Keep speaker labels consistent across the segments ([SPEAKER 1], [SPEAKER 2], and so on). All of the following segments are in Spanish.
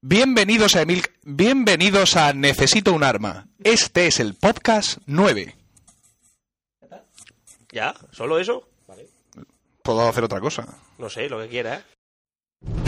[SPEAKER 1] Bienvenidos a Emil... Bienvenidos a Necesito un arma. Este es el podcast 9.
[SPEAKER 2] ¿Ya? ¿Solo eso?
[SPEAKER 1] Puedo hacer otra cosa.
[SPEAKER 2] No sé, lo que quiera. ¿eh?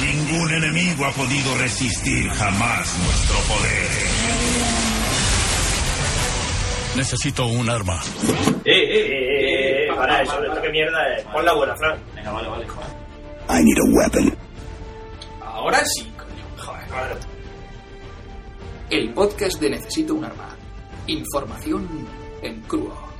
[SPEAKER 3] Ningún enemigo ha podido resistir jamás nuestro poder.
[SPEAKER 4] Necesito un arma.
[SPEAKER 5] Eh, eh, eh, eh, eh, para eso, esto que mierda es. Pon la buena, Fran. Venga, vale, vale, joder.
[SPEAKER 3] I need a weapon.
[SPEAKER 5] Ahora sí, coño. Joder, madre.
[SPEAKER 6] El podcast de Necesito un arma. Información en crudo.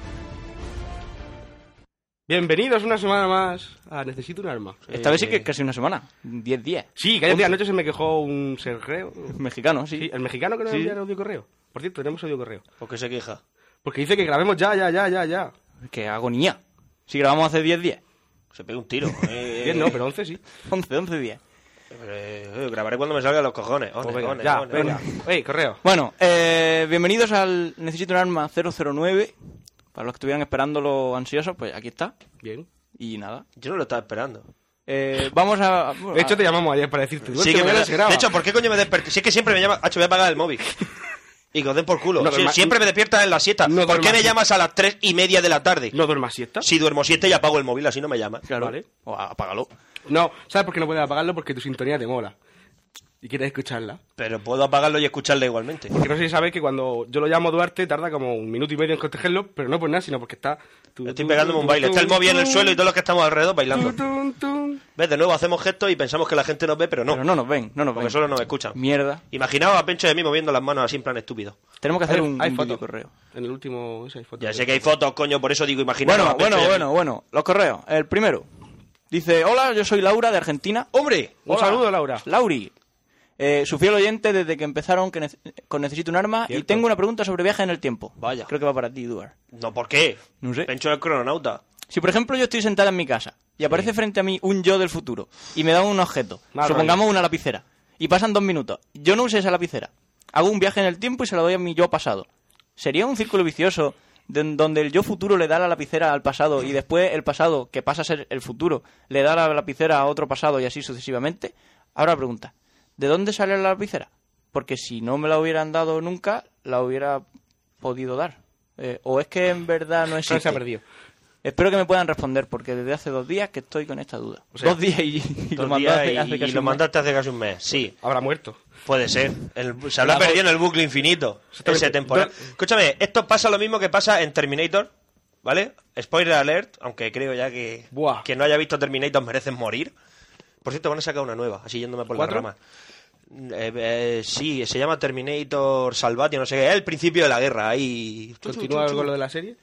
[SPEAKER 7] Bienvenidos una semana más a Necesito un arma.
[SPEAKER 8] Esta vez sí
[SPEAKER 7] Eh,
[SPEAKER 8] que es casi una semana. 10 días.
[SPEAKER 7] Sí, que ayer anoche se me quejó un serreo.
[SPEAKER 8] Mexicano, sí.
[SPEAKER 7] Sí, el mexicano que nos
[SPEAKER 8] Sí.
[SPEAKER 7] envía el audio correo. Por cierto, tenemos audio correo.
[SPEAKER 2] ¿Por qué se queja?
[SPEAKER 7] Porque dice que grabemos ya, ya, ya, ya, ya.
[SPEAKER 8] Qué agonía. Si grabamos hace 10 días.
[SPEAKER 2] Se pega un tiro. Eh,
[SPEAKER 7] Bien, no, pero 11 sí.
[SPEAKER 8] 11, 11 días.
[SPEAKER 2] Pero, eh, eh, grabaré cuando me salga los cojones. One,
[SPEAKER 7] Pues venga,
[SPEAKER 2] one,
[SPEAKER 7] ya,
[SPEAKER 2] one,
[SPEAKER 7] venga.
[SPEAKER 2] one.
[SPEAKER 7] Ey, correo.
[SPEAKER 8] Bueno, eh, bienvenidos al Necesito un arma 009. Para los que estuvieran esperándolo ansiosos, pues aquí está.
[SPEAKER 7] Bien.
[SPEAKER 8] Y nada.
[SPEAKER 2] Yo no lo estaba esperando.
[SPEAKER 8] Eh, vamos a...
[SPEAKER 7] De hecho, te llamamos ayer para decirte.
[SPEAKER 2] Sí, que me
[SPEAKER 7] mañana
[SPEAKER 2] lo-
[SPEAKER 7] se graba.
[SPEAKER 2] De hecho, ¿por qué coño me despierto? Si es que siempre me llama. Hacho, voy a apagar el móvil. Y que os den por culo.
[SPEAKER 7] No
[SPEAKER 2] Sí,
[SPEAKER 7] duerma-
[SPEAKER 2] siempre me despiertas en las siestas.
[SPEAKER 7] No
[SPEAKER 2] ¿Por qué
[SPEAKER 7] duerma-
[SPEAKER 2] me llamas a las tres y media de la tarde?
[SPEAKER 7] ¿No duermas siesta?
[SPEAKER 2] Si duermo siete y apago el móvil, así no me llamas.
[SPEAKER 8] Claro.
[SPEAKER 7] vale.
[SPEAKER 8] O a- apágalo.
[SPEAKER 7] No, ¿sabes por qué no puedes apagarlo? Porque tu sintonía te mola. Y quieres escucharla.
[SPEAKER 2] Pero puedo apagarlo y escucharla igualmente.
[SPEAKER 7] Que no sé si sabes que cuando yo lo llamo Duarte tarda como un minuto y medio en cotejarlo, pero no por nada, sino porque está... tu-
[SPEAKER 2] Estoy
[SPEAKER 7] tu-
[SPEAKER 2] pegándome un
[SPEAKER 7] tu-
[SPEAKER 2] baile.
[SPEAKER 7] tu-
[SPEAKER 2] Está el móvil en el
[SPEAKER 7] tu-
[SPEAKER 2] suelo y todos los que estamos alrededor bailando.
[SPEAKER 7] tu- tu- tu.
[SPEAKER 2] ¿Ves? De nuevo hacemos gestos y pensamos que la gente nos ve, pero no.
[SPEAKER 8] Pero no nos ven, no nos
[SPEAKER 2] porque
[SPEAKER 8] ven.
[SPEAKER 2] solo nos escuchan.
[SPEAKER 8] Mierda.
[SPEAKER 2] Imaginaos a Pencho de mí moviendo las manos así en plan estúpido.
[SPEAKER 8] Tenemos que hacer
[SPEAKER 7] Hay-
[SPEAKER 8] un,
[SPEAKER 7] hay
[SPEAKER 8] un
[SPEAKER 7] foto.
[SPEAKER 8] correo.
[SPEAKER 7] En el último... esa hay foto.
[SPEAKER 2] Ya sé que hay fotos, coño, por eso digo imaginaos.
[SPEAKER 8] Bueno,
[SPEAKER 2] a Pencho
[SPEAKER 8] bueno,
[SPEAKER 2] y a mí.
[SPEAKER 8] bueno, bueno. Los correos. El primero. Dice, hola, yo soy Laura de Argentina.
[SPEAKER 2] ¡Hombre!
[SPEAKER 7] Un
[SPEAKER 8] Hola.
[SPEAKER 7] saludo, Laura.
[SPEAKER 8] Lauri. Eh, su fiel oyente desde que empezaron que nece- con Necesito un arma y
[SPEAKER 7] Cierto.
[SPEAKER 8] tengo una pregunta sobre viaje en el tiempo.
[SPEAKER 2] Vaya.
[SPEAKER 8] Creo que va para ti, Duar.
[SPEAKER 2] No, ¿por qué?
[SPEAKER 8] No sé.
[SPEAKER 2] Pencho es el crononauta.
[SPEAKER 8] Si, por ejemplo, yo estoy sentada en mi casa y aparece frente a mí un yo del futuro y me da un objeto,
[SPEAKER 7] Mal
[SPEAKER 8] supongamos una lapicera, y pasan dos minutos, yo no usé esa lapicera, hago un viaje en el tiempo y se la doy a mi yo pasado. ¿Sería un círculo vicioso de- en donde el yo futuro le da la lapicera al pasado y después el pasado, que pasa a ser el futuro, le da la lapicera a otro pasado y así sucesivamente? Ahora la pregunta, ¿de dónde sale la lapicera? Porque si no me la hubieran dado nunca, la hubiera podido dar. Eh, o es que en verdad no
[SPEAKER 7] Fran
[SPEAKER 8] existe.
[SPEAKER 7] se ha perdido.
[SPEAKER 8] Espero que me puedan responder, porque desde hace dos días que estoy con esta duda.
[SPEAKER 7] sea,
[SPEAKER 8] dos días y, y
[SPEAKER 2] Dos
[SPEAKER 8] lo mandó
[SPEAKER 2] días
[SPEAKER 8] hace,
[SPEAKER 2] y-
[SPEAKER 8] hace
[SPEAKER 2] y
[SPEAKER 8] casi
[SPEAKER 2] lo
[SPEAKER 8] un mes.
[SPEAKER 2] mandaste hace casi un mes. Sí,
[SPEAKER 7] Habrá muerto.
[SPEAKER 2] puede ser. El- se habrá perdido en el bucle infinito.
[SPEAKER 7] Exactamente.
[SPEAKER 2] Ese temporal.
[SPEAKER 7] Yo-
[SPEAKER 2] Escúchame, esto pasa lo mismo que pasa en Terminator. ¿Vale? Spoiler alert, aunque creo ya que
[SPEAKER 7] Buah.
[SPEAKER 2] que no haya visto Terminator merecen morir. Por cierto, van a sacar una nueva, así yéndome por la
[SPEAKER 7] ¿Cuatro?
[SPEAKER 2] rama. Eh, sí, se llama Terminator Salvatio, no sé qué. Es el principio de la guerra. Ahí.
[SPEAKER 7] Continúa con lo de la serie.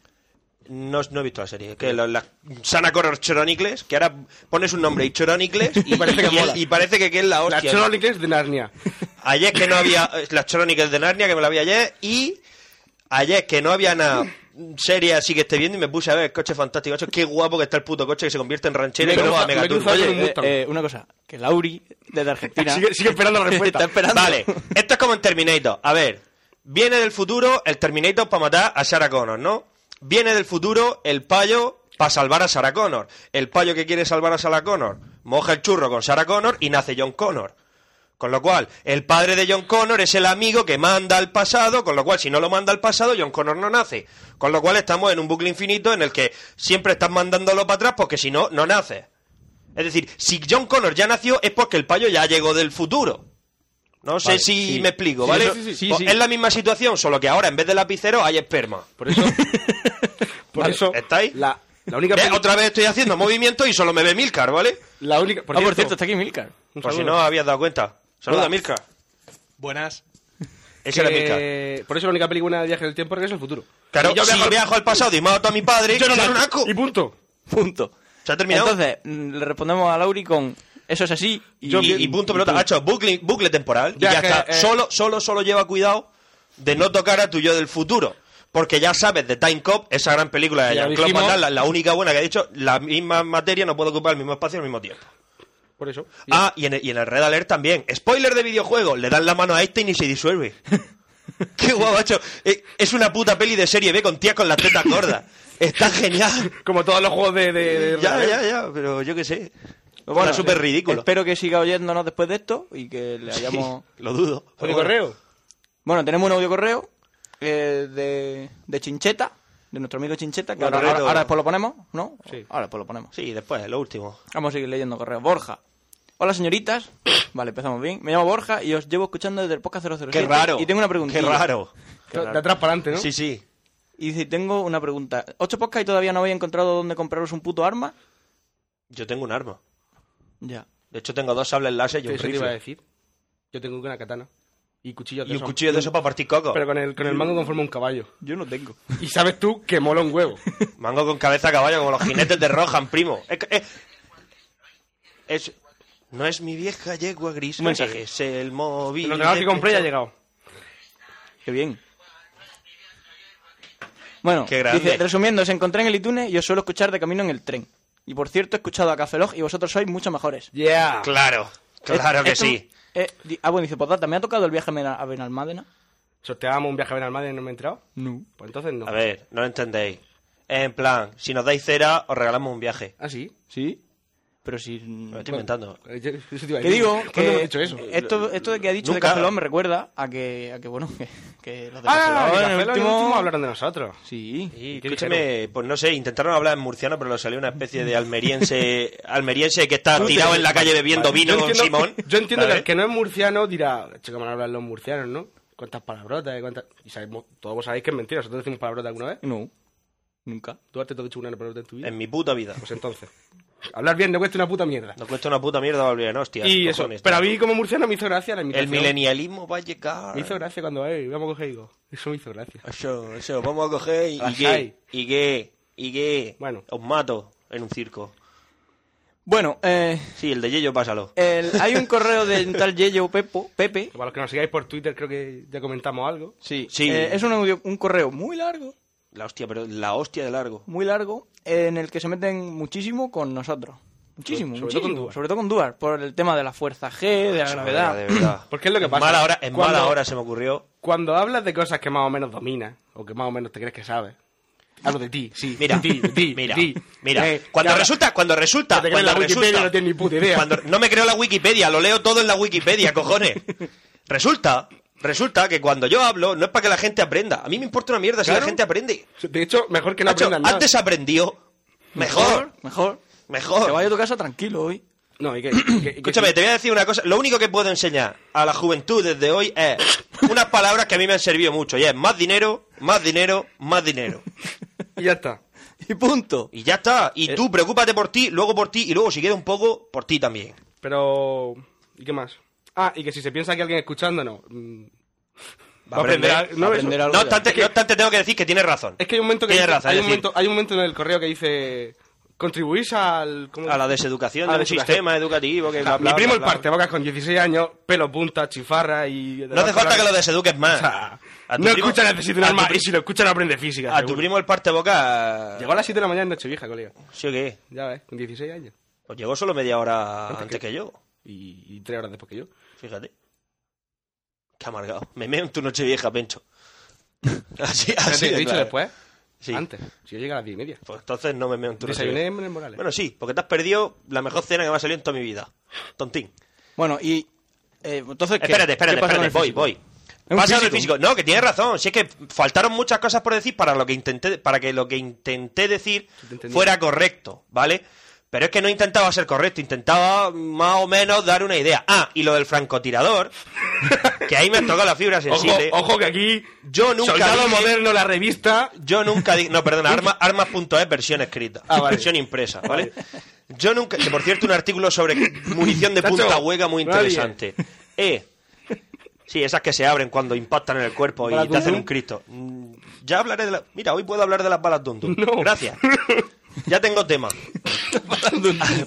[SPEAKER 2] No, no he visto la serie. Que la, la- Sana Correr Choronicles, que ahora pones un nombre y Choronicles y,
[SPEAKER 7] parece que
[SPEAKER 2] y-
[SPEAKER 7] mola.
[SPEAKER 2] y parece que, que es la
[SPEAKER 7] Las
[SPEAKER 2] hostia.
[SPEAKER 7] crónicas de Narnia.
[SPEAKER 2] Ayer que no había. eh, Las Chronicles de Narnia, que me la vi ayer, y. Ayer que no había nada. Serie así que esté viendo y me puse a ver el coche fantástico. Ocho, Qué guapo que está el puto coche que se convierte en ranchero y
[SPEAKER 7] Me
[SPEAKER 2] luego
[SPEAKER 7] cruza-
[SPEAKER 2] a Megaturbo.
[SPEAKER 7] me cruza-
[SPEAKER 2] Oye,
[SPEAKER 7] con un
[SPEAKER 8] Oye, eh,
[SPEAKER 7] Mustang.
[SPEAKER 8] eh, una cosa, que Lauri, desde Argentina...
[SPEAKER 7] Sigue, sigue esperando la respuesta.
[SPEAKER 8] Está esperando.
[SPEAKER 2] Vale, esto es como en Terminator. A ver, viene del futuro el Terminator para matar a Sarah Connor, ¿no? Viene del futuro el payo para salvar a Sarah Connor. El payo que quiere salvar a Sarah Connor moja el churro con Sarah Connor y nace John Connor. Con lo cual, el padre de John Connor es el amigo que manda al pasado, con lo cual, si no lo manda al pasado, John Connor no nace. Con lo cual, estamos en un bucle infinito en el que siempre estás mandándolo para atrás porque si no, no nace. Es decir, si John Connor ya nació es porque el payo ya llegó del futuro. No sé si me explico,
[SPEAKER 7] Sí,
[SPEAKER 2] ¿vale?
[SPEAKER 7] eso- sí, sí,
[SPEAKER 2] Pues
[SPEAKER 7] sí.
[SPEAKER 2] Es la misma situación, solo que ahora en vez de lapicero hay esperma.
[SPEAKER 7] Por eso. Por
[SPEAKER 2] Vale,
[SPEAKER 7] eso.
[SPEAKER 2] ¿estáis?
[SPEAKER 7] La, la única.
[SPEAKER 2] ¿Ves?
[SPEAKER 7] peli-
[SPEAKER 2] ¿Eh? Otra vez estoy haciendo movimientos y solo me ve Milcar, ¿vale?
[SPEAKER 7] La única. Por
[SPEAKER 8] Ah,
[SPEAKER 7] cierto,
[SPEAKER 8] por cierto, está aquí Milcar.
[SPEAKER 7] un
[SPEAKER 2] Por si
[SPEAKER 7] saludo.
[SPEAKER 2] no habías dado cuenta. Saluda, Milcar.
[SPEAKER 1] Buenas.
[SPEAKER 2] Ese era
[SPEAKER 7] Que-
[SPEAKER 2] Milcar.
[SPEAKER 7] Eh, Por eso la única película de viaje del tiempo es el futuro.
[SPEAKER 2] Claro,
[SPEAKER 7] Y yo
[SPEAKER 2] si
[SPEAKER 7] viajo-
[SPEAKER 2] viajo al pasado y mato a mi padre, yo no soy un asco.
[SPEAKER 7] Y punto.
[SPEAKER 8] Punto.
[SPEAKER 2] Se ha terminado.
[SPEAKER 8] Entonces, mm, le respondemos a Lauri con... Eso es así y...
[SPEAKER 2] y, y punto pelota. Ha hecho bucle, bucle temporal. Y ya
[SPEAKER 7] Viaje,
[SPEAKER 2] está.
[SPEAKER 7] eh.
[SPEAKER 2] Solo, solo, solo lleva cuidado de no tocar a tu yo del futuro. Porque ya sabes, de Time Cop, esa gran película de
[SPEAKER 7] Ya
[SPEAKER 2] Jean-Claude
[SPEAKER 7] dijimos-
[SPEAKER 2] Van Damme, la- la única buena que ha dicho, la misma materia no puede ocupar el mismo espacio al mismo tiempo.
[SPEAKER 7] Por eso. Y-
[SPEAKER 2] Ah, y en, el, y en el Red Alert también. Spoiler de videojuego, le dan la mano a este y ni se disuelve. Qué guapo, macho. Eh, Es una puta peli de serie B con tías con las tetas gordas. Está genial.
[SPEAKER 7] Como todos los juegos de... de- de-
[SPEAKER 2] Ya, ya, ya, pero yo qué sé. Bueno,
[SPEAKER 8] Bueno,
[SPEAKER 2] es súper
[SPEAKER 8] eh,
[SPEAKER 2] ridículo.
[SPEAKER 8] Espero que siga oyéndonos después de esto y que le hayamos...
[SPEAKER 2] Lo dudo.
[SPEAKER 7] Oye, correo.
[SPEAKER 8] Bueno, tenemos un audio correo eh, de, de Chincheta, de nuestro amigo Chincheta, que
[SPEAKER 2] Bueno,
[SPEAKER 8] ahora, ahora-
[SPEAKER 2] reto.
[SPEAKER 8] ahora después lo ponemos, ¿no?
[SPEAKER 7] Sí.
[SPEAKER 8] Ahora después lo ponemos.
[SPEAKER 2] Sí, después, lo último.
[SPEAKER 8] Vamos a seguir leyendo correos. Borja. Hola, señoritas. Vale, empezamos bien. Me llamo Borja y os llevo escuchando desde el podcast 007.
[SPEAKER 2] Qué raro.
[SPEAKER 8] Y tengo una pregunta.
[SPEAKER 2] Qué raro.
[SPEAKER 7] De atrás para adelante, ¿no?
[SPEAKER 2] Sí, sí.
[SPEAKER 8] Y dice, tengo una pregunta. ¿Ocho podcasts y todavía no habéis encontrado dónde compraros un puto arma?
[SPEAKER 2] Yo tengo un arma.
[SPEAKER 8] Ya.
[SPEAKER 2] De hecho, tengo dos sables láser y un
[SPEAKER 7] Este, Eso te iba a
[SPEAKER 2] rifle.
[SPEAKER 7] decir. Yo tengo una katana. Y cuchillos de
[SPEAKER 2] Y un
[SPEAKER 7] esos.
[SPEAKER 2] cuchillo de eso para partir coco.
[SPEAKER 7] Pero con el, con el mango conforme a un caballo.
[SPEAKER 8] Yo no tengo.
[SPEAKER 7] Y sabes tú que mola un huevo.
[SPEAKER 2] Mango con cabeza a caballo, como los jinetes de Rohan, primo. Es, que- es- es- no es mi vieja yegua gris.
[SPEAKER 8] Un mensaje.
[SPEAKER 2] Es el móvil.
[SPEAKER 7] Lo que compré ya ha llegado.
[SPEAKER 8] Qué bien. Bueno,
[SPEAKER 2] Qué grande.
[SPEAKER 8] dice, resumiendo, os encontré en el iTunes y os suelo escuchar de camino en el tren. Y por cierto, he escuchado a Café Log y vosotros sois mucho mejores.
[SPEAKER 7] Yeah.
[SPEAKER 2] Claro, claro
[SPEAKER 8] Eh,
[SPEAKER 2] que
[SPEAKER 8] esto-
[SPEAKER 2] sí.
[SPEAKER 8] eh, di- ah, bueno, dice, pues me ha tocado el viaje a Bena- a Benalmádena.
[SPEAKER 7] Sorteábamos un viaje a Benalmádena y no me he enterado.
[SPEAKER 8] No.
[SPEAKER 7] Pues entonces no.
[SPEAKER 2] A ver, no lo entendéis. En plan, si nos dais cera, os regalamos un viaje.
[SPEAKER 7] Ah, sí.
[SPEAKER 8] ¿Sí? Pero si...
[SPEAKER 2] Me lo estoy inventando.
[SPEAKER 7] Eh, yo- eso te iba a
[SPEAKER 8] Que
[SPEAKER 7] decir.
[SPEAKER 8] digo Eh,
[SPEAKER 7] ¿Cuándo
[SPEAKER 8] que
[SPEAKER 7] hemos dicho eso?
[SPEAKER 8] Esto, esto de que ha dicho
[SPEAKER 2] Nunca.
[SPEAKER 8] de Café Lock me recuerda a que, a que bueno, que, que los de Café
[SPEAKER 7] Ah,
[SPEAKER 8] Lock
[SPEAKER 7] en el último... hablaron de nosotros.
[SPEAKER 8] Sí.
[SPEAKER 2] Y,
[SPEAKER 7] qué
[SPEAKER 2] escúchame, pues no sé, intentaron hablar en murciano, pero le salió una especie de almeriense almeriense que está tirado en la calle bebiendo
[SPEAKER 7] Vale.
[SPEAKER 2] vino
[SPEAKER 7] Yo
[SPEAKER 2] con
[SPEAKER 7] entiendo-
[SPEAKER 2] Simón.
[SPEAKER 7] Yo entiendo que
[SPEAKER 2] ¿sabes?
[SPEAKER 7] el que no es murciano dirá, che, cómo hablan los murcianos, ¿no? Cuántas palabrotas, eh, cuántas... Y sabemos, todos vos sabéis que es mentira. ¿Nosotros decimos palabrotas alguna vez?
[SPEAKER 8] No. Nunca.
[SPEAKER 7] ¿Tú has te has dicho una palabrota en tu vida?
[SPEAKER 2] En mi puta vida.
[SPEAKER 7] Pues entonces. Hablar bien no cuesta una puta mierda.
[SPEAKER 2] Nos cuesta una puta mierda volver, ¿no? Hostia.
[SPEAKER 7] y eso.
[SPEAKER 2] cojones,
[SPEAKER 7] Pero a
[SPEAKER 2] tío.
[SPEAKER 7] mí como murciano me hizo gracia la
[SPEAKER 2] El
[SPEAKER 7] imitación.
[SPEAKER 2] milenialismo va a llegar.
[SPEAKER 7] Me hizo gracia cuando, eh, vamos a coger y digo, Eso me hizo gracia.
[SPEAKER 2] Eso, eso, vamos a coger y, y
[SPEAKER 7] Ajay.
[SPEAKER 2] qué, y qué, y qué.
[SPEAKER 7] Bueno.
[SPEAKER 2] Os mato en un circo.
[SPEAKER 8] Bueno, eh,
[SPEAKER 2] Sí, el de Yello, pásalo.
[SPEAKER 8] el- hay un correo de un tal Yeyo Pepo, Pepe.
[SPEAKER 7] Para los que nos sigáis por Twitter creo que ya comentamos algo.
[SPEAKER 8] Sí. eh,
[SPEAKER 2] Sí.
[SPEAKER 8] es un, audio- un correo muy largo,
[SPEAKER 2] La hostia, pero la hostia de largo.
[SPEAKER 8] muy largo, en el que se meten muchísimo con nosotros. Muchísimo,
[SPEAKER 7] Sobre- sobre todo
[SPEAKER 8] muchísimo.
[SPEAKER 7] con Duar.
[SPEAKER 8] sobre todo con Duar, por el tema de la fuerza G, de la gravedad.
[SPEAKER 2] De verdad.
[SPEAKER 7] Porque es lo que
[SPEAKER 2] En
[SPEAKER 7] pasa.
[SPEAKER 2] Mala hora, en
[SPEAKER 7] Cuando-
[SPEAKER 2] mala hora se me ocurrió.
[SPEAKER 7] Cuando hablas de cosas que más o menos dominas, o que más o menos te crees que sabes, hablo de ti, sí,
[SPEAKER 2] Mira,
[SPEAKER 7] de ti, de ti,
[SPEAKER 2] mira,
[SPEAKER 7] de ti.
[SPEAKER 2] mira.
[SPEAKER 7] Eh,
[SPEAKER 2] cuando
[SPEAKER 7] que
[SPEAKER 2] resulta, cuando resulta,
[SPEAKER 7] que te crees
[SPEAKER 2] cuando
[SPEAKER 7] la Wikipedia
[SPEAKER 2] resulta-
[SPEAKER 7] y no tienes ni puta idea.
[SPEAKER 2] cuando- no me creo la Wikipedia, lo leo todo en la Wikipedia, cojones. Resulta, resulta que cuando yo hablo no es para que la gente aprenda. A mí me importa una mierda si
[SPEAKER 7] Claro.
[SPEAKER 2] la gente aprende.
[SPEAKER 7] habla- De hecho, mejor que no
[SPEAKER 2] Macho,
[SPEAKER 7] aprendas nada.
[SPEAKER 2] antes aprendió. Mejor,
[SPEAKER 8] Mejor.
[SPEAKER 2] mejor.
[SPEAKER 8] Te vaya a tu casa tranquilo hoy.
[SPEAKER 7] No, y que, y que- y que-
[SPEAKER 2] Escúchame, te voy a decir una cosa. Lo único que puedo enseñar a la juventud desde hoy es unas palabras que a mí me han servido mucho. Y es más dinero, más dinero, más dinero.
[SPEAKER 7] y ya está.
[SPEAKER 8] Y punto.
[SPEAKER 2] Y ya está.
[SPEAKER 7] Eh,
[SPEAKER 2] Y tú preocúpate por ti, luego por ti y luego si queda un poco, por ti también.
[SPEAKER 7] Pero... ¿Y qué más? Ah, y que si se piensa que alguien escuchándonos... mm, Va a
[SPEAKER 2] aprender,
[SPEAKER 7] aprender, a- no,
[SPEAKER 8] va a aprender
[SPEAKER 7] eso-
[SPEAKER 8] algo
[SPEAKER 2] No
[SPEAKER 8] ya.
[SPEAKER 2] obstante, no obstante, tengo que decir que tienes razón.
[SPEAKER 7] Es que hay un momento que...
[SPEAKER 2] Tienes
[SPEAKER 7] dice-
[SPEAKER 2] razón,
[SPEAKER 7] hay,
[SPEAKER 2] es
[SPEAKER 7] un
[SPEAKER 2] decir-
[SPEAKER 7] momento, hay un momento en el correo que dice... ¿Contribuís al...? ¿cómo?
[SPEAKER 2] A la deseducación
[SPEAKER 7] A
[SPEAKER 2] de
[SPEAKER 7] la
[SPEAKER 2] un
[SPEAKER 7] deseducación.
[SPEAKER 2] sistema educativo que... bla,
[SPEAKER 7] Mi
[SPEAKER 2] bla,
[SPEAKER 7] primo
[SPEAKER 2] bla,
[SPEAKER 7] el
[SPEAKER 2] bla.
[SPEAKER 7] partebocas con 16 años, pelo punta, chifarra y...
[SPEAKER 2] No hace falta que lo deseduques más.
[SPEAKER 7] O sea,
[SPEAKER 2] A tu
[SPEAKER 7] no
[SPEAKER 2] primo-
[SPEAKER 7] escucha necesito un
[SPEAKER 2] a tu
[SPEAKER 7] arma
[SPEAKER 2] pri-
[SPEAKER 7] y si lo escucha no aprende física.
[SPEAKER 2] A tu
[SPEAKER 7] seguro.
[SPEAKER 2] primo el parte boca...
[SPEAKER 7] Llegó a las 7 de la mañana en Nochevieja, colega.
[SPEAKER 2] ¿Sí o qué?
[SPEAKER 7] Ya ves, con 16 años.
[SPEAKER 2] Pues llegó solo media hora antes que yo.
[SPEAKER 7] Y, y 3 horas después que yo.
[SPEAKER 2] Fíjate. Qué amargado. Me meo en tu noche vieja, Pencho. Así,
[SPEAKER 7] Pero
[SPEAKER 2] así.
[SPEAKER 7] te
[SPEAKER 2] de
[SPEAKER 7] he dicho
[SPEAKER 2] claro.
[SPEAKER 7] después.
[SPEAKER 2] Sí.
[SPEAKER 7] Antes. Si yo llegué a las 10 y media.
[SPEAKER 2] Pues entonces no me meo en tu noche
[SPEAKER 7] Desayuné
[SPEAKER 2] vieja.
[SPEAKER 7] en el Morales.
[SPEAKER 2] Bueno, sí, porque te has perdido la mejor cena que me ha salido en toda mi vida. Tontín.
[SPEAKER 8] Bueno, y... eh, entonces, ¿qué?
[SPEAKER 2] Espérate,
[SPEAKER 8] ¿Qué
[SPEAKER 2] espérate,
[SPEAKER 8] pasa
[SPEAKER 2] espérate.
[SPEAKER 8] con el
[SPEAKER 2] Voy,
[SPEAKER 8] físico?
[SPEAKER 2] voy.
[SPEAKER 8] un
[SPEAKER 2] Pasa del
[SPEAKER 8] físico.
[SPEAKER 2] físico. No, que tienes razón. Si es que faltaron muchas cosas por decir para lo que intenté, para que lo que intenté decir
[SPEAKER 7] te entendí.
[SPEAKER 2] fuera correcto, ¿vale? Pero es que no intentaba ser correcto, intentaba más o menos dar una idea. Ah, y lo del francotirador, que ahí me tocó la fibra
[SPEAKER 7] ojo,
[SPEAKER 2] sensible.
[SPEAKER 7] ojo que aquí.
[SPEAKER 2] Yo nunca
[SPEAKER 7] Soldado
[SPEAKER 2] dije-
[SPEAKER 7] Moderno, la revista.
[SPEAKER 2] Yo nunca dije. No, perdona, arma- armas.es versión escrita.
[SPEAKER 7] Ah, vale.
[SPEAKER 2] Versión impresa, ¿vale? Yo nunca. Que por cierto, un artículo sobre munición de
[SPEAKER 7] Chacho,
[SPEAKER 2] punta hueca muy
[SPEAKER 7] no la líes.
[SPEAKER 2] interesante. Eh. Sí, esas que se abren cuando impactan en el cuerpo
[SPEAKER 7] Balas
[SPEAKER 2] y te hacen
[SPEAKER 7] dundun.
[SPEAKER 2] un Cristo. Mm, Ya hablaré de la. Mira, hoy puedo hablar de las balas dundun.
[SPEAKER 7] No.
[SPEAKER 2] Gracias. Ya tengo tema. Ah,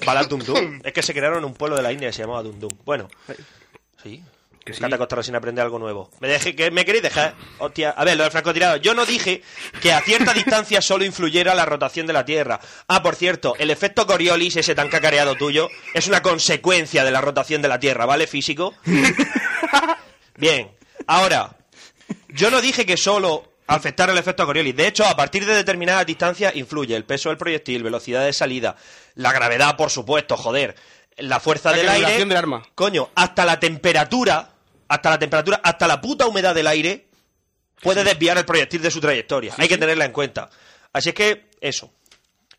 [SPEAKER 2] balas dundun. Es que se crearon en un pueblo de la India que se llamaba Dundun. Bueno. Sí.
[SPEAKER 7] Que
[SPEAKER 2] Me
[SPEAKER 7] sí.
[SPEAKER 2] encanta costarlo sin aprender algo nuevo. ¿Me, deje, que ¿Me queréis dejar? Hostia. A ver, lo del francotirado. Yo no dije que a cierta distancia solo influyera la rotación de la Tierra. Ah, por cierto, el efecto Coriolis, ese tan cacareado tuyo, es una consecuencia de la rotación de la Tierra, ¿vale? Físico. Bien. Ahora, yo no dije que solo afectara el efecto Coriolis. De hecho, a partir de determinadas distancias influye el peso del proyectil, velocidad de salida, la gravedad, por supuesto, joder, la fuerza
[SPEAKER 7] La
[SPEAKER 2] del
[SPEAKER 7] calibración
[SPEAKER 2] aire,
[SPEAKER 7] del arma.
[SPEAKER 2] coño, hasta la temperatura, hasta la temperatura, hasta la puta humedad del aire puede desviar el proyectil de su trayectoria. Hay que tenerla en cuenta. Así es que eso.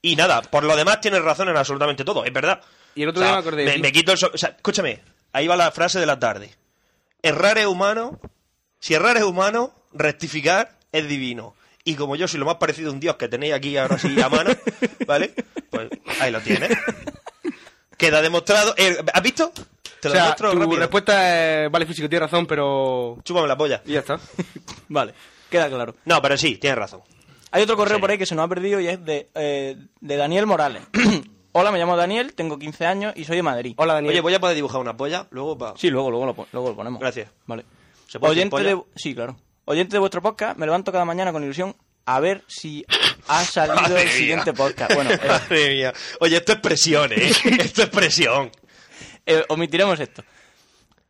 [SPEAKER 2] Y nada, por lo demás tienes razón en absolutamente todo, es verdad.
[SPEAKER 7] Y el otro día me acordé de ti.
[SPEAKER 2] me quito el so- o sea, escúchame, ahí va la frase de la tarde. Errar es humano, si errar es humano, rectificar es divino. Y como yo soy lo más parecido a un dios que tenéis aquí ahora sí a mano, ¿vale? Pues ahí lo tienes. Queda demostrado. Eh, ¿Has visto? Te
[SPEAKER 7] O
[SPEAKER 2] lo
[SPEAKER 7] sea,
[SPEAKER 2] demuestro
[SPEAKER 7] tu
[SPEAKER 2] rápido.
[SPEAKER 7] respuesta es, vale, físico, tienes razón, pero...
[SPEAKER 2] Chúpame la polla.
[SPEAKER 7] Y ya está.
[SPEAKER 8] Vale, queda claro.
[SPEAKER 2] No, pero sí, tienes razón.
[SPEAKER 8] Hay otro correo por ahí que se nos ha perdido y es de, eh, de Daniel Morales. Hola, me llamo Daniel, tengo 15 años y soy de Madrid.
[SPEAKER 7] Hola, Daniel.
[SPEAKER 2] Oye, voy a poder dibujar una polla luego para.
[SPEAKER 8] Sí, luego, luego, lo, pon- luego lo ponemos.
[SPEAKER 2] Gracias.
[SPEAKER 8] Vale.
[SPEAKER 2] ¿Se puede decir
[SPEAKER 8] Oyente
[SPEAKER 2] polla?
[SPEAKER 8] de, sí, claro. Oyente de vuestro podcast, me levanto cada mañana con ilusión a ver si ha salido
[SPEAKER 2] Madre
[SPEAKER 8] el
[SPEAKER 2] mía.
[SPEAKER 8] siguiente podcast. Bueno, eh,
[SPEAKER 2] Madre mía. Oye, esto es presión, ¿eh? esto es presión.
[SPEAKER 8] eh, omitiremos esto.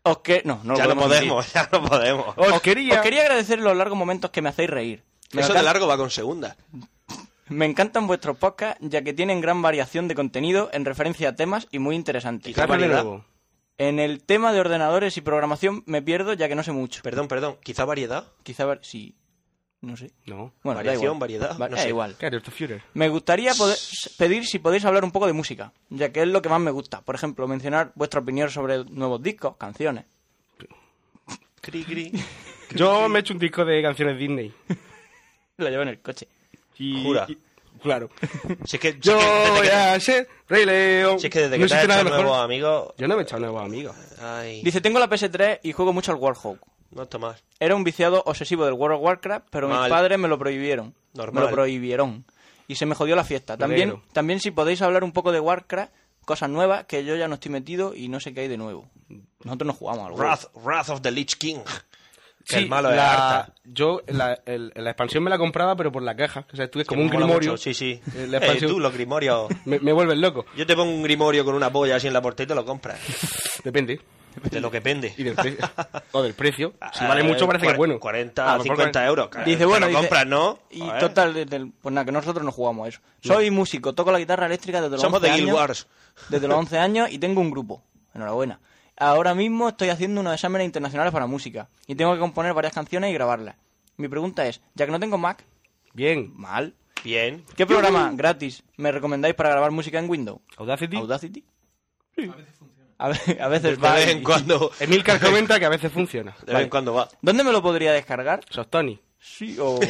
[SPEAKER 8] Os que... No, no lo
[SPEAKER 2] ya no
[SPEAKER 8] podemos
[SPEAKER 2] podemos,
[SPEAKER 8] omitir.
[SPEAKER 2] ya no podemos.
[SPEAKER 7] Os quería...
[SPEAKER 8] Os quería agradecer los largos momentos que me hacéis reír. Me,
[SPEAKER 2] Eso de
[SPEAKER 8] encan-
[SPEAKER 2] largo va con segunda.
[SPEAKER 8] me encantan vuestros podcasts ya que tienen gran variación de contenido en referencia a temas y muy interesantes.
[SPEAKER 2] Quizá-
[SPEAKER 7] Hazlo de
[SPEAKER 2] Barbaridad.
[SPEAKER 7] nuevo.
[SPEAKER 8] En el tema de ordenadores y programación me pierdo ya que no sé mucho.
[SPEAKER 2] Perdón, perdón. Quizá variedad.
[SPEAKER 8] Quizá ver si... No sé.
[SPEAKER 7] No.
[SPEAKER 8] Bueno, da
[SPEAKER 2] Variación,
[SPEAKER 8] igual.
[SPEAKER 2] variedad,
[SPEAKER 8] Va-
[SPEAKER 2] no
[SPEAKER 8] da
[SPEAKER 2] sé.
[SPEAKER 8] igual.
[SPEAKER 7] Claro, esto es Führer.
[SPEAKER 8] Me gustaría poder- pedir si podéis hablar un poco de música, ya que es lo que más me gusta. Por ejemplo, mencionar vuestra opinión sobre nuevos discos, canciones.
[SPEAKER 2] Cri, cri.
[SPEAKER 7] Yo me he hecho un disco de canciones Disney.
[SPEAKER 8] Lo llevo en el coche.
[SPEAKER 7] Y,
[SPEAKER 2] Jura.
[SPEAKER 7] y- claro.
[SPEAKER 2] Si es que, si
[SPEAKER 7] Yo
[SPEAKER 2] es que desde que-
[SPEAKER 7] ya sé, Rey León.
[SPEAKER 2] si es que desde que
[SPEAKER 7] No
[SPEAKER 2] te
[SPEAKER 7] existe
[SPEAKER 2] has
[SPEAKER 7] nada
[SPEAKER 2] hecho
[SPEAKER 7] mejor.
[SPEAKER 2] nuevos amigos.
[SPEAKER 7] Yo no me he echado nuevos amigos.
[SPEAKER 2] Ay,
[SPEAKER 8] Dice, tengo la PS3 y juego mucho al Warhawk.
[SPEAKER 2] no está mal.
[SPEAKER 8] Era un viciado obsesivo del World of Warcraft, pero mis
[SPEAKER 2] Mal.
[SPEAKER 8] padres me lo prohibieron.
[SPEAKER 2] Normal.
[SPEAKER 8] Me lo prohibieron. Y se me jodió la fiesta. También,
[SPEAKER 7] Negro.
[SPEAKER 8] también si podéis hablar un poco de Warcraft, cosas nuevas, que yo ya no estoy metido y no sé qué hay de nuevo. Nosotros no jugamos al Warcraft.
[SPEAKER 2] Wrath, Wrath of the Lich King. Que
[SPEAKER 7] Sí,
[SPEAKER 2] el malo es
[SPEAKER 7] la-
[SPEAKER 2] Arta.
[SPEAKER 7] Yo la, el- la expansión me la compraba, pero por la caja. O sea, tú es como un
[SPEAKER 2] mola
[SPEAKER 7] grimorio.
[SPEAKER 2] mucho, Sí, sí.
[SPEAKER 7] Eh, La
[SPEAKER 2] Eh,
[SPEAKER 7] expansión
[SPEAKER 2] tú, los grimorios.
[SPEAKER 7] me, me vuelves loco.
[SPEAKER 2] Yo te pongo un grimorio con una polla así en la puerta y te lo compras.
[SPEAKER 7] Depende.
[SPEAKER 2] De lo que pende. Ah,
[SPEAKER 7] Y del precio. o del precio. Si vale mucho, parece que es bueno.
[SPEAKER 2] 40,
[SPEAKER 7] A lo mejor
[SPEAKER 2] 50 euros. claro,
[SPEAKER 8] Dice,
[SPEAKER 2] te
[SPEAKER 8] bueno,
[SPEAKER 2] lo
[SPEAKER 8] dice-
[SPEAKER 2] compras, ¿no?
[SPEAKER 8] Y
[SPEAKER 2] Joder.
[SPEAKER 8] total, desde el- pues nada, que nosotros no jugamos a eso. Soy músico, toco la guitarra eléctrica desde los
[SPEAKER 2] Somos
[SPEAKER 8] 11
[SPEAKER 2] de Guild
[SPEAKER 8] años.
[SPEAKER 2] Wars.
[SPEAKER 8] Desde los 11 años y tengo un grupo. Enhorabuena. Ahora mismo estoy haciendo unos exámenes internacionales para música y tengo que componer varias canciones y grabarlas. Mi pregunta es, ya que no tengo Mac,
[SPEAKER 7] Bien.
[SPEAKER 8] mal,
[SPEAKER 2] Bien.
[SPEAKER 8] ¿qué programa gratis me recomendáis para grabar música en Windows?
[SPEAKER 7] Audacity.
[SPEAKER 8] Audacity. A veces funciona. A veces
[SPEAKER 2] De
[SPEAKER 8] va.
[SPEAKER 2] vez en
[SPEAKER 8] y-
[SPEAKER 2] cuando.
[SPEAKER 7] Emilcar comenta que a veces funciona.
[SPEAKER 2] De vez en cuando va.
[SPEAKER 8] ¿Dónde me lo podría descargar?
[SPEAKER 7] Sos Tony.
[SPEAKER 8] Sí, o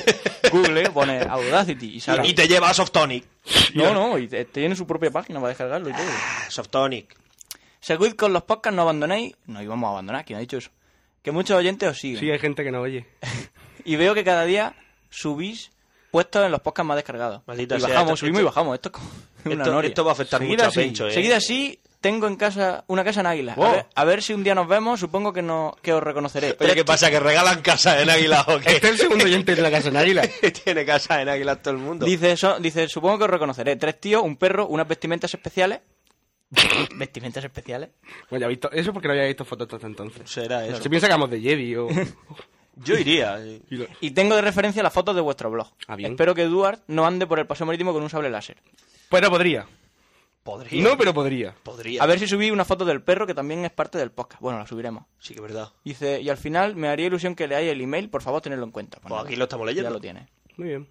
[SPEAKER 8] Google, pone Audacity y sale.
[SPEAKER 2] Y, y te lleva a Softonic.
[SPEAKER 8] No, no, y te- tiene su propia página para descargarlo y todo.
[SPEAKER 2] Ah, Softonic.
[SPEAKER 8] Seguid con los podcasts, no abandonéis. No íbamos a abandonar, ¿quién ha dicho eso? Que muchos oyentes os siguen.
[SPEAKER 7] Sí, hay gente que no oye.
[SPEAKER 8] Y veo que cada día subís puestos en los podcasts más descargados.
[SPEAKER 2] Maldita
[SPEAKER 8] y
[SPEAKER 2] sea,
[SPEAKER 8] bajamos,
[SPEAKER 2] esto-
[SPEAKER 8] subimos y
[SPEAKER 2] esto-
[SPEAKER 8] bajamos. Esto es como una
[SPEAKER 2] Esto,
[SPEAKER 8] noria.
[SPEAKER 2] esto va a afectar
[SPEAKER 7] Seguida
[SPEAKER 2] mucho a
[SPEAKER 7] sí.
[SPEAKER 2] Pencho, ¿eh?
[SPEAKER 8] Seguida así, tengo en casa una casa en Águila.
[SPEAKER 7] Wow.
[SPEAKER 8] A, ver, a ver si un día nos vemos, supongo que, no, que os reconoceré.
[SPEAKER 2] Oye, ¿qué pasa? ¿Que regalan casa en Águila o qué?
[SPEAKER 7] Este es el segundo oyente de la casa en Águila.
[SPEAKER 2] Tiene casa en Águila todo el mundo.
[SPEAKER 8] Dice, eso, dice, supongo que os reconoceré. Tres tíos, un perro, unas vestimentas especiales. ¿Vestimentas especiales?
[SPEAKER 7] Bueno, ya he visto. Eso porque no había visto fotos hasta entonces.
[SPEAKER 2] Será eso.
[SPEAKER 7] Se piensa que vamos de Jedi o.
[SPEAKER 2] Yo iría. eh.
[SPEAKER 7] y lo-
[SPEAKER 8] Y tengo de referencia las fotos de vuestro blog.
[SPEAKER 7] Ah, bien.
[SPEAKER 8] Espero que Eduard no ande por el paseo marítimo con un sable láser.
[SPEAKER 7] Pero podría.
[SPEAKER 2] Podría.
[SPEAKER 7] No, pero podría.
[SPEAKER 2] Podría.
[SPEAKER 8] A ver si subí una foto del perro que también es parte del podcast. Bueno, la subiremos.
[SPEAKER 2] Sí que es verdad.
[SPEAKER 8] Dice, y al final me haría ilusión que leáis el email, por favor, tenedlo en cuenta.
[SPEAKER 2] Pues
[SPEAKER 8] nada,
[SPEAKER 2] aquí lo estamos leyendo.
[SPEAKER 8] Ya lo tiene.
[SPEAKER 7] Muy bien.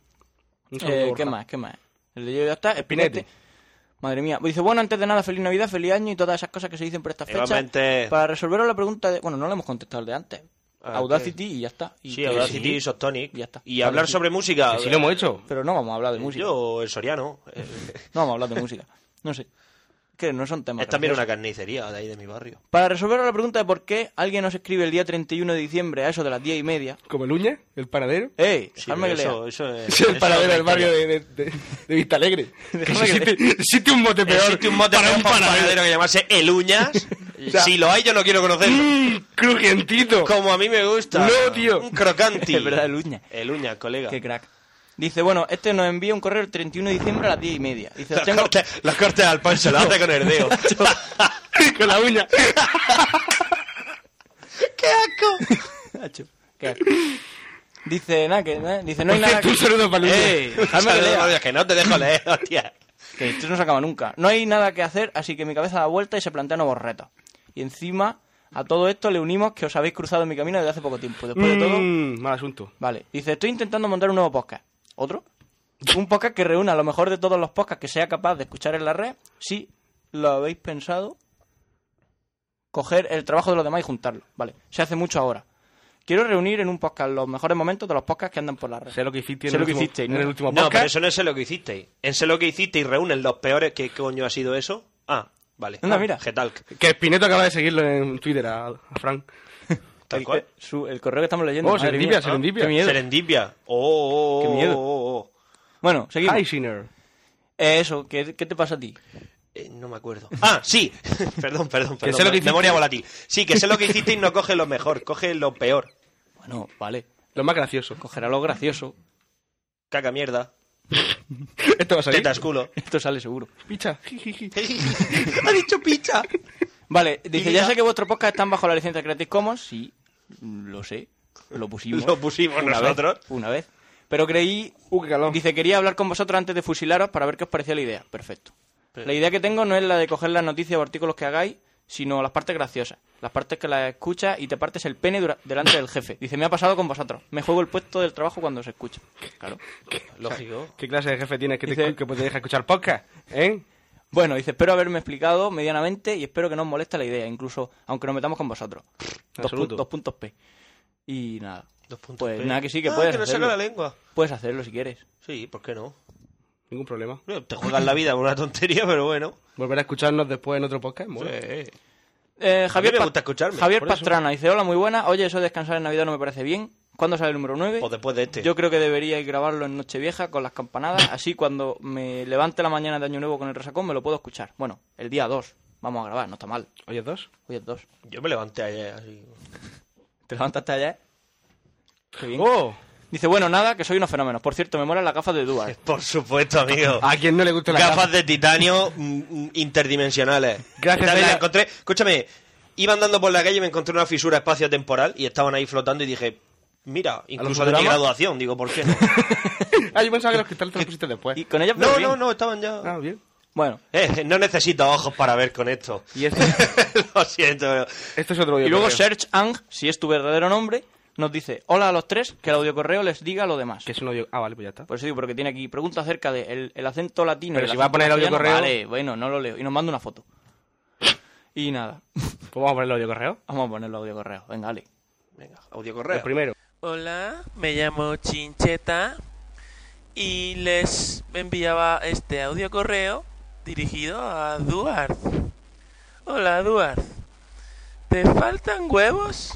[SPEAKER 7] Un saludo,
[SPEAKER 8] Eh,
[SPEAKER 7] Borja.
[SPEAKER 8] ¿Qué más? ¿Qué más? El de yo ya está.
[SPEAKER 7] Espinete.
[SPEAKER 8] Espinete. Madre mía. Dice, bueno, antes de nada, feliz Navidad, feliz año y todas esas cosas que se dicen por esta fecha.
[SPEAKER 2] Igualmente.
[SPEAKER 8] Para resolveros la pregunta de... Bueno, no le hemos contestado el de antes.
[SPEAKER 2] Ah,
[SPEAKER 8] Audacity y ya está. Y
[SPEAKER 2] Sí,
[SPEAKER 8] que
[SPEAKER 2] Audacity
[SPEAKER 8] sí.
[SPEAKER 2] y Softonic.
[SPEAKER 8] Ya está.
[SPEAKER 2] Y hablar
[SPEAKER 8] Audacity.
[SPEAKER 2] sobre música. eh,
[SPEAKER 7] Que Sí, lo hemos hecho.
[SPEAKER 8] Pero no vamos a hablar de música.
[SPEAKER 2] Yo, el Soriano. eh,
[SPEAKER 8] No vamos a hablar de música. No sé. Que no son temas.
[SPEAKER 2] Es también una
[SPEAKER 8] graciosos.
[SPEAKER 2] carnicería de ahí de mi barrio.
[SPEAKER 8] Para resolver la pregunta de por qué alguien nos escribe el día 31 de diciembre a eso de las 10 y media.
[SPEAKER 7] Como el Uña, el paradero.
[SPEAKER 8] ¡Ey!
[SPEAKER 2] Sí,
[SPEAKER 8] dejadme
[SPEAKER 2] pero
[SPEAKER 8] que lea.
[SPEAKER 2] eso, eso es.
[SPEAKER 7] Es el
[SPEAKER 2] eso
[SPEAKER 7] paradero
[SPEAKER 2] es
[SPEAKER 7] del
[SPEAKER 2] otra
[SPEAKER 7] barrio
[SPEAKER 2] historia.
[SPEAKER 7] de, de, de- de Vista Alegre. Que
[SPEAKER 8] Déjame que
[SPEAKER 7] existe, existe un mote peor.
[SPEAKER 2] Existe un mote para un
[SPEAKER 7] paradero.
[SPEAKER 2] paradero que llamase El Uñas. si lo hay, yo no quiero conocerlo.
[SPEAKER 7] ¡Mmm! ¡Crujientito!
[SPEAKER 2] Como a mí me gusta.
[SPEAKER 7] No, tío.
[SPEAKER 2] Un crocanti.
[SPEAKER 8] Es verdad, el uña.
[SPEAKER 2] El uña, colega.
[SPEAKER 8] Qué crack. Dice, bueno, este nos envía un correo el 31 de diciembre a las 10 y media. Dice,
[SPEAKER 2] Los,
[SPEAKER 8] os tengo,
[SPEAKER 2] cortes, los cortes al pan se los hace con el dedo.
[SPEAKER 7] Con la uña.
[SPEAKER 8] Nacho, qué asco. Dice, nada, que, nada, dice, no hay nada
[SPEAKER 7] Un
[SPEAKER 8] que... Eh,
[SPEAKER 7] saludo para Luña.
[SPEAKER 2] Ey,
[SPEAKER 8] Hazme
[SPEAKER 2] saludos,
[SPEAKER 8] que lea.
[SPEAKER 2] Mario, que no te dejo leer, hostia.
[SPEAKER 8] que esto no se acaba nunca. No hay nada que hacer, así que mi cabeza da vuelta y se plantea nuevos retos. Y encima, a todo esto le unimos que os habéis cruzado en mi camino desde hace poco tiempo. Después de todo...
[SPEAKER 7] Mmm, mal asunto.
[SPEAKER 8] Vale, dice, estoy intentando montar un nuevo podcast. ¿Otro? Un podcast que reúna lo mejor de todos los podcasts que sea capaz de escuchar en la red. Si lo habéis pensado, coger el trabajo de los demás y juntarlo. Vale, se hace mucho ahora. Quiero reunir en un podcast los mejores momentos de los podcasts que andan por la red.
[SPEAKER 7] Sé lo que hiciste en,
[SPEAKER 8] Sé
[SPEAKER 7] el,
[SPEAKER 8] lo que
[SPEAKER 7] último,
[SPEAKER 8] hicisteis,
[SPEAKER 7] en
[SPEAKER 8] ¿no?
[SPEAKER 7] el último
[SPEAKER 2] No, pero
[SPEAKER 7] podcast.
[SPEAKER 2] eso no es en lo que hicisteis. En sé lo que hicisteis reúnen los peores. ¿Qué coño ha sido eso? Ah, vale.
[SPEAKER 8] Anda,
[SPEAKER 2] Ah,
[SPEAKER 8] mira.
[SPEAKER 2] Getalk.
[SPEAKER 7] Que Espineto acaba de seguirlo en Twitter a, a Frank.
[SPEAKER 2] Tal
[SPEAKER 8] el,
[SPEAKER 2] cual.
[SPEAKER 8] eh, su- el correo que estamos leyendo.
[SPEAKER 7] Oh,
[SPEAKER 8] madre
[SPEAKER 7] serendipia,
[SPEAKER 8] mía.
[SPEAKER 7] serendipia.
[SPEAKER 8] Qué miedo.
[SPEAKER 2] Serendipia. Oh, oh, oh,
[SPEAKER 8] Qué miedo.
[SPEAKER 2] oh, oh, oh.
[SPEAKER 8] Bueno, seguimos.
[SPEAKER 7] Hi, Sinner.
[SPEAKER 8] Eh, eso, ¿qué, qué te pasa a ti?
[SPEAKER 2] Eh, no me acuerdo. Ah, sí. perdón, perdón, perdón.
[SPEAKER 7] Que sé lo que hicisteis.
[SPEAKER 2] Memoria volátil. Sí, que sé lo que hicisteis no coge lo mejor, coge lo peor.
[SPEAKER 8] Bueno, vale,
[SPEAKER 7] Lo más gracioso.
[SPEAKER 8] cogerá lo gracioso.
[SPEAKER 2] Caca mierda.
[SPEAKER 7] Esto va a salir.
[SPEAKER 2] Tetas culo.
[SPEAKER 8] Esto sale seguro.
[SPEAKER 7] Picha. Jijiji.
[SPEAKER 2] ha dicho picha.
[SPEAKER 8] Vale, dice,
[SPEAKER 2] ya.
[SPEAKER 8] ya sé que vuestros podcasts están bajo la licencia Creative Commons, sí, lo sé, lo pusimos.
[SPEAKER 2] Lo pusimos
[SPEAKER 8] una
[SPEAKER 2] nosotros.
[SPEAKER 8] Vez, una vez. Pero creí,
[SPEAKER 7] Uh, qué calor.
[SPEAKER 8] dice, quería hablar con vosotros antes de fusilaros para ver qué os parecía la idea. Perfecto. La idea que tengo no es la de coger las noticias o artículos que hagáis, sino las partes graciosas, las partes que las escuchas y te partes el pene dura- delante del jefe. Dice, me ha pasado con vosotros, me juego el puesto del trabajo cuando os escucho. Claro.
[SPEAKER 2] Lógico.
[SPEAKER 7] ¿Qué clase de jefe tienes que te,
[SPEAKER 8] Dice-
[SPEAKER 7] que te deja escuchar podcast? ¿Eh?
[SPEAKER 8] Bueno, dice, espero haberme explicado medianamente y espero que no os moleste la idea, incluso aunque nos metamos con vosotros. Dos,
[SPEAKER 7] absoluto.
[SPEAKER 8] pun- dos puntos P. Y nada.
[SPEAKER 2] Dos puntos.
[SPEAKER 8] Pues
[SPEAKER 2] P.
[SPEAKER 8] nada, que sí, que
[SPEAKER 2] Ah,
[SPEAKER 8] puedes
[SPEAKER 2] que no saca
[SPEAKER 8] hacerlo.
[SPEAKER 2] la lengua.
[SPEAKER 8] Puedes hacerlo si quieres.
[SPEAKER 2] Sí, ¿por qué no?
[SPEAKER 7] Ningún problema.
[SPEAKER 2] Te juegas la vida con una tontería, pero bueno.
[SPEAKER 7] Volver a escucharnos después en otro podcast. Mola.
[SPEAKER 8] Eh, Javier
[SPEAKER 2] me
[SPEAKER 8] Pa-
[SPEAKER 2] gusta escucharme,
[SPEAKER 8] Javier
[SPEAKER 2] por eso.
[SPEAKER 8] Pastrana dice, hola, muy buena. Oye, eso de descansar en Navidad no me parece bien. ¿Cuándo sale el número 9?
[SPEAKER 2] O después de este.
[SPEAKER 8] Yo creo que deberíais grabarlo en Nochevieja con las campanadas. Así cuando me levante la mañana de Año Nuevo con el resacón me lo puedo escuchar. Bueno, el día 2. Vamos a grabar, no está mal.
[SPEAKER 7] Oye, dos.
[SPEAKER 8] Hoy es 2.
[SPEAKER 2] Yo me levanté ayer así.
[SPEAKER 8] ¿Te levantaste ayer? Qué bien.
[SPEAKER 7] ¡Oh!
[SPEAKER 8] Dice, bueno, nada, que soy unos fenómenos. Por cierto, me molan las gafas de Duarte.
[SPEAKER 2] Por supuesto, amigo.
[SPEAKER 7] ¿A quién no le gusta Ah, la
[SPEAKER 2] Gafas de titanio mm, mm, interdimensionales.
[SPEAKER 7] Gracias,
[SPEAKER 2] Tal vez
[SPEAKER 7] Ela.
[SPEAKER 2] la encontré. Escúchame, iba andando por la calle y me encontré una fisura espacio-temporal y estaban ahí flotando y dije, mira, incluso de mi
[SPEAKER 7] fotogramas?
[SPEAKER 2] graduación. Digo, ¿por qué no?
[SPEAKER 7] Ah, yo pensaba que los cristales te los pusiste después.
[SPEAKER 8] Y con ellas pero
[SPEAKER 2] no,
[SPEAKER 8] bien.
[SPEAKER 2] no, no, estaban
[SPEAKER 7] Ah,
[SPEAKER 2] ya.
[SPEAKER 7] bien.
[SPEAKER 8] Bueno,
[SPEAKER 2] Eh, no necesito ojos para ver con esto.
[SPEAKER 7] Y este,
[SPEAKER 2] Lo siento, pero.
[SPEAKER 7] este es otro
[SPEAKER 8] y
[SPEAKER 7] audio
[SPEAKER 8] luego
[SPEAKER 7] correo.
[SPEAKER 8] Serge Ang, si es tu verdadero nombre, nos dice, hola a los tres, que el audiocorreo les diga lo demás.
[SPEAKER 7] Que es un audio... Ah, vale, pues ya está.
[SPEAKER 8] Por eso digo, porque tiene aquí pregunta acerca del el, el acento latino.
[SPEAKER 7] Pero
[SPEAKER 8] y
[SPEAKER 7] si
[SPEAKER 8] el
[SPEAKER 7] va a
[SPEAKER 8] acento
[SPEAKER 7] poner el audio
[SPEAKER 8] castellano.
[SPEAKER 7] correo.
[SPEAKER 8] Vale, bueno, no lo leo. Y nos manda una foto. Y nada,
[SPEAKER 7] Pues vamos a poner el audio correo.
[SPEAKER 8] vamos a poner el audiocorreo. Venga, Ale.
[SPEAKER 2] Venga, audio
[SPEAKER 7] El
[SPEAKER 2] correo.
[SPEAKER 7] primero.
[SPEAKER 9] Hola, me llamo Chincheta y les enviaba este audio correo dirigido a Duarte. Hola, Duarte. ¿Te faltan huevos?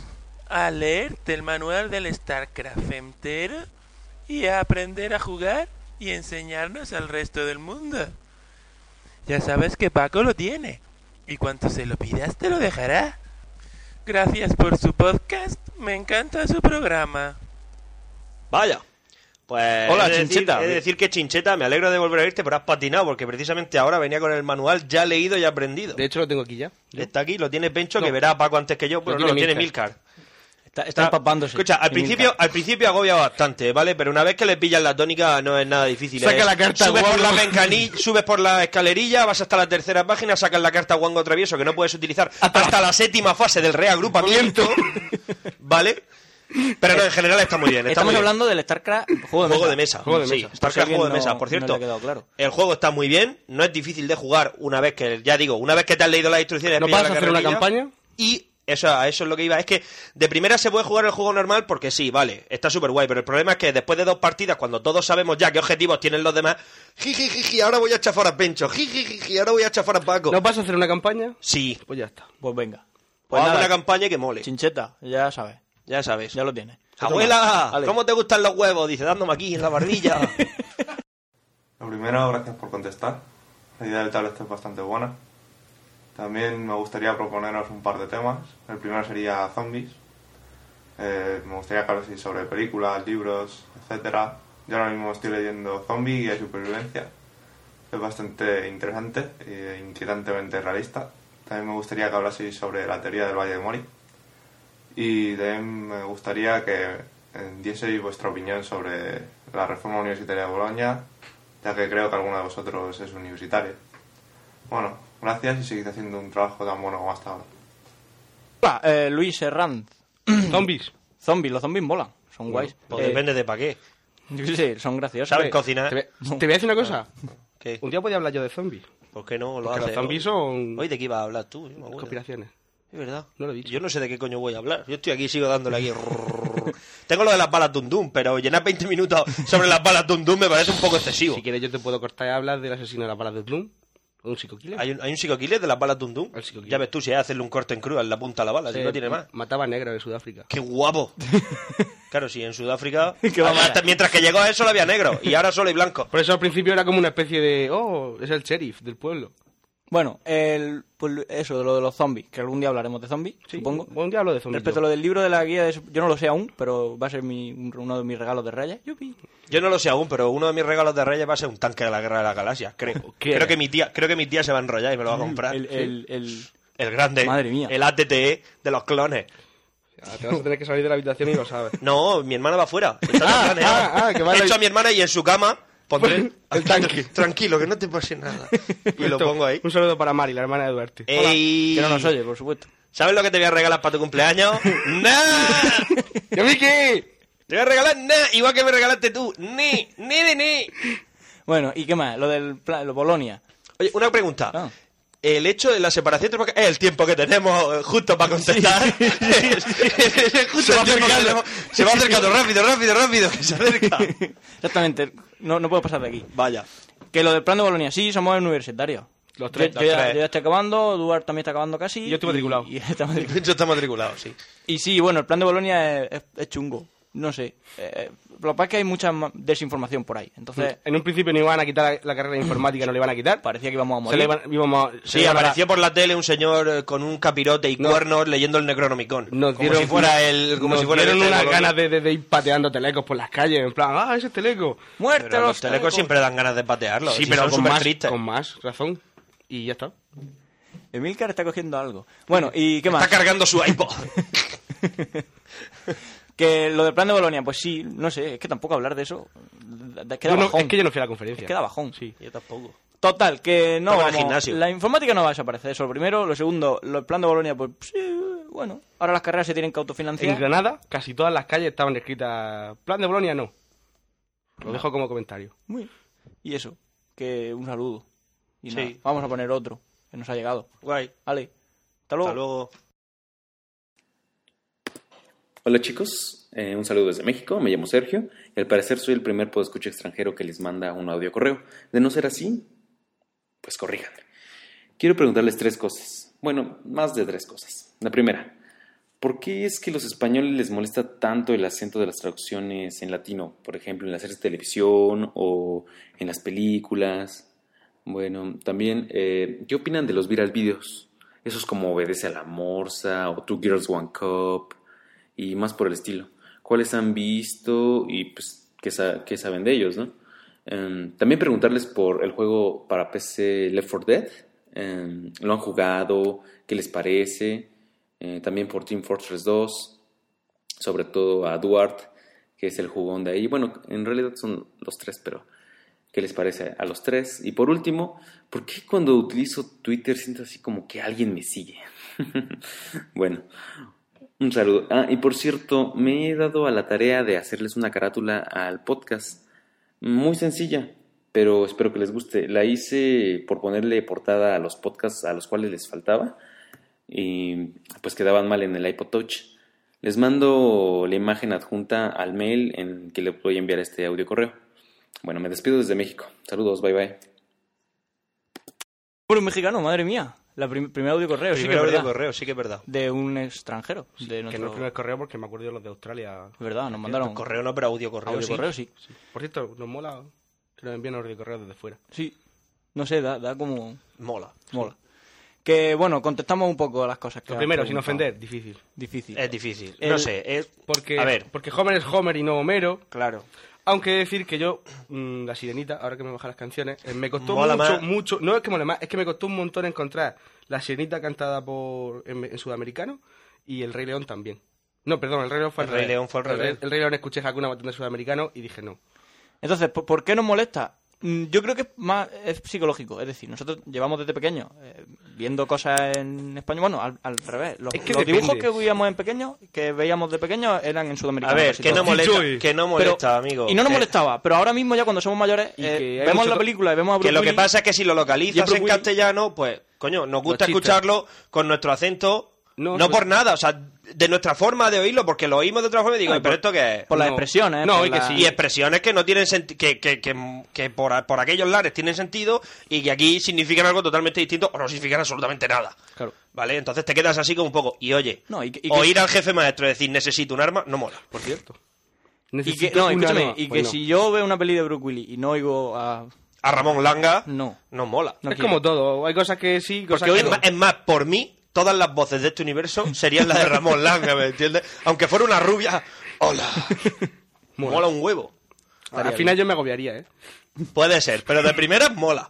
[SPEAKER 9] A leerte el manual del StarCraft entero y a aprender a jugar y enseñarnos al resto del mundo. Ya sabes que Paco lo tiene y cuanto se lo pidas te lo dejará. Gracias por su podcast, me encanta su programa.
[SPEAKER 2] Vaya. Pues
[SPEAKER 8] Hola,
[SPEAKER 2] he de decir-
[SPEAKER 8] Chincheta.
[SPEAKER 2] he de decir que Chincheta, me alegro de volver a irte, pero has patinado porque precisamente ahora venía con el manual ya leído y aprendido.
[SPEAKER 7] De hecho, lo tengo aquí ya.
[SPEAKER 2] Está aquí, lo tiene Pencho, que verá a Paco antes que yo. Bueno, no,
[SPEAKER 7] tiene
[SPEAKER 2] lo tiene
[SPEAKER 7] Milcar.
[SPEAKER 2] Milcar.
[SPEAKER 8] Está, está empapándose.
[SPEAKER 2] Escucha, al
[SPEAKER 8] en Milka.
[SPEAKER 2] principio, al principio agobia bastante, ¿vale? Pero una vez que le pillas la tónica no es nada difícil.
[SPEAKER 7] Saca
[SPEAKER 2] ¿eh?
[SPEAKER 7] la carta
[SPEAKER 2] subes por,
[SPEAKER 7] guango.
[SPEAKER 2] la mencani- subes por la escalerilla, vas hasta la tercera página, sacas la carta guango travieso que no puedes utilizar hasta, la séptima fase del reagrupamiento, ¿vale? Pero no, en general está muy bien. Está
[SPEAKER 8] Estamos
[SPEAKER 2] muy bien.
[SPEAKER 8] hablando del StarCraft juego de
[SPEAKER 2] Juego
[SPEAKER 8] mesa.
[SPEAKER 2] de mesa.
[SPEAKER 7] Juego de
[SPEAKER 2] sí,
[SPEAKER 7] mesa.
[SPEAKER 2] StarCraft
[SPEAKER 8] Si alguien
[SPEAKER 2] juego de
[SPEAKER 8] no-
[SPEAKER 2] mesa, por
[SPEAKER 8] no
[SPEAKER 2] cierto.
[SPEAKER 8] le ha quedado claro.
[SPEAKER 2] El juego está muy bien, no es difícil de jugar una vez que, ya digo, una vez que te has leído las instrucciones.
[SPEAKER 7] ¿No
[SPEAKER 2] pillas
[SPEAKER 7] vas
[SPEAKER 2] la
[SPEAKER 7] a hacer una
[SPEAKER 2] carrerilla,
[SPEAKER 7] campaña?
[SPEAKER 2] Y eso, a eso es lo que iba. Es que de primera se puede jugar el juego normal porque sí, vale, está súper guay. Pero el problema es que después de dos partidas, cuando todos sabemos ya qué objetivos tienen los demás, jijijiji, ahora voy a chafar a Pencho, jijijiji, ahora voy a chafar a Paco.
[SPEAKER 7] ¿No vas a hacer una campaña?
[SPEAKER 2] Sí,
[SPEAKER 7] Pues ya está.
[SPEAKER 8] Pues venga.
[SPEAKER 2] pues haz
[SPEAKER 8] nada,
[SPEAKER 2] una campaña que mole.
[SPEAKER 8] Chincheta, ya sabes.
[SPEAKER 2] Ya sabes.
[SPEAKER 8] Ya lo tienes.
[SPEAKER 2] Abuela,
[SPEAKER 8] Ale.
[SPEAKER 2] ¿cómo te gustan los huevos? Dice, dándome aquí en la barbilla.
[SPEAKER 10] Lo primero, gracias por contestar. La idea del tablet es bastante buena. También me gustaría proponeros un par de temas. El primero sería zombies. Eh, me gustaría que hablaseis sobre películas, libros, etcétera. Yo ahora mismo estoy leyendo Zombie Guía de Supervivencia. Es bastante interesante e inquietantemente realista. También me gustaría que hablaseis sobre la teoría del Valle de Mori. Y también me gustaría que eh, dieseis vuestra opinión sobre la reforma universitaria de Bolonia, ya que creo que alguno de vosotros es universitario. Bueno, gracias y seguid haciendo un trabajo tan bueno como hasta ahora.
[SPEAKER 8] Hola, eh, Luis Herranz.
[SPEAKER 7] Zombies.
[SPEAKER 8] Zombies, los zombies molan. Son guays.
[SPEAKER 2] Pues
[SPEAKER 8] Eh,
[SPEAKER 2] depende de para qué.
[SPEAKER 8] yo qué sé, son graciosos.
[SPEAKER 2] ¿Saben
[SPEAKER 8] Eh,
[SPEAKER 2] cocinar?
[SPEAKER 7] Te, voy- te voy a decir una cosa.
[SPEAKER 2] ¿Qué?
[SPEAKER 7] Un día podía hablar yo de zombies.
[SPEAKER 2] ¿Por qué Pues no lo
[SPEAKER 7] Porque
[SPEAKER 2] haces?
[SPEAKER 7] los zombies
[SPEAKER 2] ¿no?
[SPEAKER 7] son
[SPEAKER 2] Oye, ¿de qué ibas a hablar tú? Yo me acuerdo.
[SPEAKER 7] conspiraciones.
[SPEAKER 2] Es verdad.
[SPEAKER 7] No lo he dicho.
[SPEAKER 2] Yo no sé de qué coño voy a hablar. Yo estoy aquí, sigo dándole aquí. Tengo lo de las balas Dum Dum, pero llenar 20 minutos sobre las balas Dum Dum me parece un poco excesivo.
[SPEAKER 7] Si quieres yo te puedo cortar y hablar del asesino de las balas de Bloom. O un psicoquiller.
[SPEAKER 2] Hay un, hay un psicoquiler de las balas Dum Dum.
[SPEAKER 7] El psicoquiler.
[SPEAKER 2] Ya ves tú, si es hacerle un corte en cruz en la punta a la bala, si
[SPEAKER 7] Sí,
[SPEAKER 2] no tiene más.
[SPEAKER 7] Eh, Mataba negro en Sudáfrica.
[SPEAKER 2] ¡Qué guapo! claro, sí, en Sudáfrica.
[SPEAKER 8] Qué mamada.
[SPEAKER 2] Además, mientras que llegó a eso, lo había negro. Y ahora solo hay blanco.
[SPEAKER 7] Por eso al principio era como una especie de... Oh, es el sheriff del pueblo.
[SPEAKER 8] Bueno, el, pues eso, de lo de los zombies, que algún día hablaremos de zombies,
[SPEAKER 7] Sí,
[SPEAKER 8] supongo.
[SPEAKER 7] Un día hablo de zombies.
[SPEAKER 8] Respecto a lo del libro de la guía, es- yo no lo sé aún, pero va a ser mi, un- uno de mis regalos de Reyes. Yupi.
[SPEAKER 2] Yo no lo sé aún, pero uno de mis regalos de Reyes va a ser un tanque de la Guerra de las Galaxias, creo.
[SPEAKER 7] ¿Qué
[SPEAKER 2] Creo
[SPEAKER 7] era?
[SPEAKER 2] que, mi tía, creo que mi tía se va a enrollar y me lo va a comprar.
[SPEAKER 8] El, el, el-
[SPEAKER 2] El grande.
[SPEAKER 8] Madre mía.
[SPEAKER 2] El ATTE E de los clones.
[SPEAKER 7] Ah, te vas a tener que salir de la habitación y lo sabes.
[SPEAKER 2] No, mi hermana va afuera. Está
[SPEAKER 7] Ah,
[SPEAKER 2] planeado.
[SPEAKER 7] ah, ah, que vale.
[SPEAKER 2] Echo ¿eh? a mi hermana y en su cama pondré
[SPEAKER 7] El tanque.
[SPEAKER 2] Tranquilo, que no te pase nada. Y lo
[SPEAKER 7] Esto,
[SPEAKER 2] pongo ahí. Eh.
[SPEAKER 7] Un saludo para Mari, la hermana de Duarte.
[SPEAKER 2] Ey.
[SPEAKER 8] que no nos oye, por supuesto.
[SPEAKER 2] ¿Sabes lo que te voy a regalar para tu cumpleaños? ¡Nada! Te
[SPEAKER 7] ¡Ya vi que!
[SPEAKER 2] voy a regalar nada, igual que me regalaste tú. Ni, ni de ni.
[SPEAKER 8] Bueno, ¿y qué más? Lo del pla- lo Bolonia.
[SPEAKER 2] Oye, una pregunta.
[SPEAKER 8] Ah.
[SPEAKER 2] El hecho de la separación entre es el tiempo que tenemos eh, justo para contestar. Es justo
[SPEAKER 8] Se va
[SPEAKER 2] el tiempo que
[SPEAKER 8] acercando.
[SPEAKER 2] tenemos. Se va acercando rápido, rápido, rápido, que se acerca.
[SPEAKER 8] Exactamente, no, no puedo pasar de aquí.
[SPEAKER 2] Vaya.
[SPEAKER 8] Que lo del plan de Bolonia, sí, somos universitarios.
[SPEAKER 7] Los tres,
[SPEAKER 8] Yo,
[SPEAKER 7] los
[SPEAKER 8] yo ya,
[SPEAKER 2] tres.
[SPEAKER 8] yo ya estoy acabando, Duarte también está acabando casi.
[SPEAKER 7] Yo estoy
[SPEAKER 8] y-
[SPEAKER 7] matriculado.
[SPEAKER 8] Y, está matriculado.
[SPEAKER 2] Yo está matriculado, sí.
[SPEAKER 8] Y sí, bueno, el plan de Bolonia es, es- es chungo. No sé. Eh, lo que pasa es que hay mucha ma- desinformación por ahí. Entonces,
[SPEAKER 7] En un principio no iban a quitar la, la carrera de informática, no le iban a quitar.
[SPEAKER 8] parecía que íbamos a
[SPEAKER 7] Se le
[SPEAKER 8] morir.
[SPEAKER 7] iban, íbamos a- se
[SPEAKER 2] Sí,
[SPEAKER 7] le iban a-
[SPEAKER 2] apareció por la tele un señor eh, con un capirote y
[SPEAKER 7] No.
[SPEAKER 2] cuernos leyendo el Necronomicon.
[SPEAKER 7] Nos
[SPEAKER 2] como
[SPEAKER 7] dieron-
[SPEAKER 2] si fuera el. Como
[SPEAKER 7] nos
[SPEAKER 2] si fuera el
[SPEAKER 7] dieron
[SPEAKER 2] este
[SPEAKER 7] unas
[SPEAKER 2] Bolonia.
[SPEAKER 7] ganas de, de- de ir pateando telecos por las calles, en plan, ah, ese es teleco.
[SPEAKER 8] ¡Muerte
[SPEAKER 2] Pero los telecos siempre dan ganas de patearlos.
[SPEAKER 7] Sí,
[SPEAKER 2] si
[SPEAKER 7] pero
[SPEAKER 2] son
[SPEAKER 7] con
[SPEAKER 2] súper
[SPEAKER 7] más,
[SPEAKER 2] tristes.
[SPEAKER 7] con más razón. Y ya está.
[SPEAKER 8] Emilcar está cogiendo algo. Bueno, ¿y qué más?
[SPEAKER 2] Está cargando su iPod.
[SPEAKER 8] Que lo del plan de Bolonia, pues sí, no sé, es que tampoco hablar de eso. da- da- Queda
[SPEAKER 7] Yo no-
[SPEAKER 8] bajón.
[SPEAKER 7] es que yo no fui a la conferencia.
[SPEAKER 8] Queda bajón.
[SPEAKER 7] Sí.
[SPEAKER 2] Yo tampoco.
[SPEAKER 8] Total, que no.
[SPEAKER 2] Estaba en el
[SPEAKER 8] vamos-
[SPEAKER 2] gimnasio.
[SPEAKER 8] La informática no va a desaparecer, eso lo primero. Lo segundo, lo- el plan de Bolonia, pues sí, bueno. Ahora las carreras se tienen que
[SPEAKER 7] En
[SPEAKER 8] autofinanciar.
[SPEAKER 7] Granada, casi todas las calles estaban escritas. Plan de Bolonia, no. Lo dejo como comentario.
[SPEAKER 8] Muy bien. Y eso, que un saludo. Y
[SPEAKER 2] Sí.
[SPEAKER 8] nada, vamos a poner otro, que nos ha llegado.
[SPEAKER 2] Guay.
[SPEAKER 8] Ale, hasta luego.
[SPEAKER 2] Hasta luego.
[SPEAKER 11] Hola chicos, Eh, un saludo desde México, me llamo Sergio y al parecer soy el primer podescucha extranjero que les manda un audio correo. De no ser así, pues corríjanme. Quiero preguntarles tres cosas, bueno, más de tres cosas. La primera, ¿por qué es que a los españoles les molesta tanto el acento de las traducciones en latino? Por ejemplo, en las series de televisión o en las películas. Bueno, también, eh, ¿qué opinan de los viral videos? Esos como Obedece a la Morsa o Two Girls One Cup y más por el estilo. ¿Cuáles han visto y pues qué, sa- qué saben de ellos, no? Em, también preguntarles por el juego para PC Left 4 Dead. Em, ¿Lo han jugado? ¿Qué les parece? Eh, también por Team Fortress 2. Sobre todo a Duarte, que es el jugón de ahí. Bueno, en realidad son los tres, pero ¿Qué les parece a los tres? Y por último, ¿por qué cuando utilizo Twitter siento así como que alguien me sigue? bueno, un saludo. Ah, y por cierto, me he dado a la tarea de hacerles una carátula al podcast. Muy sencilla, pero espero que les guste. La hice por ponerle portada a los podcasts a los cuales les faltaba y pues quedaban mal en el iPod Touch. Les mando la imagen adjunta al mail en que le voy a enviar este audio correo. Bueno, me despido desde México. Saludos, bye bye.
[SPEAKER 8] Por un mexicano, madre mía. La prim- primer audio correo, sí que
[SPEAKER 2] Primer
[SPEAKER 8] es
[SPEAKER 2] audio
[SPEAKER 8] verdad.
[SPEAKER 2] correo, sí que es verdad.
[SPEAKER 8] De un extranjero. de
[SPEAKER 7] Que no
[SPEAKER 8] nuestro...
[SPEAKER 7] es el primer correo porque me acuerdo de los de Australia.
[SPEAKER 8] Es verdad, nos mandaron
[SPEAKER 2] Correo no, pero audio correo.
[SPEAKER 8] audio
[SPEAKER 2] sí.
[SPEAKER 8] correo, sí.
[SPEAKER 7] Por cierto, nos mola que nos envíen los de correo desde fuera.
[SPEAKER 8] Sí. No sé, da, da como...
[SPEAKER 2] Mola.
[SPEAKER 8] Mola. Que bueno, contestamos un poco a las cosas que
[SPEAKER 7] Lo
[SPEAKER 8] han
[SPEAKER 7] primero, sin
[SPEAKER 8] preguntado.
[SPEAKER 7] ofender, difícil.
[SPEAKER 8] Difícil.
[SPEAKER 2] Es difícil.
[SPEAKER 7] El-
[SPEAKER 2] No sé, es...
[SPEAKER 7] Porque,
[SPEAKER 2] A ver.
[SPEAKER 7] porque Homer es Homer y no Homero.
[SPEAKER 2] Claro.
[SPEAKER 7] Aunque he de decir que yo, mm, La Sirenita, ahora que me bajan las canciones, eh, me costó
[SPEAKER 2] Mola
[SPEAKER 7] mucho,
[SPEAKER 2] más.
[SPEAKER 7] mucho. No es que mole más, es que me costó un montón encontrar La Sirenita cantada por en, en sudamericano y El Rey León también. No, perdón, El Rey León fue al
[SPEAKER 2] El Rey
[SPEAKER 7] revés.
[SPEAKER 2] León fue al
[SPEAKER 7] El
[SPEAKER 2] revés.
[SPEAKER 7] El Rey León escuché Hakuna Matata en sudamericano y dije no.
[SPEAKER 8] Entonces, ¿por, por qué nos molesta? Mm, Yo creo que es más es psicológico, es decir, nosotros llevamos desde pequeños eh, viendo cosas en español, bueno, al, al revés. Los,
[SPEAKER 7] Es que
[SPEAKER 8] los dibujos
[SPEAKER 7] depende.
[SPEAKER 8] que veíamos en pequeños, que veíamos de pequeños, eran en Sudamericano.
[SPEAKER 2] A ver,
[SPEAKER 8] casi
[SPEAKER 2] que no
[SPEAKER 8] todos.
[SPEAKER 2] molesta,
[SPEAKER 7] Joy.
[SPEAKER 2] que no
[SPEAKER 8] Pero-
[SPEAKER 2] molesta, amigo.
[SPEAKER 8] Y no nos
[SPEAKER 2] Eh,
[SPEAKER 8] molestaba, pero ahora mismo ya cuando somos mayores
[SPEAKER 7] Y
[SPEAKER 8] eh,
[SPEAKER 7] que hay
[SPEAKER 8] vemos
[SPEAKER 7] mucho
[SPEAKER 8] la
[SPEAKER 7] co-
[SPEAKER 8] película y vemos a
[SPEAKER 2] Que
[SPEAKER 8] Bruce
[SPEAKER 2] lo que
[SPEAKER 8] Willis,
[SPEAKER 2] pasa es que si lo
[SPEAKER 8] Y a
[SPEAKER 2] localizas
[SPEAKER 8] Bruce
[SPEAKER 2] en
[SPEAKER 8] Willis-
[SPEAKER 2] castellano, pues, coño, nos gusta
[SPEAKER 7] chistes.
[SPEAKER 2] escucharlo con nuestro acento,
[SPEAKER 7] No,
[SPEAKER 2] no,
[SPEAKER 7] sobre-
[SPEAKER 2] por nada, o sea, de nuestra forma de oírlo, porque lo oímos de otra forma y digo,
[SPEAKER 8] Ah,
[SPEAKER 2] "¿Pero esto qué es?
[SPEAKER 8] por las
[SPEAKER 7] No.
[SPEAKER 8] expresiones, eh,
[SPEAKER 7] No,
[SPEAKER 8] por
[SPEAKER 7] y que
[SPEAKER 8] la-
[SPEAKER 7] sí.
[SPEAKER 2] Y expresiones que no tienen sentido, que, que, que, que por, a- por aquellos lares tienen sentido y que aquí significan algo totalmente distinto o no significan absolutamente nada.
[SPEAKER 8] Claro.
[SPEAKER 2] ¿Vale? Entonces te quedas así como un poco. Y oye,
[SPEAKER 8] No, y que- y que-
[SPEAKER 2] oír al jefe maestro decir necesito un arma, no mola.
[SPEAKER 7] Por cierto.
[SPEAKER 8] y que,
[SPEAKER 7] Necesito
[SPEAKER 8] no,
[SPEAKER 7] una
[SPEAKER 8] escúchame,
[SPEAKER 7] nueva.
[SPEAKER 8] y que
[SPEAKER 7] Pues no.
[SPEAKER 8] si yo veo una peli de Bruce Willis y no oigo a...
[SPEAKER 2] A Ramón Langa,
[SPEAKER 8] No.
[SPEAKER 2] no mola.
[SPEAKER 8] no
[SPEAKER 7] es
[SPEAKER 8] quiero.
[SPEAKER 7] como todo, hay cosas que sí, cosas
[SPEAKER 2] Porque
[SPEAKER 7] que
[SPEAKER 2] es,
[SPEAKER 7] no.
[SPEAKER 2] más, es más, por mí, todas las voces de este universo serían las de Ramón Langa, ¿me entiendes? Aunque fuera una rubia, hola, mola, un huevo.
[SPEAKER 7] Al final yo me agobiaría, ¿eh?
[SPEAKER 2] Puede ser, pero de primeras mola.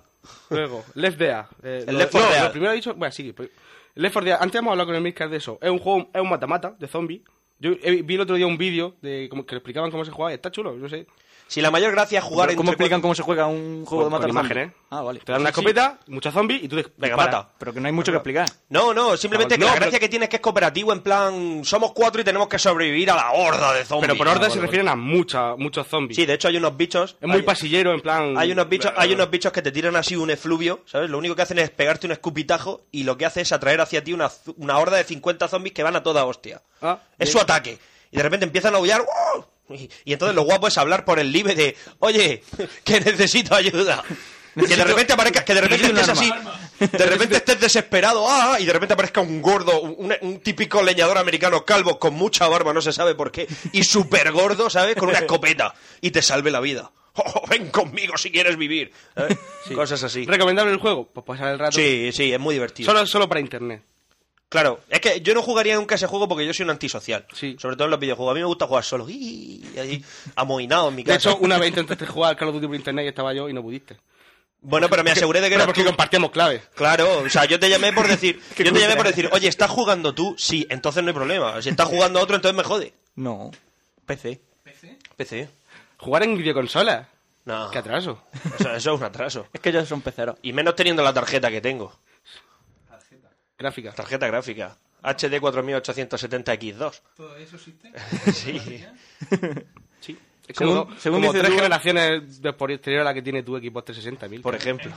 [SPEAKER 7] Luego, Left 4 Dead. eh,
[SPEAKER 2] El
[SPEAKER 7] lo-
[SPEAKER 2] Left 4
[SPEAKER 7] no,
[SPEAKER 2] Dead.
[SPEAKER 7] lo primero he dicho... Bueno, sí. pues, Left 4 Dead. Antes hemos hablado con el Mizcar de eso. Es un juego, es un matamata de zombies. Yo he- vi el otro día un vídeo de como que le explicaban cómo se jugaba y está chulo, no sé.
[SPEAKER 2] Si la mayor gracia es jugar
[SPEAKER 8] ¿Cómo
[SPEAKER 2] entre
[SPEAKER 8] explican cómo se juega un juego
[SPEAKER 7] Con-
[SPEAKER 8] de matar
[SPEAKER 7] con
[SPEAKER 8] zombies?
[SPEAKER 7] imágenes. ¿eh?
[SPEAKER 8] Ah, vale.
[SPEAKER 7] Te dan una
[SPEAKER 8] Sí, sí.
[SPEAKER 7] escopeta, muchos zombies y tú te
[SPEAKER 2] Venga,
[SPEAKER 7] disparas.
[SPEAKER 2] mata.
[SPEAKER 8] Pero que no hay mucho que explicar.
[SPEAKER 2] No, no, simplemente
[SPEAKER 7] Ah, No,
[SPEAKER 2] que la
[SPEAKER 7] pero-
[SPEAKER 2] gracia que tienes que es cooperativo, en plan, somos cuatro y tenemos que sobrevivir a la horda de zombies.
[SPEAKER 7] Pero por orden
[SPEAKER 2] Ah,
[SPEAKER 7] se
[SPEAKER 2] bueno,
[SPEAKER 7] refieren a mucha, muchos zombies.
[SPEAKER 2] Sí, de hecho hay unos bichos.
[SPEAKER 7] es muy
[SPEAKER 2] hay-
[SPEAKER 7] pasillero, en plan... eh,
[SPEAKER 2] Hay unos, bichos, hay unos bichos que te tiran así un efluvio, ¿sabes? Lo único que hacen es pegarte un escupitajo y lo que hace es atraer hacia ti una, zu- una horda de 50 zombies que van a toda hostia.
[SPEAKER 7] Ah,
[SPEAKER 2] es su ataque. Y de repente empiezan a aullar. ¡wow! Y, y entonces lo guapo es hablar por el libre de, oye, que necesito ayuda. que de repente aparezca, que de repente estés
[SPEAKER 8] Necesito un
[SPEAKER 2] así, de repente estés desesperado, ¡ah! y de repente aparezca un gordo, un, un- un típico leñador americano calvo con mucha barba, no se sabe por qué, y súper gordo, ¿sabes? Con una escopeta, y te salve la vida. ¡Oh, ven conmigo si quieres vivir! ¿sabes? Cosas así.
[SPEAKER 7] ¿Recomendable el juego? Pues pasar el rato.
[SPEAKER 2] Sí, sí, es muy divertido.
[SPEAKER 7] Solo, solo para internet.
[SPEAKER 2] Claro, es que yo no jugaría nunca ese juego porque yo soy un antisocial.
[SPEAKER 7] Sí.
[SPEAKER 2] Sobre todo en los videojuegos. A mí me gusta jugar solo. Y ahí, amoinado en mi
[SPEAKER 7] De
[SPEAKER 2] casa.
[SPEAKER 7] hecho, una vez intentaste jugar al Call of Duty por internet y estaba yo y no pudiste.
[SPEAKER 2] bueno, pero me aseguré de que
[SPEAKER 7] Pero
[SPEAKER 2] era
[SPEAKER 7] porque compartíamos claves.
[SPEAKER 2] Claro, o sea, yo te llamé por decir,
[SPEAKER 7] Qué
[SPEAKER 2] yo te llamé
[SPEAKER 7] cruel.
[SPEAKER 2] por decir, oye, ¿estás jugando tú? Sí, entonces no hay problema. Si estás jugando otro, entonces me jode.
[SPEAKER 8] No. PC.
[SPEAKER 2] PC.
[SPEAKER 7] Jugar en videoconsolas.
[SPEAKER 2] No.
[SPEAKER 7] Qué atraso.
[SPEAKER 2] O sea, eso es un atraso.
[SPEAKER 8] Es que ellos son peceros.
[SPEAKER 2] Y menos teniendo la tarjeta que tengo.
[SPEAKER 7] Gráfica.
[SPEAKER 2] Tarjeta gráfica. HD 4870X2. ¿Todo eso existe? sí.
[SPEAKER 7] Sí. Es
[SPEAKER 8] Según-
[SPEAKER 7] como,
[SPEAKER 8] según
[SPEAKER 7] como
[SPEAKER 8] dice
[SPEAKER 7] tres
[SPEAKER 8] tú-
[SPEAKER 7] generaciones de posterior a la que tiene tu Xbox 360 mil.
[SPEAKER 2] Por ejemplo.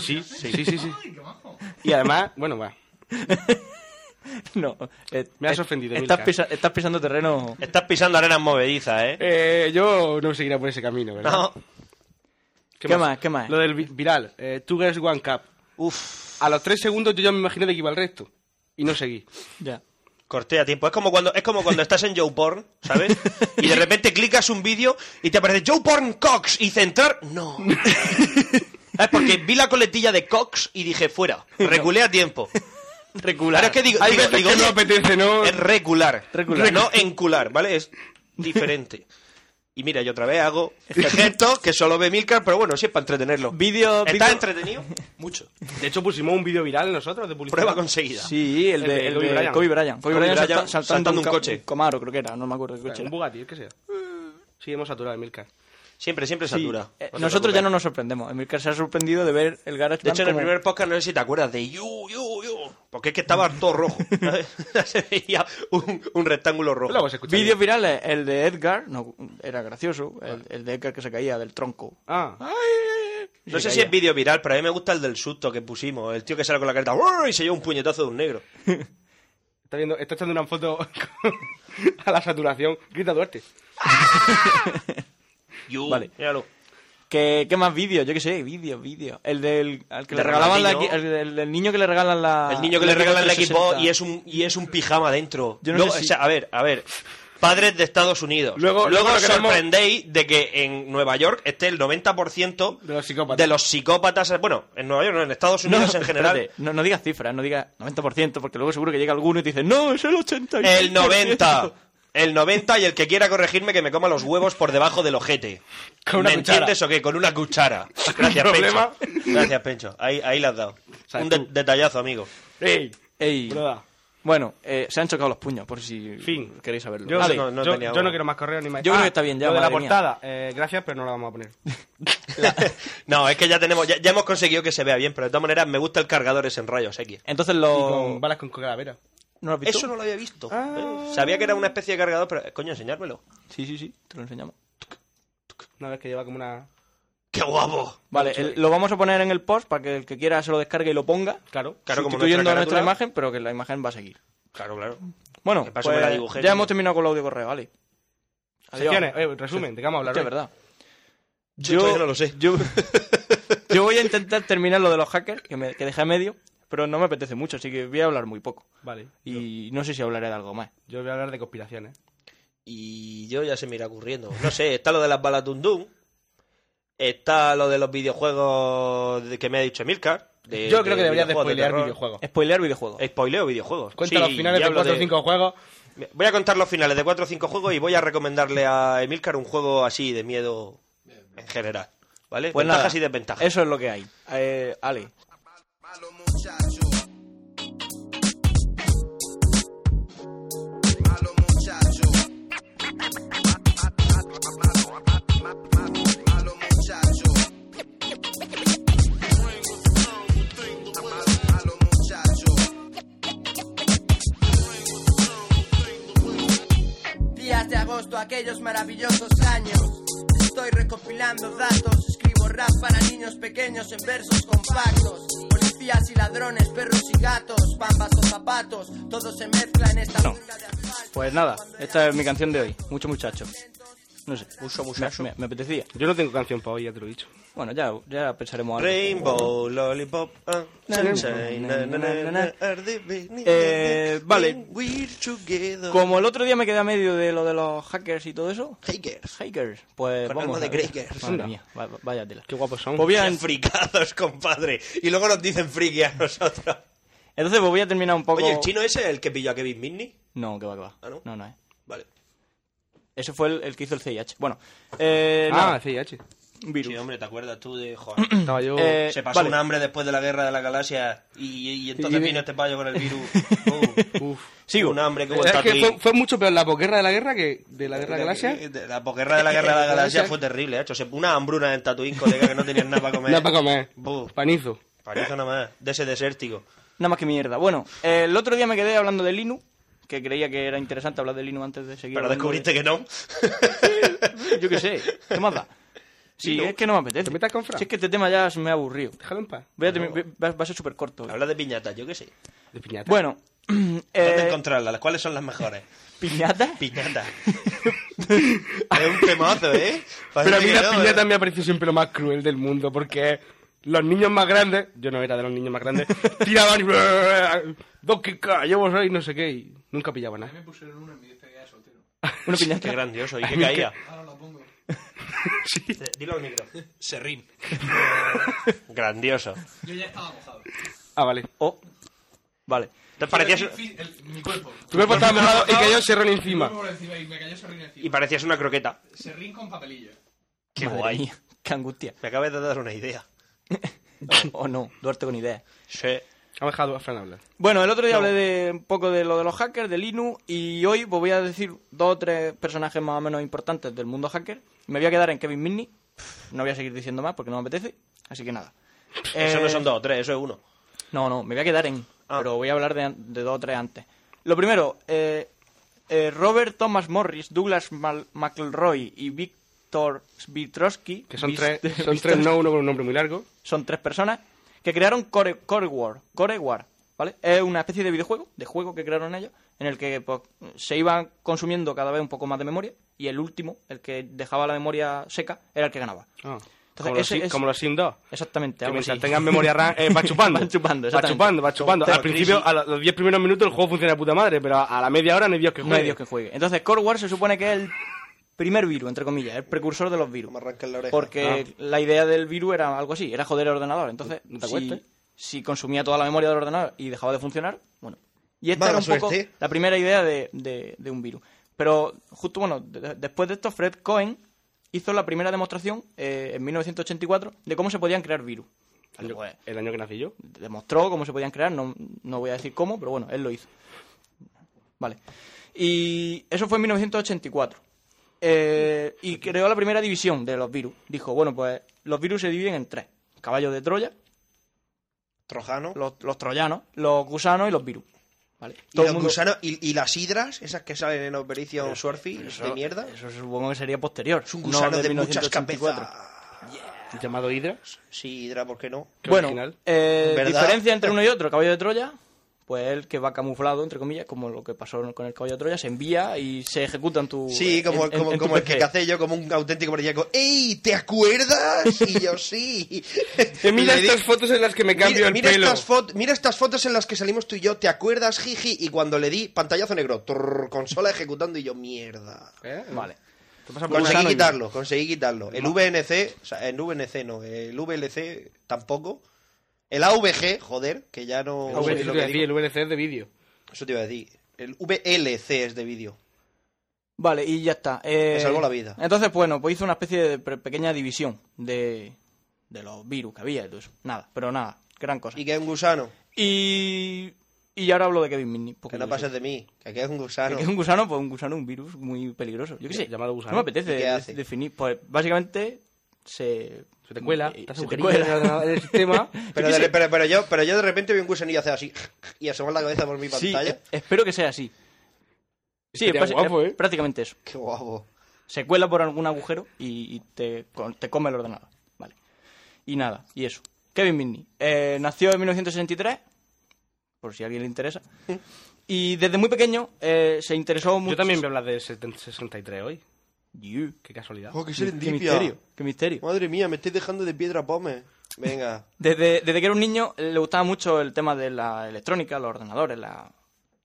[SPEAKER 7] Sí, sí, sí. sí, Y además, bueno, va.
[SPEAKER 8] No. eh,
[SPEAKER 7] Me has
[SPEAKER 8] eh,
[SPEAKER 7] ofendido,
[SPEAKER 8] Estás,
[SPEAKER 7] Milka.
[SPEAKER 8] pisa- estás pisando terreno.
[SPEAKER 2] Estás pisando arenas movedizas, ¿eh?
[SPEAKER 7] Eh, yo no seguiré por ese camino, ¿verdad?
[SPEAKER 2] No.
[SPEAKER 8] ¿Qué, más? ¿Qué más?
[SPEAKER 7] Lo del vi- viral. Eh, two Girls One Cup. Uf. A los tres segundos yo ya me imaginé de que iba el resto. Y no seguí.
[SPEAKER 8] Ya.
[SPEAKER 2] Corté a tiempo. Es como cuando, es como cuando estás en Joe Porn, ¿sabes? Y de repente clicas un vídeo y te aparece Joe Porn Cox y centrar. No. Es porque vi la coletilla de Cox y dije fuera. Regulé a tiempo. Regular. es que digo,
[SPEAKER 7] Hay
[SPEAKER 2] digo-
[SPEAKER 7] veces
[SPEAKER 2] digo,
[SPEAKER 7] que no
[SPEAKER 2] oye,
[SPEAKER 7] apetece, ¿no?
[SPEAKER 2] Es regular.
[SPEAKER 8] Regular.
[SPEAKER 2] No encular, ¿vale? Es diferente. Y mira, yo otra vez hago gestos que solo ve Milcar, pero bueno, sí es para entretenerlo.
[SPEAKER 8] Vídeo.
[SPEAKER 2] ¿Está
[SPEAKER 8] vídeo-
[SPEAKER 2] entretenido? Mucho.
[SPEAKER 7] De hecho, pusimos un vídeo viral nosotros de publicidad.
[SPEAKER 2] Prueba conseguida.
[SPEAKER 8] Sí, el
[SPEAKER 7] El de
[SPEAKER 8] de, el
[SPEAKER 7] Kobe
[SPEAKER 8] de
[SPEAKER 7] Bryant.
[SPEAKER 8] Kobe Bryant. Kobe
[SPEAKER 2] Kobe
[SPEAKER 8] Bryant
[SPEAKER 2] Bryant
[SPEAKER 8] salta-
[SPEAKER 2] saltando un
[SPEAKER 8] ca-
[SPEAKER 2] coche.
[SPEAKER 8] Camaro, creo que era. No me acuerdo qué coche
[SPEAKER 7] Un
[SPEAKER 8] era.
[SPEAKER 7] Bugatti, el que sea. Sí, hemos saturado el Milcar.
[SPEAKER 2] Siempre, siempre
[SPEAKER 8] Sí.
[SPEAKER 2] satura.
[SPEAKER 8] Eh,
[SPEAKER 2] No te
[SPEAKER 8] nosotros ya
[SPEAKER 2] preocupes.
[SPEAKER 8] no nos sorprendemos. Emilcar se ha sorprendido de ver el garage.
[SPEAKER 2] De hecho, en el primer podcast no sé si te acuerdas de you, you, you. Porque es que estaba todo rojo. se veía un, un rectángulo rojo.
[SPEAKER 7] Luego se escucha.
[SPEAKER 8] Vídeos virales, el de Edgar, no, era gracioso, el, el de Edgar que se caía del tronco.
[SPEAKER 7] Ah,
[SPEAKER 2] no
[SPEAKER 8] se
[SPEAKER 2] sé si
[SPEAKER 8] caía.
[SPEAKER 2] es vídeo viral, pero a mí me gusta el del susto que pusimos. El tío que sale con la careta "Uah", y se lleva un puñetazo de un negro.
[SPEAKER 7] está, viendo, está echando una foto a la saturación. Grita Duarte.
[SPEAKER 2] You.
[SPEAKER 8] Vale.
[SPEAKER 2] Míralo.
[SPEAKER 8] ¿Qué, qué más vídeos? Yo qué sé, vídeos, vídeos. El del al que le
[SPEAKER 2] De
[SPEAKER 8] regalaban la,
[SPEAKER 2] Ronaldinho.
[SPEAKER 8] el, el- el niño que le regalan la.
[SPEAKER 2] El niño que le regalan el equipo
[SPEAKER 8] 360.
[SPEAKER 2] y es un, y es un pijama dentro.
[SPEAKER 8] Yo no
[SPEAKER 2] Luego,
[SPEAKER 8] sé si-
[SPEAKER 2] o sea, a ver, a ver. padres de Estados Unidos.
[SPEAKER 7] Luego-
[SPEAKER 2] Luego,
[SPEAKER 7] luego
[SPEAKER 2] os
[SPEAKER 7] lo queremos-
[SPEAKER 2] sorprendéis de que en Nueva York esté el 90% de los psicópatas. bueno, en Nueva York, no, en Estados Unidos en general.
[SPEAKER 8] espérate, no, no digas cifras, no digas 90%, porque luego seguro que llega alguno y te dice, no, es el 80%.
[SPEAKER 2] El 90. El 90 y el que quiera corregirme que me coma los huevos por debajo del ojete.
[SPEAKER 7] Con una
[SPEAKER 2] ¿Me
[SPEAKER 7] cuchara.
[SPEAKER 2] entiendes o qué? Con una cuchara. Gracias,
[SPEAKER 7] problema?
[SPEAKER 2] Pencho. Gracias, Pencho. Ahí, ahí la has dado.
[SPEAKER 8] sea,
[SPEAKER 2] Un de-
[SPEAKER 8] tú-
[SPEAKER 2] detallazo, amigo.
[SPEAKER 7] ¡Ey!
[SPEAKER 8] Ey.
[SPEAKER 7] Broda.
[SPEAKER 8] Bueno, eh, se han chocado los puños, por si
[SPEAKER 7] Fin.
[SPEAKER 8] queréis saberlo.
[SPEAKER 7] Yo,
[SPEAKER 2] Vale,
[SPEAKER 7] yo-
[SPEAKER 2] no- no
[SPEAKER 7] yo-
[SPEAKER 2] tenía
[SPEAKER 7] yo no
[SPEAKER 2] uno.
[SPEAKER 7] quiero más correo ni más. Ah,
[SPEAKER 8] Yo creo que está bien ya,
[SPEAKER 7] lo de la
[SPEAKER 8] madre mía.
[SPEAKER 7] portada. Eh, gracias, pero no la vamos a poner.
[SPEAKER 2] No, es que ya tenemos, ya, ya hemos conseguido que se vea bien, pero de todas maneras me gusta el cargador ese en rayos X.
[SPEAKER 8] Entonces
[SPEAKER 7] Y
[SPEAKER 8] lo...
[SPEAKER 7] con balas con calavera.
[SPEAKER 8] ¿No lo has visto?
[SPEAKER 2] Eso no lo había visto. Eh, Sabía que era una especie de cargador, pero eh, coño, enseñármelo.
[SPEAKER 8] Sí, sí, sí, te lo enseñamos.
[SPEAKER 7] Una vez que lleva como una.
[SPEAKER 2] ¡Qué guapo!
[SPEAKER 8] Vale, el- lo vamos a poner en el post para que el que quiera se lo descargue y lo ponga,
[SPEAKER 7] Claro.
[SPEAKER 2] Claro, como
[SPEAKER 8] sustituyendo
[SPEAKER 2] nuestra
[SPEAKER 8] a nuestra
[SPEAKER 2] carátula.
[SPEAKER 8] imagen, pero que la imagen va a seguir.
[SPEAKER 2] Claro, claro.
[SPEAKER 8] Bueno,
[SPEAKER 2] De paso
[SPEAKER 8] pues
[SPEAKER 2] me la dibujé,
[SPEAKER 8] ya
[SPEAKER 2] tío.
[SPEAKER 8] hemos terminado con el audio correo, vale. Adiós.
[SPEAKER 7] Secciones. Eh, resumen, de qué vamos a hablar.
[SPEAKER 8] Hostia,
[SPEAKER 7] hoy?
[SPEAKER 8] verdad.
[SPEAKER 2] Yo, todavía no lo sé.
[SPEAKER 8] Yo, yo voy a intentar terminar lo de los hackers, que, me, que dejé a medio, pero no me apetece mucho, así que voy a hablar muy poco.
[SPEAKER 7] Vale.
[SPEAKER 8] Y no sé si hablaré de algo más.
[SPEAKER 7] Yo voy a hablar de conspiraciones.
[SPEAKER 2] Y yo ya se me irá ocurriendo. No sé, está lo de las balas Dundun. Está lo de los videojuegos de- que me ha dicho Emilcar. de-
[SPEAKER 7] Yo creo que deberías de
[SPEAKER 2] videojuegos
[SPEAKER 7] spoilear
[SPEAKER 2] terror.
[SPEAKER 7] videojuegos.
[SPEAKER 8] Spoilear videojuegos.
[SPEAKER 2] Spoileo videojuegos.
[SPEAKER 7] Cuenta
[SPEAKER 2] Sí,
[SPEAKER 7] los finales
[SPEAKER 2] y
[SPEAKER 7] de
[SPEAKER 2] hablo
[SPEAKER 7] 4 o 5 juegos.
[SPEAKER 2] Voy a contar los finales de 4 o 5 juegos y voy a recomendarle a Emilcar un juego así de miedo en general. ¿Vale?
[SPEAKER 8] Pues
[SPEAKER 2] Ventajas
[SPEAKER 8] nada,
[SPEAKER 2] y desventajas.
[SPEAKER 8] Eso es lo que hay. Eh, Ale.
[SPEAKER 12] Días de agosto, aquellos maravillosos años. Estoy recopilando datos, escribo rap para niños pequeños en versos compactos. Policías y ladrones, perros y gatos, bambas o zapatos, todo se mezcla en esta jungla de asfalto.
[SPEAKER 8] Pues nada, esta es mi canción de hoy. Mucho muchacho. No sé.
[SPEAKER 2] Mucho
[SPEAKER 8] Me-
[SPEAKER 2] muchacho.
[SPEAKER 8] Me, me apetecía.
[SPEAKER 7] Yo no tengo canción para hoy, ya te lo he dicho.
[SPEAKER 8] Bueno, ya, ya pensaremos algo.
[SPEAKER 2] Rainbow, Lollipop, ah, sunshine, na, na, na, na, are the beginning,
[SPEAKER 8] Eh, vale.
[SPEAKER 2] when We're together.
[SPEAKER 8] Como el otro día me quedé a medio de lo de los hackers y todo eso.
[SPEAKER 2] Hakers.
[SPEAKER 8] Hackers. Pues
[SPEAKER 2] Con
[SPEAKER 8] vamos.
[SPEAKER 2] alma de
[SPEAKER 8] a ver.
[SPEAKER 2] Gregers.
[SPEAKER 8] Madre mía, va- va- vaya tela.
[SPEAKER 7] Qué guapos son.
[SPEAKER 8] Pues voy a
[SPEAKER 2] Qué fricados, compadre. Y luego nos dicen friki a nosotros.
[SPEAKER 8] Entonces pues voy a terminar un poco...
[SPEAKER 2] Oye, ¿el chino ese es el que pilló a Kevin Mitnick?
[SPEAKER 8] No, que va, que va.
[SPEAKER 2] Ah, ¿no?
[SPEAKER 8] No, no, eh.
[SPEAKER 2] Vale.
[SPEAKER 8] Ese fue el, el que hizo el CIH. Bueno, eh,
[SPEAKER 7] Ah,
[SPEAKER 8] nada,
[SPEAKER 7] CIH.
[SPEAKER 8] un virus.
[SPEAKER 2] Sí, hombre, ¿te acuerdas tú de... Joder,
[SPEAKER 7] Estaba yo.
[SPEAKER 8] Eh,
[SPEAKER 2] se pasó
[SPEAKER 8] vale.
[SPEAKER 2] un hambre después de la guerra de la galaxia y, y entonces
[SPEAKER 7] Y-
[SPEAKER 2] vino este payo con el virus. Oh,
[SPEAKER 7] Uf.
[SPEAKER 8] Sigo.
[SPEAKER 2] Un hambre que hubo
[SPEAKER 7] Es
[SPEAKER 2] en
[SPEAKER 7] que
[SPEAKER 2] Tatooine.
[SPEAKER 7] fue, fue mucho peor la posguerra de la guerra que de la guerra de la galaxia.
[SPEAKER 2] De- de- La posguerra de la guerra de la galaxia fue terrible, hecho. Una hambruna en Tatooine, colega, que no tenías nada para comer.
[SPEAKER 7] Nada para comer.
[SPEAKER 2] Buf.
[SPEAKER 7] Panizo.
[SPEAKER 2] Parece nada más. De ese desértico.
[SPEAKER 8] Nada más que mierda. Bueno, eh, el otro día me quedé hablando de Linux, que creía que era interesante hablar de Linux antes de seguir.
[SPEAKER 2] Pero
[SPEAKER 8] hablando
[SPEAKER 2] descubriste
[SPEAKER 8] de-
[SPEAKER 2] que no.
[SPEAKER 8] Yo qué sé, ¿qué más da? Si
[SPEAKER 2] Linux.
[SPEAKER 8] es que no me apetece.
[SPEAKER 7] ¿Te metas con Fran?
[SPEAKER 8] Si es que este tema ya se me ha aburrido.
[SPEAKER 7] Déjalo en paz.
[SPEAKER 8] Voy a termi- voy- va, va a ser súper corto.
[SPEAKER 2] Habla de piñatas, yo qué
[SPEAKER 7] Eh.
[SPEAKER 2] sé.
[SPEAKER 7] De piñata.
[SPEAKER 8] Bueno,
[SPEAKER 2] ¿Dónde
[SPEAKER 8] eh,
[SPEAKER 2] encontrarlas? ¿Cuáles son las mejores?
[SPEAKER 8] ¿piñata?
[SPEAKER 2] Piñata. es un temazo, ¿eh? Parece
[SPEAKER 7] Pero a mí
[SPEAKER 2] que
[SPEAKER 7] las
[SPEAKER 2] no,
[SPEAKER 7] piñatas
[SPEAKER 2] ¿eh?
[SPEAKER 7] me ha parecido siempre lo más cruel del mundo, porque los niños más grandes, yo no era de los niños más grandes, tiraban y... Dos que llevo soy no sé qué, y nunca pillaban nada.
[SPEAKER 8] Una piñata.
[SPEAKER 2] Qué grandioso. ¿Y qué caía? Eh, Dilo al micro.
[SPEAKER 1] Serrín.
[SPEAKER 2] Grandioso.
[SPEAKER 7] Ah, vale.
[SPEAKER 8] Oh, vale.
[SPEAKER 2] Te parecías,
[SPEAKER 7] Tu cuerpo estaba mojado y cayó serrón encima.
[SPEAKER 2] y parecías una croqueta. Qué
[SPEAKER 8] Madre
[SPEAKER 2] guay.
[SPEAKER 8] mía, qué angustia.
[SPEAKER 2] Me acabas de dar una idea. Eh,
[SPEAKER 8] o no, Duarte con ideas.
[SPEAKER 2] Sí.
[SPEAKER 7] Ha dejado a Fran hablar.
[SPEAKER 8] Bueno, el otro día hablé de un poco de lo de los hackers, de Linux, y hoy pues, voy a decir dos o tres personajes más o menos importantes del mundo hacker. Me voy a quedar en Kevin Mitnick. No voy a seguir diciendo más porque no me apetece, así que nada.
[SPEAKER 2] Eso
[SPEAKER 8] Eh,
[SPEAKER 2] no son dos o tres, eso es uno.
[SPEAKER 8] No, no, me voy a quedar en.
[SPEAKER 2] Ah.
[SPEAKER 8] Pero voy a hablar de, de dos o tres antes. Lo primero, eh, eh, Robert Thomas Morris, Douglas Mal- McElroy y Victor Vitrosky.
[SPEAKER 7] Que son
[SPEAKER 8] Vis-
[SPEAKER 7] tres, son
[SPEAKER 8] Vitrosky
[SPEAKER 7] tres no uno con un nombre muy largo.
[SPEAKER 8] son tres personas que crearon Core, Core War. Core War, ¿vale? Es una especie de videojuego, de juego que crearon ellos, en el que pues, se iban consumiendo cada vez un poco más de memoria y el último, el que dejaba la memoria seca, era el que ganaba.
[SPEAKER 7] Ah. como, los,
[SPEAKER 8] ese
[SPEAKER 7] Sim-
[SPEAKER 8] es-
[SPEAKER 7] como los Sim 2.
[SPEAKER 8] Exactamente.
[SPEAKER 7] Que
[SPEAKER 8] algo
[SPEAKER 7] mientras
[SPEAKER 8] así.
[SPEAKER 7] tengan memoria RAM eh, va chupando.
[SPEAKER 8] Van chupando,
[SPEAKER 7] va
[SPEAKER 8] exactamente.
[SPEAKER 7] chupando, va chupando.
[SPEAKER 8] Como
[SPEAKER 7] Al principio,
[SPEAKER 8] Tetris.
[SPEAKER 7] a los 10 primeros minutos el juego funciona de puta madre, pero a la media hora no hay Dios que juegue.
[SPEAKER 8] No hay Dios que juegue. Entonces, Core War se supone que es el primer virus, entre comillas, el precursor de los virus. Porque
[SPEAKER 7] Ah.
[SPEAKER 8] la idea del virus era algo así, era joder el ordenador. Entonces,
[SPEAKER 7] ¿No te
[SPEAKER 8] si,
[SPEAKER 7] acuerdas?
[SPEAKER 8] si consumía toda la memoria del ordenador y dejaba de funcionar, bueno. Y esta
[SPEAKER 13] Mala
[SPEAKER 8] era un poco
[SPEAKER 13] suerte.
[SPEAKER 8] la primera idea de, de- de un virus. Pero justo, bueno, de- después de esto, Fred Cohen hizo la primera demostración eh, en 1984 de cómo se podían crear virus. Pues,
[SPEAKER 7] El, el año que nací yo.
[SPEAKER 8] Demostró cómo se podían crear, no, no voy a decir cómo, pero bueno, él lo hizo. Vale. Y eso fue en 1984. Eh, y creó la primera división de los virus. Dijo, bueno, pues los virus se dividen en tres. Caballos de Troya.
[SPEAKER 13] Trojanos.
[SPEAKER 8] Los, los troyanos, los gusanos y los virus. ¿Vale?
[SPEAKER 13] Y
[SPEAKER 8] Todo el
[SPEAKER 13] los
[SPEAKER 8] mundo-
[SPEAKER 13] gusanos y, y las hidras, esas que salen en
[SPEAKER 2] Eh,
[SPEAKER 13] Operation Surfy, de mierda.
[SPEAKER 8] Eso supongo que sería posterior.
[SPEAKER 13] Es un gusano
[SPEAKER 8] no
[SPEAKER 13] de muchas
[SPEAKER 8] 1984.
[SPEAKER 13] cabezas.
[SPEAKER 7] ¿Llamado Hidra?
[SPEAKER 13] Sí, Hidra, ¿por qué no?
[SPEAKER 8] Bueno, eh,
[SPEAKER 13] ¿Verdad?
[SPEAKER 8] diferencia entre uno y otro. Caballo de Troya, pues el que va camuflado, entre comillas, como lo que pasó con el caballo de Troya, se envía y se ejecuta en tu.
[SPEAKER 13] Sí, como,
[SPEAKER 8] en- en-
[SPEAKER 13] como,
[SPEAKER 8] en tu
[SPEAKER 13] como el que
[SPEAKER 8] PC.
[SPEAKER 13] cacé yo, como un auténtico brillaco. ¡Ey! ¿Te acuerdas? Y yo sí.
[SPEAKER 7] mira
[SPEAKER 13] Le di-
[SPEAKER 7] estas fotos en las que me cambio
[SPEAKER 13] mira,
[SPEAKER 7] el
[SPEAKER 13] mira
[SPEAKER 7] pelo.
[SPEAKER 13] Estas fot- mira estas fotos en las que salimos tú y yo, ¿te acuerdas, Jiji? Y cuando le di pantallazo negro, trrr, consola ejecutando y yo, mierda.
[SPEAKER 8] Vale.
[SPEAKER 13] Conseguí quitarlo, conseguí quitarlo. El VNC, o sea, el VNC no, el VLC tampoco. El AVG, joder, que ya no...
[SPEAKER 7] El
[SPEAKER 13] no sé
[SPEAKER 7] VLC
[SPEAKER 13] lo
[SPEAKER 7] te
[SPEAKER 13] que
[SPEAKER 7] decía,
[SPEAKER 13] digo.
[SPEAKER 7] el VLC es de vídeo.
[SPEAKER 13] Eso te iba a decir. El VLC es de vídeo.
[SPEAKER 8] Vale, y ya está. Eh,
[SPEAKER 13] Me salvó la vida.
[SPEAKER 8] Entonces, bueno, pues hizo una especie de pre- pequeña división de, de los virus que había y todo eso. Nada, pero nada, gran cosa.
[SPEAKER 13] Y que es un gusano.
[SPEAKER 8] Y. Y ahora hablo de Kevin Mitnick. porque
[SPEAKER 13] Que no
[SPEAKER 8] yo
[SPEAKER 13] pases
[SPEAKER 8] sé-
[SPEAKER 13] de mí, que aquí es un gusano.
[SPEAKER 8] que es un gusano, pues un gusano, un virus muy peligroso. Yo qué sé,
[SPEAKER 7] Llamado gusano.
[SPEAKER 8] No
[SPEAKER 13] ¿Y
[SPEAKER 8] me apetece
[SPEAKER 13] qué
[SPEAKER 8] de-
[SPEAKER 13] hace?
[SPEAKER 8] definir. Pues básicamente se. Se
[SPEAKER 7] te cuela, te hace
[SPEAKER 8] se
[SPEAKER 7] un
[SPEAKER 8] te
[SPEAKER 7] cariño en el
[SPEAKER 8] cuela.
[SPEAKER 7] ordenador, en el sistema.
[SPEAKER 13] Pero, de- pero, pero yo, pero yo de repente veo un gusanillo hacer así y asomar la cabeza por mi
[SPEAKER 8] Sí,
[SPEAKER 13] pantalla.
[SPEAKER 8] e- espero que sea así. Sí,
[SPEAKER 7] Estaría
[SPEAKER 8] es,
[SPEAKER 7] guapo, ¿eh?
[SPEAKER 8] es prácticamente eso.
[SPEAKER 13] Qué guapo.
[SPEAKER 8] Se cuela por algún agujero y, y te, con- te come el ordenador. Vale. Y nada, y eso. Kevin Mitnick. eh, nació en 1963, por si a alguien le interesa. Y desde muy pequeño eh, se interesó mucho.
[SPEAKER 7] Yo también voy a hablar de 70 63 hoy. Qué casualidad.
[SPEAKER 13] Oh, qué
[SPEAKER 8] Qué
[SPEAKER 13] serendipia.
[SPEAKER 8] misterio, qué misterio.
[SPEAKER 13] Madre mía, me estoy dejando de piedra pome. Venga.
[SPEAKER 8] Desde, desde que era un niño le gustaba mucho el tema de la electrónica, los ordenadores, la...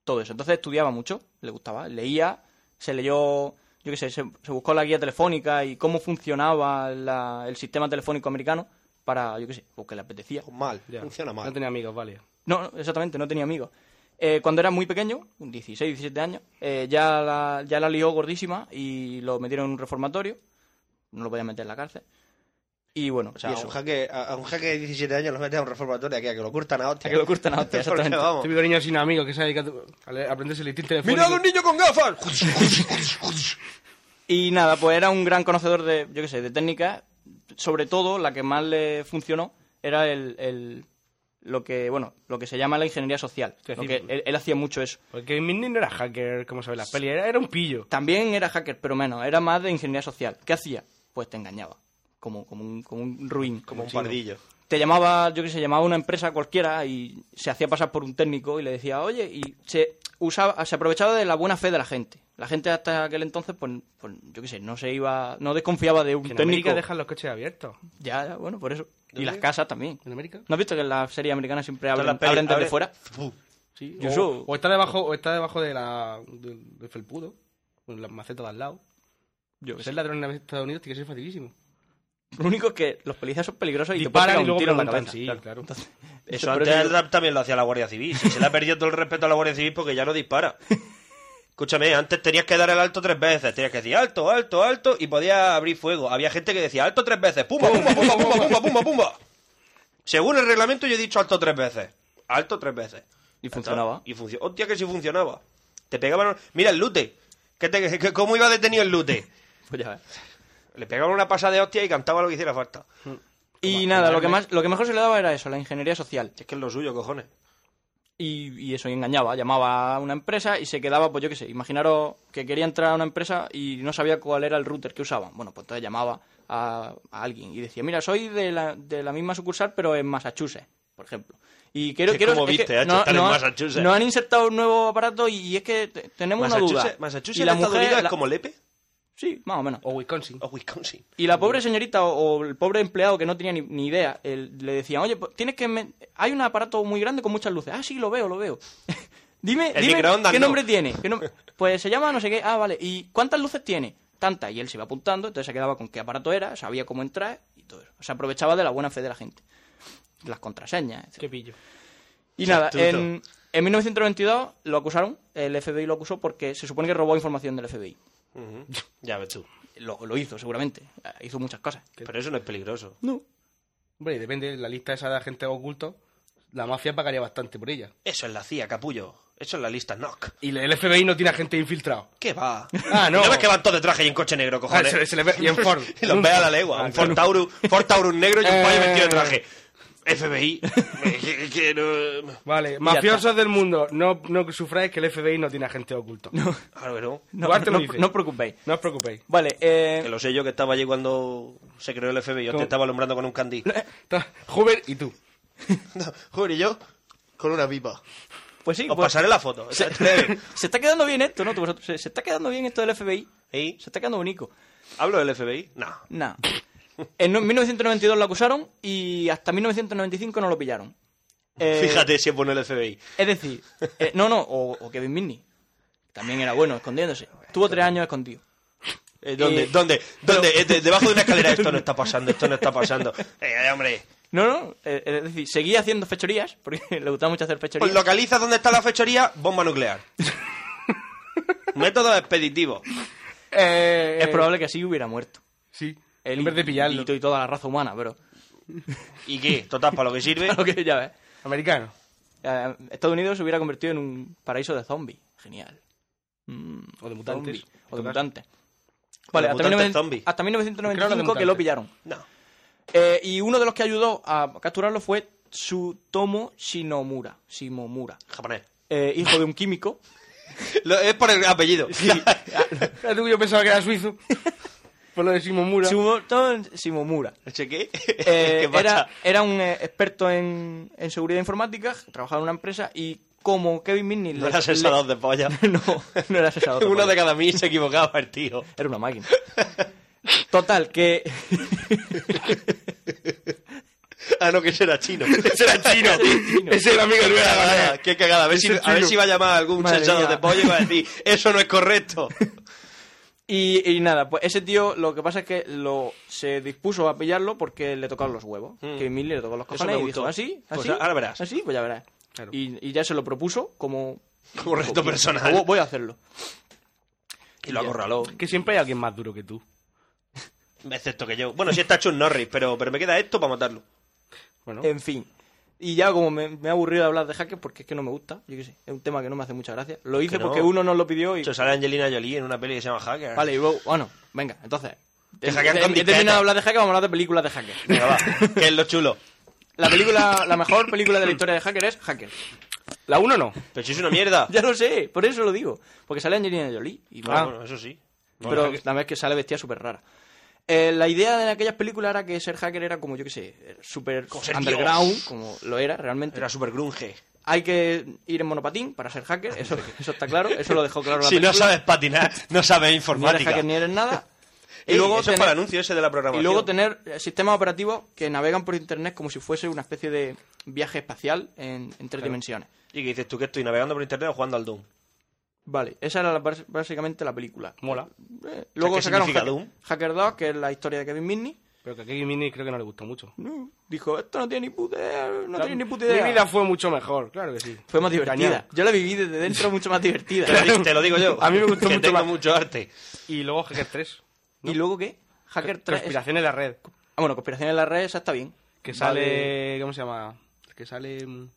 [SPEAKER 8] todo eso. Entonces estudiaba mucho, le gustaba, leía, se leyó, yo qué sé, se, se buscó la guía telefónica y cómo funcionaba la- el sistema telefónico americano para, yo qué sé, porque le apetecía.
[SPEAKER 13] pues mal,
[SPEAKER 7] Ya.
[SPEAKER 13] funciona mal.
[SPEAKER 7] No tenía amigos, vale.
[SPEAKER 8] No, no, exactamente, no tenía amigos. Eh, cuando era muy pequeño, un 16, 17 años, eh, ya, la, ya la lió gordísima y lo metieron en un reformatorio. No lo podían meter en la cárcel. Y bueno,
[SPEAKER 13] O sea,
[SPEAKER 8] y
[SPEAKER 13] a
[SPEAKER 8] eso.
[SPEAKER 13] un, jaque, a, a un jaque de 17 años lo meten a un reformatorio aquí, a que lo curtan a hostia.
[SPEAKER 8] A que lo curtan a hostia,
[SPEAKER 13] Porque,
[SPEAKER 8] exactamente.
[SPEAKER 13] vamos.
[SPEAKER 7] Típico niño Este sin amigos que se ha dedicado a le- a aprenderse el listín telefónico.
[SPEAKER 13] ¡Mirad a un niño con gafas!
[SPEAKER 8] Y nada, pues era un gran conocedor de, yo qué sé, de técnicas. Sobre todo, la que más le funcionó era el, el- lo que, bueno, lo que se llama la ingeniería social.
[SPEAKER 7] Es
[SPEAKER 8] Lo que
[SPEAKER 7] decir,
[SPEAKER 8] él, él hacía mucho eso.
[SPEAKER 7] Porque Minnie no era hacker, como se ve en la peli, era, era un pillo.
[SPEAKER 8] También era hacker, pero menos. Era más de ingeniería social. ¿Qué hacía? Pues te engañaba. Como, como, un, como un ruin.
[SPEAKER 13] Como un
[SPEAKER 8] chino.
[SPEAKER 13] pardillo.
[SPEAKER 8] Te llamaba, yo qué sé, llamaba a una empresa cualquiera y se hacía pasar por un técnico y le decía, oye, y se, usaba, se aprovechaba de la buena fe de la gente. La gente hasta aquel entonces, pues, pues, yo qué sé, no se iba, no desconfiaba de un
[SPEAKER 7] Que en
[SPEAKER 8] técnico.
[SPEAKER 7] América dejan los coches abiertos.
[SPEAKER 8] Ya, ya, bueno, por eso. Y
[SPEAKER 7] ¿Dónde?
[SPEAKER 8] las casas también.
[SPEAKER 7] ¿En América?
[SPEAKER 8] ¿No has visto que en las series americanas siempre
[SPEAKER 7] Todas
[SPEAKER 8] hablan,
[SPEAKER 7] las pelis
[SPEAKER 8] hablan desde
[SPEAKER 7] abren-
[SPEAKER 8] fuera?
[SPEAKER 7] Sí.
[SPEAKER 8] Yo
[SPEAKER 7] o,
[SPEAKER 8] soy-
[SPEAKER 7] o está debajo, o está debajo de la, del, del felpudo, con las macetas de al lado.
[SPEAKER 8] Yo qué
[SPEAKER 7] Ser
[SPEAKER 8] sé.
[SPEAKER 7] ladrón en Estados Unidos tiene que ser facilísimo.
[SPEAKER 8] Lo único es que los policías son peligrosos y
[SPEAKER 7] Disparan y
[SPEAKER 8] te ponen un
[SPEAKER 7] luego
[SPEAKER 8] tiro en la
[SPEAKER 7] preguntan,
[SPEAKER 8] cabeza.
[SPEAKER 7] sí,
[SPEAKER 8] claro.
[SPEAKER 7] claro.
[SPEAKER 8] Entonces,
[SPEAKER 2] Eso
[SPEAKER 8] eso
[SPEAKER 2] antes
[SPEAKER 8] antes-
[SPEAKER 2] el rap también lo hacía la Guardia Civil. Si se le ha perdido todo el respeto a la Guardia Civil porque ya no dispara. Escúchame, antes tenías que dar el alto tres veces. Tenías que decir alto, alto, alto y podías abrir fuego. Había gente que decía alto tres veces. Pumba, pumba, pumba, pumba, pumba, pumba, pumba. Según el reglamento yo he dicho alto tres veces. Alto tres veces.
[SPEAKER 8] Y funcionaba.
[SPEAKER 2] Y funcionaba. Hostia que sí funcionaba. Te pegaban... Mira el lute. ¿Qué te- qué- ¿Cómo iba detenido el lute?
[SPEAKER 8] Pues ya ves.
[SPEAKER 2] Le pegaban una pasada de hostia y cantaba lo que hiciera falta.
[SPEAKER 8] Y nada, lo que, más, lo que mejor se le daba era eso, la ingeniería social.
[SPEAKER 2] Es que es lo suyo, cojones.
[SPEAKER 8] Y, y eso, y engañaba, llamaba a una empresa y se quedaba, pues yo qué sé, imaginaros que quería entrar a una empresa y no sabía cuál era el router que usaban. Bueno, pues entonces llamaba a, a alguien y decía, mira, soy de la, de la misma sucursal, pero en Massachusetts, por ejemplo. Y quiero...
[SPEAKER 2] Es
[SPEAKER 8] quiero
[SPEAKER 2] como
[SPEAKER 8] que
[SPEAKER 2] viste, ha hecho estar en
[SPEAKER 8] no,
[SPEAKER 2] Massachusetts.
[SPEAKER 8] no han insertado un nuevo aparato y, y es que te- tenemos una duda.
[SPEAKER 2] Massachusetts, Massachusetts
[SPEAKER 8] y
[SPEAKER 2] en
[SPEAKER 8] la
[SPEAKER 2] Estados
[SPEAKER 8] mujer,
[SPEAKER 2] Unidos es
[SPEAKER 8] la-
[SPEAKER 2] como Lepe.
[SPEAKER 8] Sí, más o menos.
[SPEAKER 7] O Wisconsin.
[SPEAKER 13] O Wisconsin.
[SPEAKER 8] Y la pobre señorita o, o el pobre empleado que no tenía ni, ni idea, él- le decían, oye, pues, tienes que... men- Hay un aparato muy grande con muchas luces. Ah, sí, lo veo, lo veo. dime,
[SPEAKER 2] El
[SPEAKER 8] dime
[SPEAKER 2] microondas
[SPEAKER 8] qué
[SPEAKER 2] no.
[SPEAKER 8] nombre tiene. qué nom- Pues se llama no sé qué. Ah, vale. ¿Y cuántas luces tiene? Tantas. Y él se iba apuntando, entonces se quedaba con qué aparato era, sabía cómo entrar y todo eso. Se aprovechaba de la buena fe de la gente. Las contraseñas, etc.
[SPEAKER 7] Qué pillo.
[SPEAKER 8] Y nada,
[SPEAKER 7] Astuto.
[SPEAKER 8] en, en 1922 lo acusaron, el FBI lo acusó porque se supone que robó información del FBI.
[SPEAKER 2] Ya ves tú.
[SPEAKER 8] Lo, lo hizo, seguramente. Eh, Hizo muchas cosas.
[SPEAKER 2] Pero eso no es peligroso.
[SPEAKER 8] No.
[SPEAKER 7] Hombre, depende de la lista esa de agentes ocultos. La mafia pagaría bastante por ella.
[SPEAKER 2] Eso es la CIA, capullo. Eso es la lista NOC.
[SPEAKER 7] Y el FBI no tiene agente infiltrado.
[SPEAKER 2] ¿Qué va?
[SPEAKER 7] Ah, no.
[SPEAKER 2] ¿No ves que van todos de traje y en coche negro, cojones?
[SPEAKER 7] Ah, se- se le ve- y en Ford.
[SPEAKER 2] Y los ve a la legua.
[SPEAKER 7] Ah,
[SPEAKER 2] un
[SPEAKER 7] claro.
[SPEAKER 2] Ford Taurus, Ford Taurus negro y un payo
[SPEAKER 7] Eh.
[SPEAKER 2] vestido de traje. FBI. que- que no-
[SPEAKER 7] Vale,
[SPEAKER 2] Y ya está.
[SPEAKER 7] mafiosos del mundo, no, no sufráis que el FBI no tiene agente oculto.
[SPEAKER 2] Claro que no.
[SPEAKER 7] No, Duarte lo no- dice. no os
[SPEAKER 8] preocupéis.
[SPEAKER 7] No os preocupéis.
[SPEAKER 8] Vale, eh...
[SPEAKER 2] Que lo sé yo que estaba allí cuando se creó el FBI. Yo
[SPEAKER 7] ¿Cómo?
[SPEAKER 2] te estaba alumbrando con un candí.
[SPEAKER 7] Huber y tú.
[SPEAKER 13] Joder, y yo con una pipa.
[SPEAKER 8] Pues sí.
[SPEAKER 2] Os
[SPEAKER 8] pues-
[SPEAKER 2] pasaré la foto.
[SPEAKER 8] Se, se está quedando bien esto, ¿no? Tú, vosotros- se, se está quedando bien esto del FBI. Se está quedando bonito.
[SPEAKER 2] ¿Hablo del FBI? No.
[SPEAKER 8] Nada. En no- 1992 lo acusaron y hasta 1995 no lo pillaron. Eh,
[SPEAKER 2] Fíjate si es bueno el FBI.
[SPEAKER 8] Es decir, eh, no, no, o, o Kevin Mitnick. También era bueno escondiéndose. Estuvo tres años escondido.
[SPEAKER 2] Eh, ¿Dónde?
[SPEAKER 8] Eh,
[SPEAKER 2] ¿Dónde? ¿Dónde? Eh, de- debajo de una escalera. Esto no está pasando, esto no está pasando. Eh, hombre.
[SPEAKER 8] No, no, eh, es decir, seguía haciendo fechorías, porque le gustaba mucho hacer fechorías.
[SPEAKER 2] Pues localiza dónde está la fechoría, bomba nuclear. Método expeditivo.
[SPEAKER 8] es probable que así hubiera muerto.
[SPEAKER 7] Eh, Sí.
[SPEAKER 8] Él en vez de pillarlo. Y, toda la raza humana, pero...
[SPEAKER 2] ¿Y qué? Total, para lo que sirve.
[SPEAKER 8] Lo que ya ves.
[SPEAKER 7] Americano.
[SPEAKER 8] Eh, Estados Unidos se hubiera convertido en un paraíso de zombies. Genial.
[SPEAKER 7] O de mutantes.
[SPEAKER 8] Zombi. O de mutantes. Vale,
[SPEAKER 2] Los
[SPEAKER 8] hasta,
[SPEAKER 2] mutantes
[SPEAKER 8] 19-
[SPEAKER 2] zombi.
[SPEAKER 8] hasta
[SPEAKER 2] Creo que
[SPEAKER 8] 1995
[SPEAKER 2] los
[SPEAKER 8] que lo
[SPEAKER 2] mutantes.
[SPEAKER 8] pillaron.
[SPEAKER 2] No.
[SPEAKER 8] Eh, y uno de los que ayudó a capturarlo fue Tsutomo Shinomura. Shimomura.
[SPEAKER 2] Japonés.
[SPEAKER 8] Eh, hijo de un químico.
[SPEAKER 2] es por el apellido.
[SPEAKER 7] Yo pensaba que era suizo. Por lo de Shimomura.
[SPEAKER 8] Tsutomo Shimomura.
[SPEAKER 2] ¿Qué?
[SPEAKER 8] Eh,
[SPEAKER 2] ¿Qué pasa?
[SPEAKER 8] era, era un eh, experto en, en seguridad informática, trabajaba en una empresa y como Kevin Mitnick...
[SPEAKER 2] No
[SPEAKER 8] le-
[SPEAKER 2] era asesador
[SPEAKER 8] le-
[SPEAKER 2] de polla.
[SPEAKER 8] No, no era asesador de
[SPEAKER 2] Uno
[SPEAKER 8] polla.
[SPEAKER 2] de cada mil se equivocaba el tío.
[SPEAKER 8] Era una máquina. Total, que...
[SPEAKER 2] Ah, no, que ese era chino. Ese era chino.
[SPEAKER 7] Ese era amigo de
[SPEAKER 2] Qué
[SPEAKER 7] Luis Aragonés.
[SPEAKER 2] cagada, Qué cagada. A ver, si,
[SPEAKER 7] Ese
[SPEAKER 2] a ver
[SPEAKER 7] chino.
[SPEAKER 2] si va a llamar a algún
[SPEAKER 8] Madre
[SPEAKER 2] chanchado
[SPEAKER 8] mía.
[SPEAKER 2] de pollo y va a decir, eso no es correcto.
[SPEAKER 8] Y, y nada, pues ese tío lo que pasa es que lo se dispuso a pillarlo porque le tocaban los huevos.
[SPEAKER 2] Mm.
[SPEAKER 8] Kevin Mitnick le tocó los
[SPEAKER 2] Eso
[SPEAKER 8] cojones
[SPEAKER 2] me
[SPEAKER 8] y
[SPEAKER 2] gustó.
[SPEAKER 8] dijo, ¿así?
[SPEAKER 2] Pues
[SPEAKER 8] ¿Así?
[SPEAKER 2] ahora verás.
[SPEAKER 8] ¿Así? Pues ya verás. Y, y ya se lo propuso como...
[SPEAKER 2] Como reto
[SPEAKER 8] como-
[SPEAKER 2] personal.
[SPEAKER 8] como, Voy a hacerlo.
[SPEAKER 2] Y lo acorraló.
[SPEAKER 7] Que siempre hay alguien más duro que tú.
[SPEAKER 2] Excepto que yo. Bueno, sí está Chun Norris, pero, pero me queda esto para matarlo.
[SPEAKER 7] Bueno.
[SPEAKER 8] En fin. Y ya como me, me he aburrido de hablar de hackers porque es que no me gusta, yo qué sé, es un tema que no me hace mucha gracia. Lo
[SPEAKER 2] Que
[SPEAKER 8] hice
[SPEAKER 2] no.
[SPEAKER 8] porque uno nos lo pidió y...
[SPEAKER 2] Eso sale Angelina Jolie en una peli que se llama Hacker.
[SPEAKER 8] Vale, y luego, bueno, venga, entonces...
[SPEAKER 2] Te hackean
[SPEAKER 8] he-
[SPEAKER 2] con
[SPEAKER 8] he
[SPEAKER 2] disquetes.
[SPEAKER 8] terminado de hablar de hackers, vamos a hablar de películas de hackers.
[SPEAKER 2] Venga, va. Que es lo chulo.
[SPEAKER 8] La película, la mejor película de la historia de hacker es Hacker.
[SPEAKER 7] La uno no.
[SPEAKER 2] Pero si es una mierda.
[SPEAKER 8] Ya lo sé, por eso lo digo. Porque sale Angelina Jolie. Y
[SPEAKER 2] Ah,
[SPEAKER 8] bueno,
[SPEAKER 2] bueno, eso sí.
[SPEAKER 8] pero la vez que sale vestida súper rara. Eh, la idea de aquellas películas era que ser hacker era como, yo qué sé, súper
[SPEAKER 2] Como ser
[SPEAKER 8] underground,
[SPEAKER 2] Dios.
[SPEAKER 8] como lo era realmente.
[SPEAKER 2] Era súper grunge.
[SPEAKER 8] Hay que ir en monopatín para ser hacker, eso, eso está claro, eso lo dejó claro la
[SPEAKER 2] Si no
[SPEAKER 8] película.
[SPEAKER 2] sabes patinar, no sabes
[SPEAKER 8] ni eres
[SPEAKER 2] informática.
[SPEAKER 8] hacker ni eres nada.
[SPEAKER 2] Y luego eso es
[SPEAKER 8] tener-
[SPEAKER 2] para el anuncio ese de la programación.
[SPEAKER 8] Y luego tener eh, sistemas operativos que navegan por internet como si fuese una especie de viaje espacial en, en tres dimensiones.
[SPEAKER 2] Y que dices tú que estoy navegando por internet o jugando al Doom.
[SPEAKER 8] Vale, esa era la- bas- básicamente la película.
[SPEAKER 7] Mola.
[SPEAKER 8] Eh, Luego
[SPEAKER 2] ¿qué
[SPEAKER 8] sacaron
[SPEAKER 2] significa
[SPEAKER 8] Hacker,
[SPEAKER 2] Doom?
[SPEAKER 8] Hacker 2, que es la historia de Kevin Mitnick.
[SPEAKER 7] Pero que a Kevin Mini creo que no le gustó mucho.
[SPEAKER 8] No, dijo, esto no tiene ni puta idea, no tiene ni puta
[SPEAKER 7] Mi
[SPEAKER 8] idea.
[SPEAKER 7] vida fue mucho mejor, claro que sí.
[SPEAKER 8] fue más divertida.
[SPEAKER 7] Cañada.
[SPEAKER 8] Yo la viví desde dentro mucho más divertida.
[SPEAKER 2] Te lo, di- te lo digo yo.
[SPEAKER 7] A mí me gustó
[SPEAKER 2] que
[SPEAKER 7] mucho
[SPEAKER 2] tengo
[SPEAKER 7] más.
[SPEAKER 2] mucho arte.
[SPEAKER 7] Y luego Hacker 3.
[SPEAKER 8] ¿Y luego qué? Hacker 3.
[SPEAKER 7] Conspiraciones de la red.
[SPEAKER 8] Ah, bueno, conspiración en la red, esa está bien.
[SPEAKER 7] Que
[SPEAKER 8] Vale.
[SPEAKER 7] sale. ¿Cómo se llama? El Que sale. mm,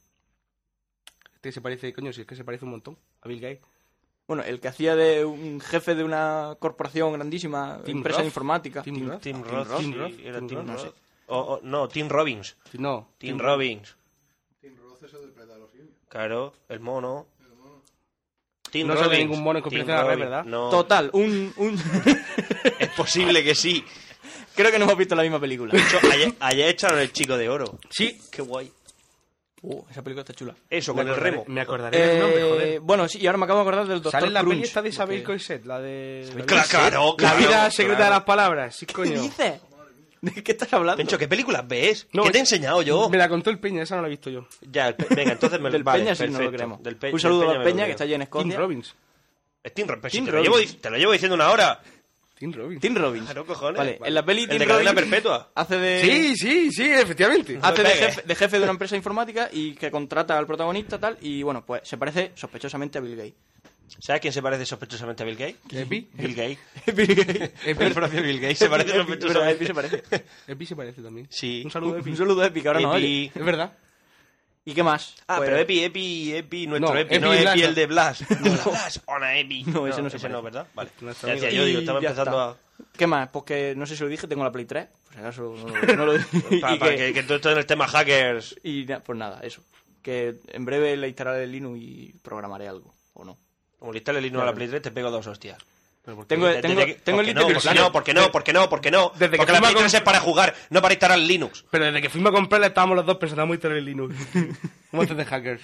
[SPEAKER 7] Este que se parece. Coño, si es que se parece un montón a Bill Gates.
[SPEAKER 8] Bueno, el que hacía de un jefe de una corporación grandísima,
[SPEAKER 7] Tim
[SPEAKER 8] empresa
[SPEAKER 7] Roth.
[SPEAKER 8] de informática.
[SPEAKER 7] Tim Roth.
[SPEAKER 2] Tim
[SPEAKER 7] Ah, Tim
[SPEAKER 2] Roth.
[SPEAKER 7] Roth,
[SPEAKER 2] sí,
[SPEAKER 7] Tim Roth,
[SPEAKER 2] era
[SPEAKER 7] Tim
[SPEAKER 2] Tim
[SPEAKER 7] Roth, no
[SPEAKER 2] Roth.
[SPEAKER 7] sé.
[SPEAKER 2] O- o- no, Tim Robbins.
[SPEAKER 7] No.
[SPEAKER 2] Tim Robbins.
[SPEAKER 14] Tim Roth es el del Planeta de los Simios.
[SPEAKER 2] Claro, el mono. Tim
[SPEAKER 7] No sale
[SPEAKER 2] Robbins.
[SPEAKER 7] ningún mono
[SPEAKER 2] Tim
[SPEAKER 7] en conspiración de la red,
[SPEAKER 2] Robbins.
[SPEAKER 7] ¿verdad?
[SPEAKER 2] No.
[SPEAKER 8] Total, un... un...
[SPEAKER 2] Es posible que sí.
[SPEAKER 8] Creo que no hemos visto la misma película.
[SPEAKER 2] De hecho, ayer, ayer echaron el chico de oro.
[SPEAKER 7] Sí.
[SPEAKER 2] Qué guay.
[SPEAKER 8] Uh, esa película está chula.
[SPEAKER 2] Eso, con el remo.
[SPEAKER 7] Me acordaré del nombre, joder.
[SPEAKER 8] Bueno, sí, y ahora me acabo de acordar del Eh, Doctor
[SPEAKER 7] Sale en la
[SPEAKER 8] Crunch.
[SPEAKER 7] peli esta de Isabel
[SPEAKER 8] porque-
[SPEAKER 7] Coixet, la de...
[SPEAKER 8] Isabel
[SPEAKER 7] la vida-
[SPEAKER 8] Claro,
[SPEAKER 7] La
[SPEAKER 8] claro,
[SPEAKER 7] vida secreta
[SPEAKER 8] claro.
[SPEAKER 7] de las palabras, sí, coño.
[SPEAKER 8] ¿Qué dices? ¿De qué estás hablando?
[SPEAKER 2] Pencho, ¿qué películas ves? ¿Qué te he enseñado yo?
[SPEAKER 7] Me la contó el Peña, esa no la he visto yo.
[SPEAKER 2] Ya, el pe- venga, entonces me lo
[SPEAKER 7] Del
[SPEAKER 2] vale,
[SPEAKER 7] Peña sí no lo
[SPEAKER 2] perfecto.
[SPEAKER 7] creemos.
[SPEAKER 2] Del pe-
[SPEAKER 7] Un saludo
[SPEAKER 2] del
[SPEAKER 7] a la
[SPEAKER 2] me lo
[SPEAKER 7] Peña,
[SPEAKER 2] creo.
[SPEAKER 7] que está allí en Escocia. Tim Robbins.
[SPEAKER 2] Es Tim Robbins.
[SPEAKER 7] Tim
[SPEAKER 2] te, lo llevo,
[SPEAKER 7] Robbins.
[SPEAKER 2] di- te lo llevo diciendo una hora.
[SPEAKER 7] Tim Robbins.
[SPEAKER 8] Tim Robbins.
[SPEAKER 2] Claro, cojones.
[SPEAKER 8] Vale, en la peli
[SPEAKER 2] El
[SPEAKER 8] Tim
[SPEAKER 2] de cadena
[SPEAKER 8] Robbins
[SPEAKER 2] perpetua.
[SPEAKER 8] Hace de...
[SPEAKER 7] Sí, sí, sí, efectivamente.
[SPEAKER 8] hace de
[SPEAKER 7] Pegues.
[SPEAKER 8] jefe, de jefe de una empresa informática y que contrata al protagonista tal y bueno pues se parece sospechosamente a Bill Gates
[SPEAKER 2] ¿Sabes quién se parece sospechosamente a Bill Gates?
[SPEAKER 7] ¿Epi?
[SPEAKER 2] Bill Gates.
[SPEAKER 8] Bill Gates.
[SPEAKER 2] El propio Bill Gates se parece
[SPEAKER 7] Epi,
[SPEAKER 2] sospechosamente.
[SPEAKER 7] Epi se parece. Epi se parece también.
[SPEAKER 2] Sí.
[SPEAKER 7] Un saludo, Epi.
[SPEAKER 8] un saludo Epi que ahora no
[SPEAKER 2] Epi.
[SPEAKER 8] oye.
[SPEAKER 7] Es verdad.
[SPEAKER 8] y qué más
[SPEAKER 2] Ah,
[SPEAKER 8] Pues-
[SPEAKER 2] pero Epi, Epi, Epi, nuestro
[SPEAKER 8] No,
[SPEAKER 2] Epi,
[SPEAKER 8] Epi
[SPEAKER 2] no Epi,
[SPEAKER 8] Blas, no.
[SPEAKER 2] el de Blas. Hola, Blas, hola, Epi.
[SPEAKER 8] No, ese no se parece.
[SPEAKER 2] ¿verdad? Vale.
[SPEAKER 7] Nuestro
[SPEAKER 2] Ya
[SPEAKER 7] amigo.
[SPEAKER 2] decía yo digo, estaba
[SPEAKER 8] Y ya
[SPEAKER 2] empezando a...
[SPEAKER 8] está. ¿Qué más? Porque no sé si lo dije, tengo la Play 3. Por si acaso no, lo- no lo dije.
[SPEAKER 2] Para,
[SPEAKER 8] Y
[SPEAKER 2] para
[SPEAKER 8] que-
[SPEAKER 2] que, que tú estás en el tema hackers.
[SPEAKER 8] Y na- pues nada, eso. Que en breve le instalaré el Linux y programaré algo, ¿o no?
[SPEAKER 2] Como le instale el Linux a la Play 3, te pego dos hostias. Pero ¿por qué?
[SPEAKER 8] Tengo-
[SPEAKER 2] Desde
[SPEAKER 8] tengo-
[SPEAKER 2] que-
[SPEAKER 8] tengo
[SPEAKER 2] porque
[SPEAKER 8] el Linux
[SPEAKER 2] no, porque
[SPEAKER 8] virtual.
[SPEAKER 2] no, porque no, porque no, porque no.
[SPEAKER 7] Desde que
[SPEAKER 2] porque la
[SPEAKER 7] firma
[SPEAKER 2] Play 3
[SPEAKER 7] con-
[SPEAKER 2] es para jugar, no para instalar Linux.
[SPEAKER 7] Pero desde que fuimos a comprarla estábamos los dos pensando muy terrible Linux. Un montón de hackers.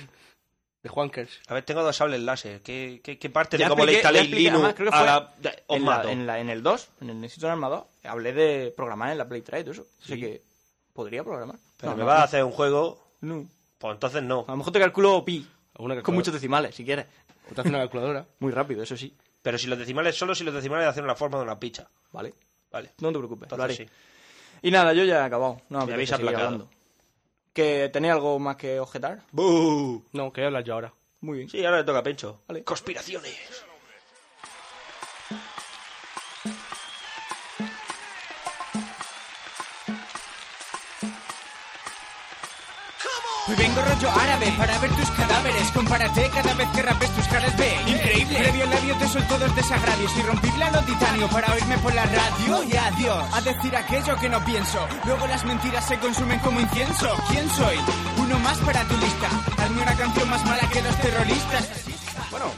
[SPEAKER 7] De Juankers.
[SPEAKER 2] A ver, tengo dos sables láser. ¿Qué, qué, qué parte
[SPEAKER 8] Ya
[SPEAKER 2] de cómo le
[SPEAKER 8] expliqué- ya
[SPEAKER 2] instalé
[SPEAKER 8] expliqué, además,
[SPEAKER 2] Linux
[SPEAKER 8] creo que
[SPEAKER 2] a
[SPEAKER 8] fue
[SPEAKER 2] la... ya, Os
[SPEAKER 8] en, la-
[SPEAKER 2] mato.
[SPEAKER 8] en la- en el 2, en el Necesito un Arma 2, hablé de programar en la Play 3 y todo eso. Así que podría programar.
[SPEAKER 2] Pero
[SPEAKER 8] No,
[SPEAKER 2] me
[SPEAKER 8] no,
[SPEAKER 2] vas
[SPEAKER 8] no. Ah.
[SPEAKER 2] a hacer un juego...
[SPEAKER 8] No.
[SPEAKER 2] Pues entonces no.
[SPEAKER 8] A lo mejor te calculo pi,
[SPEAKER 7] Una
[SPEAKER 8] con muchos decimales, si quieres.
[SPEAKER 7] Te hace una calculadora.
[SPEAKER 8] Muy rápido, eso sí.
[SPEAKER 2] Pero si los decimales, solo si los decimales hacen la forma de una picha.
[SPEAKER 8] Vale,
[SPEAKER 2] Vale.
[SPEAKER 8] no te preocupes, lo haré.
[SPEAKER 2] Entonces sí.
[SPEAKER 8] Y nada, yo ya he acabado. No, apetece
[SPEAKER 2] habéis
[SPEAKER 8] seguir
[SPEAKER 2] aplacado.
[SPEAKER 8] hablando. ¿Que tenéis algo más que objetar?
[SPEAKER 2] ¡Bú!
[SPEAKER 7] No, que hablas yo ahora.
[SPEAKER 8] Muy bien.
[SPEAKER 2] Sí, ahora le toca a Pencho.
[SPEAKER 8] Vale.
[SPEAKER 2] Conspiraciones.
[SPEAKER 15] Vengo rollo árabe para ver tus cadáveres. Compárate cada vez que rapes tus caras de increíble. Previo labio te suelto dos desagravios y rompí plano titanio para oírme por la radio y adiós. A decir aquello que no pienso. Luego las mentiras se consumen como incienso. ¿Quién soy? Uno más para tu lista. Hazme una canción más mala que los terroristas.
[SPEAKER 7] Bueno,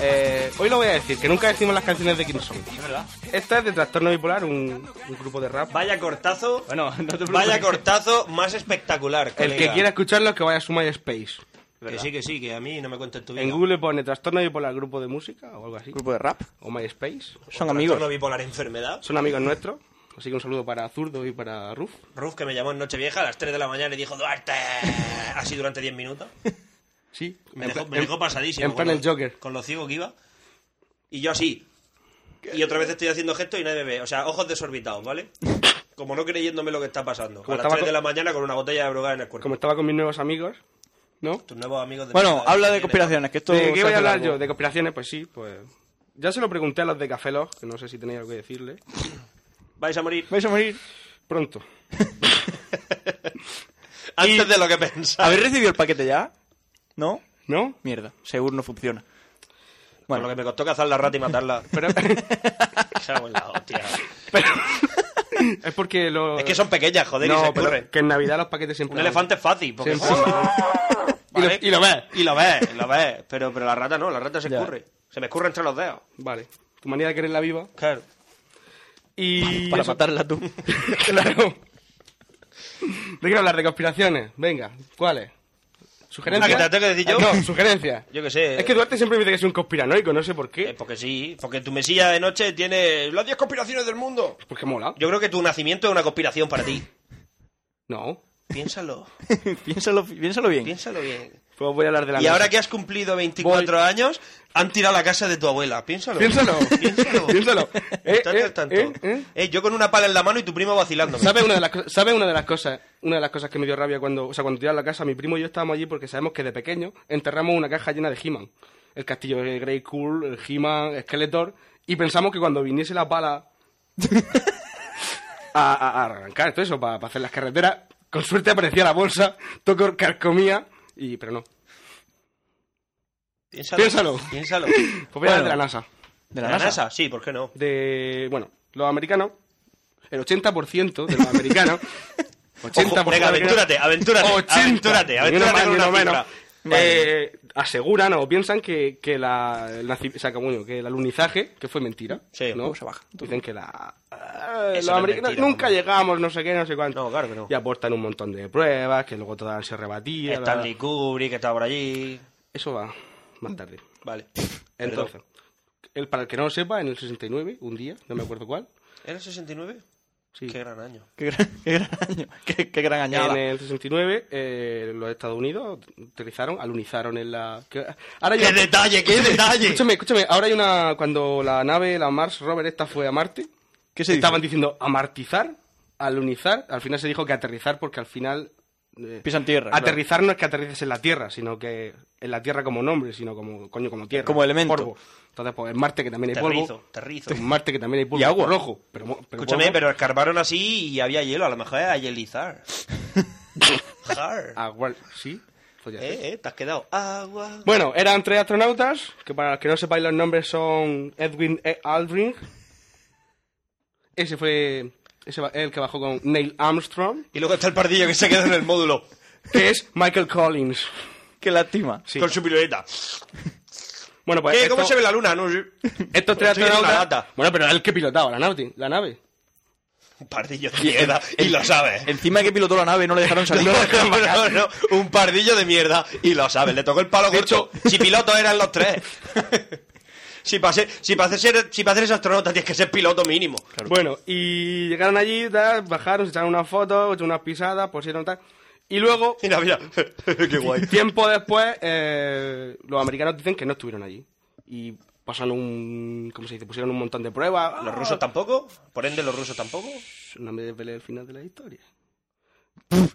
[SPEAKER 7] eh, hoy lo voy a decir, que nunca decimos las canciones de quién son.
[SPEAKER 8] verdad.
[SPEAKER 7] Esta es de Trastorno Bipolar, un, un grupo de rap.
[SPEAKER 2] Vaya cortazo.
[SPEAKER 8] Bueno, no te preocupes.
[SPEAKER 2] Vaya cortazo más espectacular.
[SPEAKER 7] El que
[SPEAKER 2] colega.
[SPEAKER 7] quiera escucharlo, que vaya a su MySpace.
[SPEAKER 2] Que sí, que sí, que a mí no me cuentes tu vida.
[SPEAKER 7] En Google pone Trastorno Bipolar Grupo de Música o algo así.
[SPEAKER 8] Grupo de rap.
[SPEAKER 7] O MySpace.
[SPEAKER 8] Son
[SPEAKER 2] No
[SPEAKER 8] amigos.
[SPEAKER 2] bipolar enfermedad.
[SPEAKER 7] Son amigos nuestros. Así que un saludo para Zurdo y para Ruf.
[SPEAKER 2] Ruf, que me llamó en Nochevieja a las 3 de la mañana y dijo, Duarte, así durante 10 minutos.
[SPEAKER 7] Sí.
[SPEAKER 2] Me
[SPEAKER 7] En
[SPEAKER 2] dejó,
[SPEAKER 7] pla-
[SPEAKER 2] me
[SPEAKER 7] en-
[SPEAKER 2] dejó pasadísimo.
[SPEAKER 7] En plan
[SPEAKER 2] con
[SPEAKER 7] el
[SPEAKER 2] lo-
[SPEAKER 7] Joker.
[SPEAKER 2] Con lo ciego que iba. Y yo así. Y otra vez estoy haciendo gestos y nadie me ve. O sea, ojos desorbitados, ¿vale? Como no creyéndome lo que está pasando.
[SPEAKER 7] Como
[SPEAKER 2] a las
[SPEAKER 7] estaba
[SPEAKER 2] 3 de
[SPEAKER 7] con-
[SPEAKER 2] la mañana con una botella de droga en el cuerpo.
[SPEAKER 7] Como estaba con mis nuevos amigos, ¿no?
[SPEAKER 2] Tus nuevos amigos de
[SPEAKER 8] Bueno,
[SPEAKER 2] mierda,
[SPEAKER 8] habla
[SPEAKER 2] que
[SPEAKER 8] de
[SPEAKER 2] tienes, ¿no?
[SPEAKER 8] conspiraciones, que esto...
[SPEAKER 7] ¿De
[SPEAKER 8] se
[SPEAKER 7] qué voy
[SPEAKER 8] hace
[SPEAKER 7] a hablar
[SPEAKER 8] largo.
[SPEAKER 7] yo? ¿De conspiraciones? Pues sí, pues... Ya se lo pregunté a los de Café Lock, que no sé si tenéis algo que decirle.
[SPEAKER 2] Vais a morir
[SPEAKER 8] Vais a morir.
[SPEAKER 7] Pronto.
[SPEAKER 2] antes de lo que pensaba.
[SPEAKER 8] ¿Habéis recibido el paquete ya? ¿No?
[SPEAKER 7] ¿No?
[SPEAKER 8] Mierda, seguro no funciona.
[SPEAKER 2] Bueno, lo que me costó cazar la rata y matarla.
[SPEAKER 7] Pero...
[SPEAKER 2] Cago en la hostia.
[SPEAKER 7] pero- es porque lo...
[SPEAKER 2] Es que son pequeñas, joder, y se
[SPEAKER 7] No,
[SPEAKER 2] corren.
[SPEAKER 7] pero que en Navidad los paquetes siempre...
[SPEAKER 2] Un elefante es fácil. Porque...
[SPEAKER 7] Siempre-
[SPEAKER 2] ¿Vale?
[SPEAKER 7] Y lo- y lo ves.
[SPEAKER 2] Y lo ves, y lo ves. Pero, pero la rata no, la rata se escurre. Se me escurre entre los dedos.
[SPEAKER 7] Vale. Tu manía de quererla viva.
[SPEAKER 2] Claro.
[SPEAKER 7] Y...
[SPEAKER 8] Para
[SPEAKER 7] eso-
[SPEAKER 8] matarla tú.
[SPEAKER 7] claro. ¿De qué hablar? ¿De conspiraciones? Venga, ¿cuáles? ¿Sugerencias?
[SPEAKER 2] Ah, que te tengo que decir yo.
[SPEAKER 7] No, sugerencias.
[SPEAKER 2] Yo qué sé.
[SPEAKER 7] Es que Duarte siempre me dice que soy un conspiranoico, no sé por
[SPEAKER 2] Eh,
[SPEAKER 7] qué.
[SPEAKER 2] porque sí, porque tu mesilla de noche tiene las 10 conspiraciones del mundo.
[SPEAKER 7] Porque mola.
[SPEAKER 2] Yo creo que tu nacimiento es una conspiración para ti.
[SPEAKER 7] No.
[SPEAKER 2] Piénsalo,
[SPEAKER 8] piénsalo, piénsalo bien.
[SPEAKER 2] piénsalo bien.
[SPEAKER 7] Pues voy a hablar de la
[SPEAKER 2] Y ahora que has cumplido 24 años, han tirado la casa de tu abuela. Piénsalo.
[SPEAKER 7] Piénsalo.
[SPEAKER 2] Piénsalo.
[SPEAKER 7] Piénsalo. Eh,
[SPEAKER 2] Estate
[SPEAKER 7] eh,
[SPEAKER 2] al tanto.
[SPEAKER 7] eh, eh.
[SPEAKER 2] Eh, yo con una pala en la mano y tu primo vacilándome.
[SPEAKER 7] ¿Sabe una, de las, co- sabe una de las cosas una de las cosas que me dio rabia cuando, o sea, cuando tiraron la casa? Mi primo y yo estábamos allí porque sabemos que de pequeño enterramos una caja llena de He-Man. El castillo de Grey Cool, el He-Man, Skeletor. Y pensamos que cuando viniese la bala a, a- a arrancar todo eso, para hacer las carreteras, con suerte aparecía la bolsa, toco carcomía, y, pero no.
[SPEAKER 2] Piénsalo. Piénsalo.
[SPEAKER 7] Pues voy a hablar
[SPEAKER 8] Bueno.
[SPEAKER 7] de la NASA.
[SPEAKER 8] De
[SPEAKER 2] ¿La,
[SPEAKER 8] la,
[SPEAKER 2] NASA?
[SPEAKER 8] NASA.
[SPEAKER 2] Sí, ¿por qué no?
[SPEAKER 7] de, bueno, los americanos, el 80% de los americanos, 80%
[SPEAKER 2] Ojo, venga,
[SPEAKER 7] de los
[SPEAKER 2] aventúrate, aventúrate,
[SPEAKER 7] 80,
[SPEAKER 2] aventúrate, aventúrate
[SPEAKER 7] ni uno más,
[SPEAKER 2] con
[SPEAKER 7] ni
[SPEAKER 2] una
[SPEAKER 7] uno menos,
[SPEAKER 2] cifra.
[SPEAKER 7] eh, aseguran o piensan que, que la, el naci- o sea, que, bueno, que el alunizaje que fue mentira
[SPEAKER 2] Sí. Uh,
[SPEAKER 7] ¿no?
[SPEAKER 8] se baja.
[SPEAKER 7] dicen que la
[SPEAKER 2] no
[SPEAKER 7] eh, los
[SPEAKER 2] es
[SPEAKER 7] americanos
[SPEAKER 2] mentira,
[SPEAKER 7] nunca llegamos, no sé qué, no sé cuánto. No, claro que no. Y aportan un montón de pruebas que luego todas se rebatían.
[SPEAKER 2] Stanley Kubrick que estaba por allí.
[SPEAKER 7] Eso va más tarde.
[SPEAKER 2] Vale.
[SPEAKER 7] Entonces, el, para el que no lo sepa, en el 69, un día, no me acuerdo cuál,
[SPEAKER 2] ¿Era el 69?
[SPEAKER 7] Sí.
[SPEAKER 2] Qué gran año.
[SPEAKER 8] Qué gran, qué gran año. Qué, qué gran añada.
[SPEAKER 7] En el 69, eh, los Estados Unidos utilizaron, alunizaron en la. que- ahora hay
[SPEAKER 2] ¡Qué
[SPEAKER 7] una-
[SPEAKER 2] detalle, qué
[SPEAKER 7] Escúchame,
[SPEAKER 2] detalle!
[SPEAKER 7] Escúchame, escúchame. Ahora hay una. Cuando la nave, la Mars Rover, esta fue a Marte.
[SPEAKER 8] ¿Qué se
[SPEAKER 7] Estaban diciendo amartizar, alunizar. Al final se dijo que aterrizar, porque al final. eh,
[SPEAKER 8] Pisan tierra, claro.
[SPEAKER 7] Aterrizar no es que aterrices en la Tierra, sino que en la Tierra como nombre, sino como coño como tierra.
[SPEAKER 8] Como elemento.
[SPEAKER 7] polvo. Entonces, pues en Marte que también hay
[SPEAKER 2] Terrizo,
[SPEAKER 7] polvo.
[SPEAKER 2] terrizo.
[SPEAKER 7] En Marte que también hay polvo.
[SPEAKER 8] Y agua.
[SPEAKER 7] Rojo. Pero, mo- pero
[SPEAKER 2] Escúchame,
[SPEAKER 7] polvo.
[SPEAKER 2] pero escarbaron así y había hielo. A lo mejor es a hielizar. Jar.
[SPEAKER 7] Agua, sí. Pues Ah, ya está.
[SPEAKER 2] Eh, eh, te has quedado. Agua.
[SPEAKER 7] Bueno, eran tres astronautas, que para los que no sepáis los nombres son Edwin E. Aldrin. Ese fue ese va- el que bajó con Neil Armstrong,
[SPEAKER 2] Y luego está el pardillo que se quedó en el módulo.
[SPEAKER 7] que es Michael Collins.
[SPEAKER 8] Qué lástima.
[SPEAKER 2] Con su piruleta.
[SPEAKER 7] Bueno, pues
[SPEAKER 2] ¿Qué? ¿Cómo
[SPEAKER 7] esto-
[SPEAKER 2] se ve la luna? No, sí.
[SPEAKER 7] estos tres
[SPEAKER 2] Sí, en la
[SPEAKER 7] astronautas...
[SPEAKER 2] lata.
[SPEAKER 7] Bueno, pero el que pilotaba la nave, la nave.
[SPEAKER 2] Un pardillo de mierda. Y lo sabes.
[SPEAKER 8] Encima de que pilotó la nave no le dejaron salir.
[SPEAKER 2] No, no, no, no. Un pardillo de mierda. Y lo sabes. Le tocó el palo corto. Si pilotos eran los tres. Si para ser, si para ser, si para ser astronauta tienes que ser piloto mínimo.
[SPEAKER 7] Bueno, y llegaron allí, tal, bajaron, se echaron una foto, unas pisadas, pusieron tal... Y luego,
[SPEAKER 2] Mira, mira. Qué guay.
[SPEAKER 7] tiempo después, eh, los americanos dicen que no estuvieron allí. Y pasaron un... ¿Cómo se dice? Pusieron un montón de pruebas.
[SPEAKER 2] ¿Los
[SPEAKER 7] Ah,
[SPEAKER 2] rusos tampoco? ¿Por ende los rusos tampoco?
[SPEAKER 7] No me desvelé el final de la historia.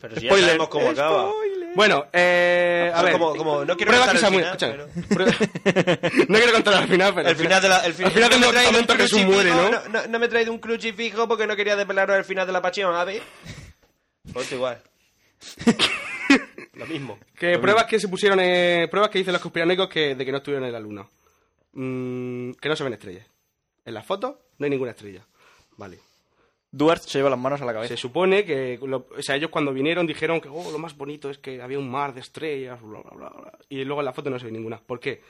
[SPEAKER 2] Pero si ya sabemos cómo acaba.
[SPEAKER 7] Bueno, eh, a
[SPEAKER 2] Pero
[SPEAKER 7] ver.
[SPEAKER 2] como- como- no quiero
[SPEAKER 7] prueba
[SPEAKER 2] contar
[SPEAKER 7] que
[SPEAKER 2] el
[SPEAKER 7] Samuel,
[SPEAKER 2] final,
[SPEAKER 7] escúchame. Prueba- no quiero contar el final, pero.
[SPEAKER 2] El final de la, el,
[SPEAKER 7] al final del
[SPEAKER 2] me traéis
[SPEAKER 7] momento
[SPEAKER 2] un
[SPEAKER 7] que Jesús muere,
[SPEAKER 2] crucifijo,
[SPEAKER 7] ¿no?
[SPEAKER 2] No, no me traéis un crucifijo porque no quería desvelaros el final de la pasión, a ver. Pues igual. Lo mismo.
[SPEAKER 7] Que pruebas que se pusieron, eh, pruebas que dicen los conspiranoicos que, de que no estuvieron en la luna. Mm, que no se ven estrellas. En las fotos no hay ninguna estrella. Vale.
[SPEAKER 8] Duarte se lleva las manos a la cabeza.
[SPEAKER 7] Se supone que, lo- o sea, ellos cuando vinieron dijeron que oh, lo más bonito es que había un mar de estrellas, bla, bla, bla, bla. Y luego en la foto no se ve ninguna. ¿Por qué?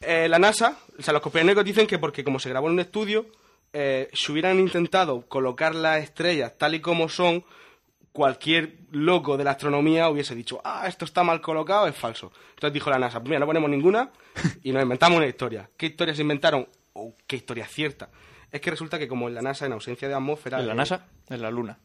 [SPEAKER 7] Eh, la NASA, o sea, los conspiranoicos dicen que porque como se grabó en un estudio, eh, si hubieran intentado colocar las estrellas tal y como son, cualquier loco de la astronomía hubiese dicho, ah, esto está mal colocado, es falso. Entonces dijo la NASA, pues mira, no ponemos ninguna y nos inventamos una historia. ¿Qué historia se inventaron? ¿O qué historia es cierta? Es que resulta que como en la NASA, en ausencia de atmósfera...
[SPEAKER 8] En la
[SPEAKER 7] eh,
[SPEAKER 8] NASA, en la luna.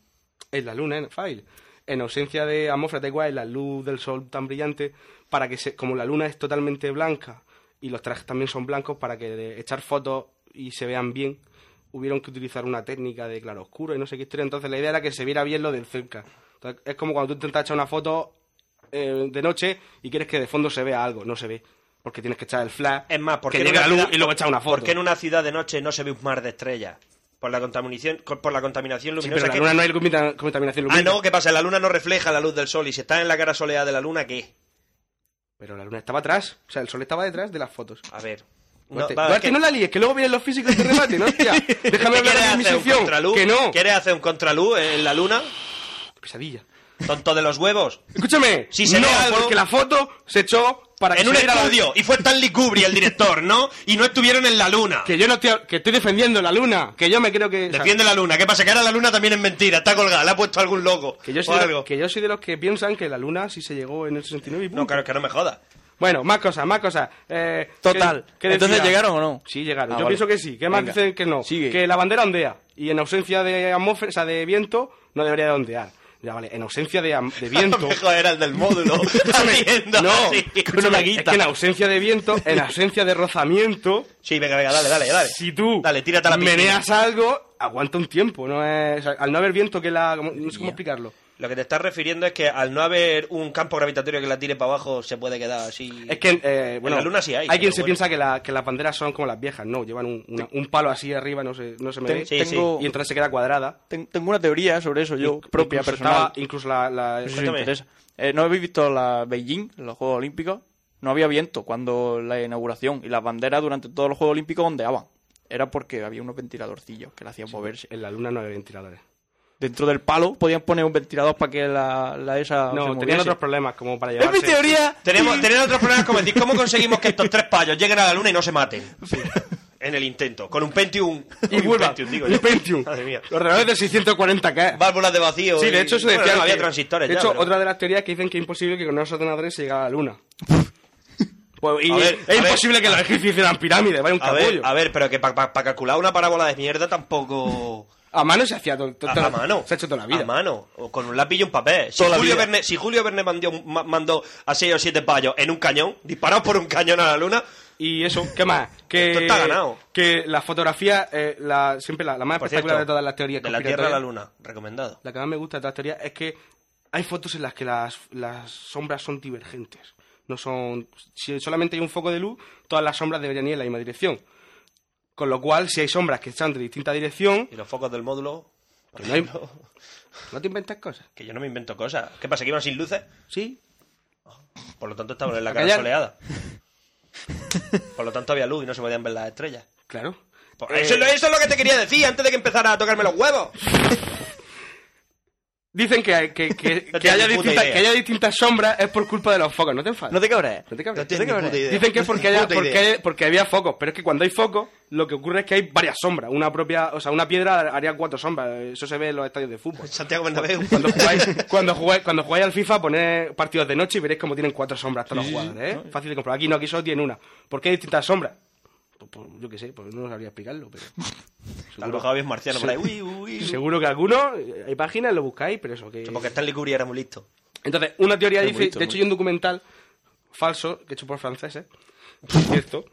[SPEAKER 7] en la luna, en file. En ausencia de atmósfera, da igual, la luz del sol tan brillante, para que se, como la luna es totalmente blanca y los trajes también son blancos, para que de echar fotos y se vean bien, hubieron que utilizar una técnica de claroscuro y no sé qué historia. Entonces la idea era que se viera bien lo del cerca. Entonces, es como cuando tú intentas echar una foto eh, de noche y quieres que de fondo se vea algo, no se ve. Porque tienes que echar el flash,
[SPEAKER 2] Es más, ¿por
[SPEAKER 7] que
[SPEAKER 2] qué en
[SPEAKER 7] llegue
[SPEAKER 2] una
[SPEAKER 7] la luz
[SPEAKER 2] ciudad-
[SPEAKER 7] y luego echar una foto.
[SPEAKER 2] ¿Por qué en una ciudad de noche no se ve un mar de estrellas? Por la contaminación, por la contaminación
[SPEAKER 7] Sí,
[SPEAKER 2] luminosa.
[SPEAKER 7] pero en la
[SPEAKER 2] que-
[SPEAKER 7] luna no hay contamina- contaminación
[SPEAKER 2] Ah,
[SPEAKER 7] lumínica.
[SPEAKER 2] no, ¿qué pasa? La luna no refleja la luz del sol y si estás en la cara soleada de la luna, ¿qué?
[SPEAKER 7] Pero la luna estaba atrás, o sea, el sol estaba detrás de las fotos.
[SPEAKER 2] A ver.
[SPEAKER 7] Pues No,
[SPEAKER 2] va,
[SPEAKER 7] Duarte,
[SPEAKER 2] ¿qué-
[SPEAKER 7] no la líes, que luego vienen los físicos de remate, ¿no? Hostia, déjame
[SPEAKER 2] ¿qué quieres
[SPEAKER 7] hablar de mi
[SPEAKER 2] hacer, un
[SPEAKER 7] sección.
[SPEAKER 2] contraluz?
[SPEAKER 7] Que no.
[SPEAKER 2] ¿Quieres hacer un contraluz en la luna?
[SPEAKER 7] Pesadilla.
[SPEAKER 2] Tonto de los huevos.
[SPEAKER 7] Escúchame.
[SPEAKER 2] Si se
[SPEAKER 7] no,
[SPEAKER 2] ve algo-
[SPEAKER 7] porque la foto se echó para que
[SPEAKER 2] en un
[SPEAKER 7] se viera la-
[SPEAKER 2] estudio y fue Stanley Kubrick el director, ¿no? Y no estuvieron en la luna.
[SPEAKER 7] Que yo no estoy, que estoy defendiendo la luna, que yo me creo que... o sea,
[SPEAKER 2] Defiende la luna. ¿Qué pasa? Que ahora la luna también es mentira. Está colgada. La ha puesto algún loco.
[SPEAKER 7] que, yo
[SPEAKER 2] o
[SPEAKER 7] soy de,
[SPEAKER 2] algo.
[SPEAKER 7] que yo soy de los que piensan que la luna sí se llegó en el 69 y
[SPEAKER 2] No,
[SPEAKER 7] punto.
[SPEAKER 2] claro, que no me joda.
[SPEAKER 7] Bueno, más cosas, más cosas. Eh,
[SPEAKER 8] Total.
[SPEAKER 7] ¿qué- qué decía?
[SPEAKER 8] ¿Entonces llegaron o no?
[SPEAKER 7] Sí, llegaron.
[SPEAKER 8] Ah,
[SPEAKER 7] Yo
[SPEAKER 8] vale.
[SPEAKER 7] pienso que sí. ¿Qué más
[SPEAKER 8] Venga.
[SPEAKER 7] dicen que no?
[SPEAKER 8] Sigue.
[SPEAKER 7] Que la bandera ondea. Y en ausencia de atmósfera, o sea, de viento, no debería de ondear. Ya vale, en ausencia de, am- de
[SPEAKER 2] A
[SPEAKER 7] viento...
[SPEAKER 2] lo mejor era el del módulo. haciendo
[SPEAKER 7] no,
[SPEAKER 2] así.
[SPEAKER 7] escúchame, es que en ausencia de viento, en ausencia de rozamiento,
[SPEAKER 2] Sí, venga, venga, dale, dale, dale.
[SPEAKER 7] si tú
[SPEAKER 2] Eh, Dale, tírate a la piscina.
[SPEAKER 7] meneas algo, aguanta un tiempo. No es, o sea, al no haber viento que la... como- no sé cómo explicarlo.
[SPEAKER 2] Lo que te estás refiriendo es que al no haber un campo gravitatorio que la tire para abajo, se puede quedar así.
[SPEAKER 7] Es que, eh, bueno,
[SPEAKER 2] la luna sí hay,
[SPEAKER 7] hay quien
[SPEAKER 2] pero
[SPEAKER 7] se
[SPEAKER 2] bueno.
[SPEAKER 7] piensa que, la- que las banderas son como las viejas. No, llevan un, una- un palo así arriba, no se, no se me
[SPEAKER 8] Ten-
[SPEAKER 7] ve.
[SPEAKER 2] Sí,
[SPEAKER 8] tengo,
[SPEAKER 7] Y entonces se queda cuadrada.
[SPEAKER 8] ten- tengo una teoría sobre eso yo,
[SPEAKER 7] Inc-
[SPEAKER 8] propia,
[SPEAKER 7] incluso
[SPEAKER 8] personal.
[SPEAKER 7] estaba- incluso la... la-
[SPEAKER 8] No sé si os
[SPEAKER 2] Cuéntame.
[SPEAKER 8] interesa. Eh, ¿No habéis visto la Beijing, los Juegos Olímpicos? No había viento cuando la inauguración y las banderas durante todos los Juegos Olímpicos ondeaban. Era porque había unos ventiladorcillos que la hacían moverse.
[SPEAKER 7] en la luna no hay ventiladores.
[SPEAKER 8] Dentro del palo podían poner un ventilador para que la, la
[SPEAKER 2] Ah,
[SPEAKER 8] esa. se
[SPEAKER 7] No, tenían
[SPEAKER 8] moviese.
[SPEAKER 7] otros problemas como para
[SPEAKER 8] ¡Es
[SPEAKER 7] llevarse...
[SPEAKER 8] mi teoría!
[SPEAKER 2] Tenemos, tenemos otros problemas como decir, ¿cómo conseguimos que estos tres payos lleguen a la luna y no se maten? en el intento, con un Pentium.
[SPEAKER 7] Y
[SPEAKER 2] Uy, un
[SPEAKER 7] vuelva,
[SPEAKER 2] Pentium, digo
[SPEAKER 7] un
[SPEAKER 2] yo.
[SPEAKER 7] Pentium.
[SPEAKER 2] Madre mía.
[SPEAKER 7] Los relojes de 640 k
[SPEAKER 2] Válvulas de vacío
[SPEAKER 7] Sí, de
[SPEAKER 2] y-
[SPEAKER 7] hecho se
[SPEAKER 2] bueno,
[SPEAKER 7] decía
[SPEAKER 2] no, había
[SPEAKER 7] que-
[SPEAKER 2] transistores
[SPEAKER 7] De
[SPEAKER 2] ya,
[SPEAKER 7] hecho,
[SPEAKER 2] pero-
[SPEAKER 7] otra de las teorías que dicen que es imposible que con esos ordenadores se llegara a la luna. Pues, y
[SPEAKER 2] A ver,
[SPEAKER 7] es
[SPEAKER 2] a ver.
[SPEAKER 7] imposible que los egipcios hicieran pirámides, vaya un
[SPEAKER 2] A ver,
[SPEAKER 7] capullo.
[SPEAKER 2] a ver, pero que para calcular una parábola de mierda tampoco...
[SPEAKER 7] A mano se hacía todo,
[SPEAKER 2] A, a mano. Se ha hecho toda la vida. A mano. O con un lápiz y un papel. Si
[SPEAKER 7] Toda la
[SPEAKER 2] Julio,
[SPEAKER 7] vida.
[SPEAKER 2] Verne, si Julio Verne mandó, ma- mandó a seis o siete payos en un cañón, disparados por un cañón a la luna...
[SPEAKER 7] Y eso, ¿qué más? Que,
[SPEAKER 2] Esto está ganado.
[SPEAKER 7] Que la fotografía, eh, la, siempre la, la más
[SPEAKER 2] Por
[SPEAKER 7] espectacular
[SPEAKER 2] cierto,
[SPEAKER 7] de todas las teorías
[SPEAKER 2] de la
[SPEAKER 7] conspiratorias-
[SPEAKER 2] Tierra a la Luna, recomendado.
[SPEAKER 7] La que más me gusta de todas las teorías es que hay fotos en las que las, las sombras son divergentes. No son. Si solamente hay un foco de luz, todas las sombras deberían ir en la misma dirección. Con lo cual, si hay sombras que están de distinta dirección.
[SPEAKER 2] Y los focos del módulo.
[SPEAKER 7] Que no, hay- no te inventas cosas.
[SPEAKER 2] Que yo no me invento cosas. ¿Qué pasa, que iban sin luces?
[SPEAKER 7] Sí.
[SPEAKER 2] Por lo tanto estaban en la
[SPEAKER 7] A
[SPEAKER 2] cara
[SPEAKER 7] callar.
[SPEAKER 2] soleada. Por lo tanto había luz y no se podían ver las estrellas.
[SPEAKER 7] Claro. Eh,
[SPEAKER 2] Por- Eso, es lo- eso es lo que te quería decir antes de que empezara a tocarme los huevos.
[SPEAKER 7] Dicen que, hay- que, que- que
[SPEAKER 2] No tienes
[SPEAKER 7] haya
[SPEAKER 2] ni puta
[SPEAKER 7] distintas,
[SPEAKER 2] idea.
[SPEAKER 7] que haya distintas sombras es por culpa de los focos, no te enfades.
[SPEAKER 8] No te cabres.
[SPEAKER 7] No te cabres.
[SPEAKER 8] No tienes ni puta idea.
[SPEAKER 7] Dicen que
[SPEAKER 8] No
[SPEAKER 7] es porque,
[SPEAKER 8] tienes
[SPEAKER 7] haya-
[SPEAKER 8] puta
[SPEAKER 7] porque,
[SPEAKER 8] idea.
[SPEAKER 7] haya- porque había focos, pero es que cuando hay focos, lo que ocurre es que hay varias sombras. Una propia, o sea, una piedra haría cuatro sombras. Eso se ve en los estadios de fútbol.
[SPEAKER 2] Santiago Bernabéu.
[SPEAKER 7] Cuando jugáis, cuando jugáis, cuando jugáis al FIFA, poned partidos de noche y veréis cómo tienen cuatro sombras todos
[SPEAKER 2] Sí,
[SPEAKER 7] los
[SPEAKER 2] sí,
[SPEAKER 7] jugadores, ¿eh? Fácil de comprobar. Aquí no, aquí solo tienen una. ¿Por qué hay distintas sombras? Pues, pues, yo qué sé, pues no sabría explicarlo, pero...
[SPEAKER 2] Tal vez Javier Marciano por ahí. Uy, uy, uy.
[SPEAKER 7] Seguro que algunos, eh, hay páginas, lo buscáis, pero eso que...
[SPEAKER 2] Porque está en Licuria, era muy listo.
[SPEAKER 7] Entonces, una teoría
[SPEAKER 2] Es
[SPEAKER 7] dice,
[SPEAKER 2] muy listo,
[SPEAKER 7] de
[SPEAKER 2] muy
[SPEAKER 7] hecho hay un documental falso, que hecho por franceses, por cierto,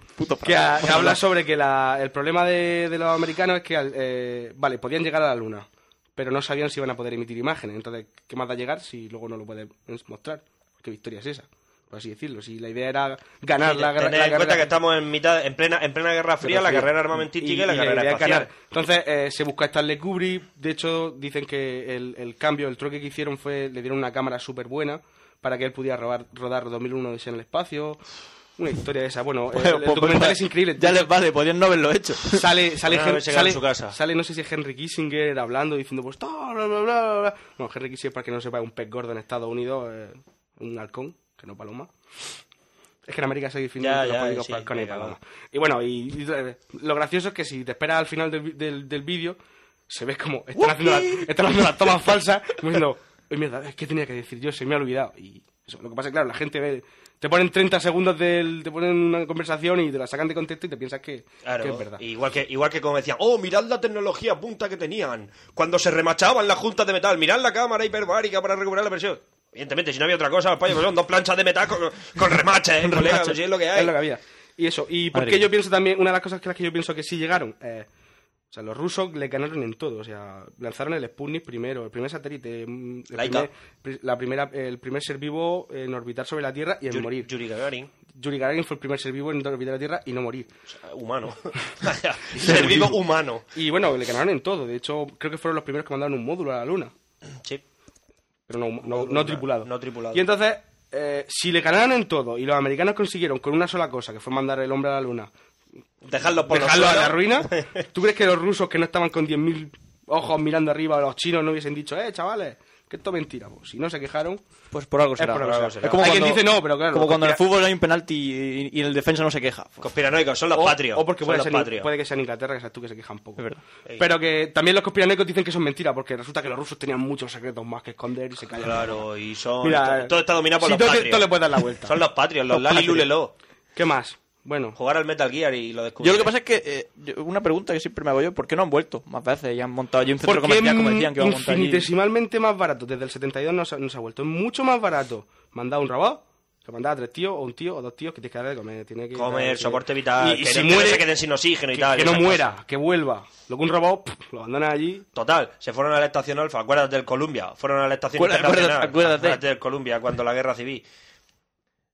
[SPEAKER 7] que, ha- que habla sobre que la- el problema de, de los americanos es que, al- eh, vale, podían llegar a la luna, pero no sabían si iban a poder emitir imágenes. Entonces, ¿qué más da llegar si luego no lo pueden mostrar? ¿Qué victoria es esa? Por así decirlo. Si la idea era ganar
[SPEAKER 2] Sí,
[SPEAKER 7] la, gra-
[SPEAKER 2] tened
[SPEAKER 7] la
[SPEAKER 2] en cuenta que
[SPEAKER 7] carrera...
[SPEAKER 2] estamos en mitad, en plena, en plena Guerra Fría, la carrera armamentística y, la carrera
[SPEAKER 7] idea es
[SPEAKER 2] espacial.
[SPEAKER 7] ganar. Entonces eh, se buscó a Stanley Kubrick. De hecho, dicen que el, el cambio, el truque que hicieron fue le dieron una cámara súper buena para que él pudiera robar, rodar 2001 Odisea en el espacio. Una historia de esa. Bueno, el, el
[SPEAKER 8] pues,
[SPEAKER 7] documental
[SPEAKER 8] pues,
[SPEAKER 7] es increíble.
[SPEAKER 8] Ya les vale, podían no haberlo hecho.
[SPEAKER 7] Sale, sale,
[SPEAKER 8] Podrían
[SPEAKER 7] Hen-
[SPEAKER 8] haberse quedado
[SPEAKER 7] sale,
[SPEAKER 8] en su casa.
[SPEAKER 7] sale, no sé si es Henry Kissinger hablando, diciendo pues todo, bla, bla, bla, bla, bla. Bueno, Henry Kissinger, para que no sepa, es un pez gordo en Estados Unidos, eh, un halcón, que no paloma. Es que en América se definen
[SPEAKER 2] Ya,
[SPEAKER 7] entre los
[SPEAKER 2] ya,
[SPEAKER 7] políticos
[SPEAKER 2] sí,
[SPEAKER 7] por halcones y
[SPEAKER 2] venga, va.
[SPEAKER 7] palomas. Y bueno, y, y, eh, lo gracioso es que si te esperas al final del, vi- del, del vídeo, se ve como están haciendo, la- están haciendo las tomas falsas, como diciendo, "Ay, mierda, es que tenía que decir yo, se me ha olvidado. Y eso, lo que pasa es que, claro, la gente ve, te ponen 30 segundos del, te ponen una conversación y te la sacan de contexto y te piensas que,
[SPEAKER 2] Claro,
[SPEAKER 7] que es verdad.
[SPEAKER 2] Igual que, igual que como decían, oh, mirad la tecnología punta que tenían cuando se remachaban las juntas de metal, mirad la cámara hiperbárica para recuperar la presión. Evidentemente, si no había otra cosa, los payos, pues son dos planchas de metal con, con remaches, eh, colega, pues sí, es lo que hay.
[SPEAKER 7] Es lo que había. Y eso, y
[SPEAKER 2] Madre
[SPEAKER 7] porque
[SPEAKER 2] mía.
[SPEAKER 7] yo pienso también, una de las cosas que las que yo pienso que sí llegaron, eh, o sea, los rusos le ganaron en todo, o sea, lanzaron el Sputnik primero, el primer satélite, mm, el,
[SPEAKER 2] Laika.
[SPEAKER 7] primer, pri- la primera, el primer ser vivo en orbitar sobre la Tierra y en
[SPEAKER 2] Yuri-
[SPEAKER 7] morir.
[SPEAKER 2] Yuri Gagarin,
[SPEAKER 7] Yuri Gagarin fue el primer ser vivo en orbitar la Tierra y no morir.
[SPEAKER 2] humano. Ser vivo humano.
[SPEAKER 7] Y bueno, le ganaron en todo, de hecho, creo que fueron los primeros que mandaron un módulo a la Luna.
[SPEAKER 2] Sí.
[SPEAKER 7] Pero no, no- no tripulado.
[SPEAKER 2] No tripulado.
[SPEAKER 7] Y entonces, eh, si le ganaron en todo y los americanos consiguieron con una sola cosa, que fue mandar el hombre a la Luna,
[SPEAKER 2] Dejadlo por los
[SPEAKER 7] dejarlo a la
[SPEAKER 2] suelos.
[SPEAKER 7] ruina. ¿Tú crees que los rusos que no estaban con 10.000 ojos mirando arriba, los chinos no hubiesen dicho, eh, chavales, que esto es mentira? pues, Si no se quejaron,
[SPEAKER 8] Pues por algo
[SPEAKER 7] Es
[SPEAKER 8] será.
[SPEAKER 7] por algo será.
[SPEAKER 8] como
[SPEAKER 7] Alguien
[SPEAKER 8] cuando-
[SPEAKER 7] dice no, pero claro,
[SPEAKER 8] Como cuando en el
[SPEAKER 7] conspira-
[SPEAKER 8] fútbol hay un penalti y, y el defensa no se queja.
[SPEAKER 2] Conspiranoicos, son los
[SPEAKER 7] o,
[SPEAKER 2] patrios.
[SPEAKER 7] o porque
[SPEAKER 2] son
[SPEAKER 7] puede,
[SPEAKER 2] los
[SPEAKER 7] ser-
[SPEAKER 2] patrios.
[SPEAKER 7] puede que sea en Inglaterra, que seas tú que se quejan poco.
[SPEAKER 2] Ey.
[SPEAKER 7] Pero que también los conspiranoicos dicen que eso es mentira, porque resulta que los rusos tenían muchos secretos más que esconder y se callan.
[SPEAKER 2] Claro, y son.
[SPEAKER 7] Mira,
[SPEAKER 2] todo, todo está dominado por
[SPEAKER 7] si
[SPEAKER 2] los
[SPEAKER 7] tú-
[SPEAKER 2] patrios.
[SPEAKER 7] tú le puedes dar la vuelta.
[SPEAKER 2] Son los patrios, los,
[SPEAKER 7] Los
[SPEAKER 2] Lali
[SPEAKER 7] patrios.
[SPEAKER 2] Lulelo.
[SPEAKER 7] ¿Qué más? Bueno.
[SPEAKER 2] Jugar al Metal Gear y lo descubrir.
[SPEAKER 8] Yo lo que pasa es que eh, yo- una pregunta que siempre me hago yo, ¿por qué no han vuelto más veces y han montado allí un centro
[SPEAKER 7] Porque
[SPEAKER 8] comercial como
[SPEAKER 7] es
[SPEAKER 8] decían que iban a montar allí?
[SPEAKER 7] infinitesimalmente más barato. Desde el 72 no se, no se ha vuelto. Es mucho más barato mandar un robot que mandar a tres tíos o un tío o dos tíos que tienes que dar de comer. Tiene que
[SPEAKER 2] Comer,
[SPEAKER 7] que-
[SPEAKER 2] soporte vital,
[SPEAKER 7] Y, y
[SPEAKER 2] que
[SPEAKER 7] si
[SPEAKER 2] no- que no
[SPEAKER 7] muere,
[SPEAKER 2] se queden sin oxígeno y
[SPEAKER 7] que-
[SPEAKER 2] tal,
[SPEAKER 7] Que no
[SPEAKER 2] esas
[SPEAKER 7] muera, que vuelva. Lo que un robot pff, lo abandonan allí.
[SPEAKER 2] Total, se fueron a la estación Alfa, acuérdate del Columbia, fueron a la estación
[SPEAKER 7] Acuérdate,
[SPEAKER 2] internacional,
[SPEAKER 7] acuérdate, acuérdate.
[SPEAKER 2] del Columbia cuando la guerra civil.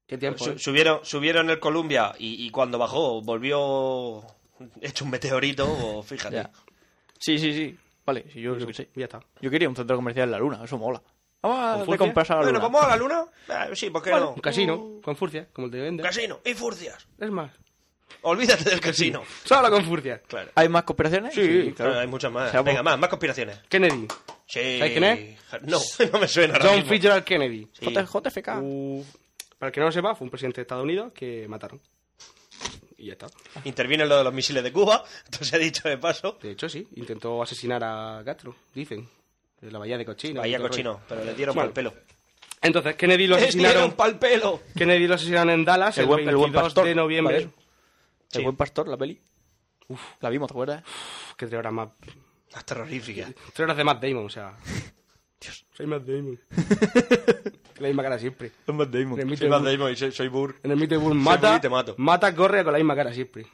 [SPEAKER 7] ¿Qué tiempo?
[SPEAKER 2] Su-
[SPEAKER 7] eh?
[SPEAKER 2] subieron, subieron el Columbia y, y cuando bajó volvió hecho un meteorito, o fíjate.
[SPEAKER 8] Ya. Sí, sí, sí. Vale, sí, yo lo que sé.
[SPEAKER 7] Ya está.
[SPEAKER 8] Yo quería un centro comercial en la luna, eso mola. Vamos a de
[SPEAKER 7] Furcia?
[SPEAKER 8] compras a la
[SPEAKER 2] Bueno,
[SPEAKER 8] luna.
[SPEAKER 2] ¿vamos a la luna? Ah, sí, ¿por qué
[SPEAKER 7] Vale,
[SPEAKER 2] no?
[SPEAKER 7] Un casino, con furcia, como el de
[SPEAKER 2] Un
[SPEAKER 7] vende.
[SPEAKER 2] casino, y furcias.
[SPEAKER 7] Es más.
[SPEAKER 2] Olvídate del casino.
[SPEAKER 7] Solo con furcia.
[SPEAKER 2] Claro.
[SPEAKER 8] ¿Hay más cooperaciones?
[SPEAKER 7] Sí,
[SPEAKER 2] Claro, hay muchas más.
[SPEAKER 7] Seamos-
[SPEAKER 2] Venga, más, más conspiraciones.
[SPEAKER 7] Kennedy.
[SPEAKER 2] Sí.
[SPEAKER 7] ¿Sabes quién es?
[SPEAKER 2] No, no me suena. ahora
[SPEAKER 7] John
[SPEAKER 2] mismo.
[SPEAKER 7] Fitzgerald Kennedy.
[SPEAKER 2] Sí.
[SPEAKER 8] JFK.
[SPEAKER 7] Uh, para el que no lo sepa, fue un presidente de Estados Unidos que mataron. Y y ya está.
[SPEAKER 2] Interviene lo de los misiles de Cuba, entonces he dicho de paso.
[SPEAKER 7] De hecho, sí, intentó asesinar a Castro, dicen. De la Bahía de Cochino.
[SPEAKER 2] Bahía
[SPEAKER 7] todo el
[SPEAKER 2] Cochino,
[SPEAKER 7] rollo.
[SPEAKER 2] pero le dieron
[SPEAKER 7] Bueno,
[SPEAKER 2] pa'l pelo.
[SPEAKER 7] Entonces, Kennedy lo
[SPEAKER 2] ¡Le
[SPEAKER 7] asesinaron.
[SPEAKER 2] dieron Ah, pa'l pelo!
[SPEAKER 7] Kennedy lo asesinaron en Dallas el,
[SPEAKER 8] El buen- el buen
[SPEAKER 7] 22
[SPEAKER 8] pastor,
[SPEAKER 7] de noviembre.
[SPEAKER 8] ¿vale? El buen pastor, la peli. Uf, la vimos, ¿te acuerdas?
[SPEAKER 7] Uf, que tres horas más.
[SPEAKER 2] Más terrorífica.
[SPEAKER 7] Tres horas de Matt Damon, o sea. Dios. Soy Matt Damon. la misma cara siempre.
[SPEAKER 2] Soy Matt Damon.
[SPEAKER 7] En el mito
[SPEAKER 2] Soy
[SPEAKER 7] de
[SPEAKER 2] Matt
[SPEAKER 7] Bull-
[SPEAKER 2] Damon y soy, soy Burr.
[SPEAKER 7] En el mito de Bull
[SPEAKER 2] Soy Burr
[SPEAKER 7] mata,
[SPEAKER 2] y te mato.
[SPEAKER 7] mata, corre con la misma cara siempre.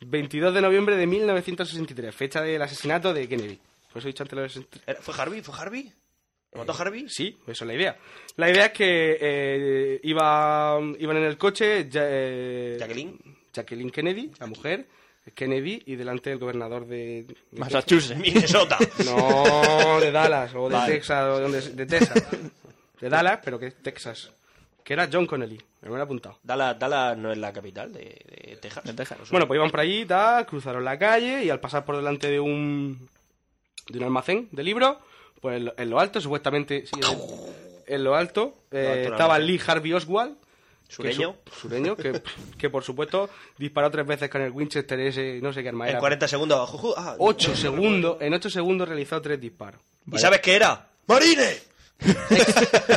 [SPEAKER 7] 22 de noviembre de 1963, fecha del asesinato de Kennedy. Por eso he dicho antes lo de 63.
[SPEAKER 2] Era- ¿Fue Harvey? ¿Fue Harvey? ¿Lo mató Harvey?
[SPEAKER 7] Eh, Sí, pues eso es la idea. La idea es que eh, iba, iban en el coche ya- eh,
[SPEAKER 2] Jacqueline.
[SPEAKER 7] Jacqueline Kennedy, la mujer, Kennedy, y delante del gobernador de... de
[SPEAKER 8] Massachusetts.
[SPEAKER 2] Minnesota.
[SPEAKER 7] No, de Dallas, o de
[SPEAKER 8] Vale.
[SPEAKER 7] Texas, o de, donde- de Texas. De Dallas, pero que es Texas. Que era John Connelly, me lo he apuntado.
[SPEAKER 2] Dallas, Dallas no es la capital de, de Texas.
[SPEAKER 7] Bueno, pues iban por allí, tal, cruzaron la calle y al pasar por delante de un de un almacén de libros, pues en lo- en lo alto, supuestamente, sí, en, en lo alto, eh,
[SPEAKER 2] Lo alto del
[SPEAKER 7] estaba
[SPEAKER 2] almacén.
[SPEAKER 7] Lee Harvey Oswald. que
[SPEAKER 2] Sureño.
[SPEAKER 7] su- sureño, que, que por supuesto disparó tres veces con el Winchester ese, no sé qué arma
[SPEAKER 2] En
[SPEAKER 7] era.
[SPEAKER 2] 40 segundos abajo. Ju- ah,
[SPEAKER 7] Ocho
[SPEAKER 2] no, no, no.
[SPEAKER 7] segundos, en ocho segundos realizó tres disparos.
[SPEAKER 2] ¿Y sabes qué era? ¡Marine!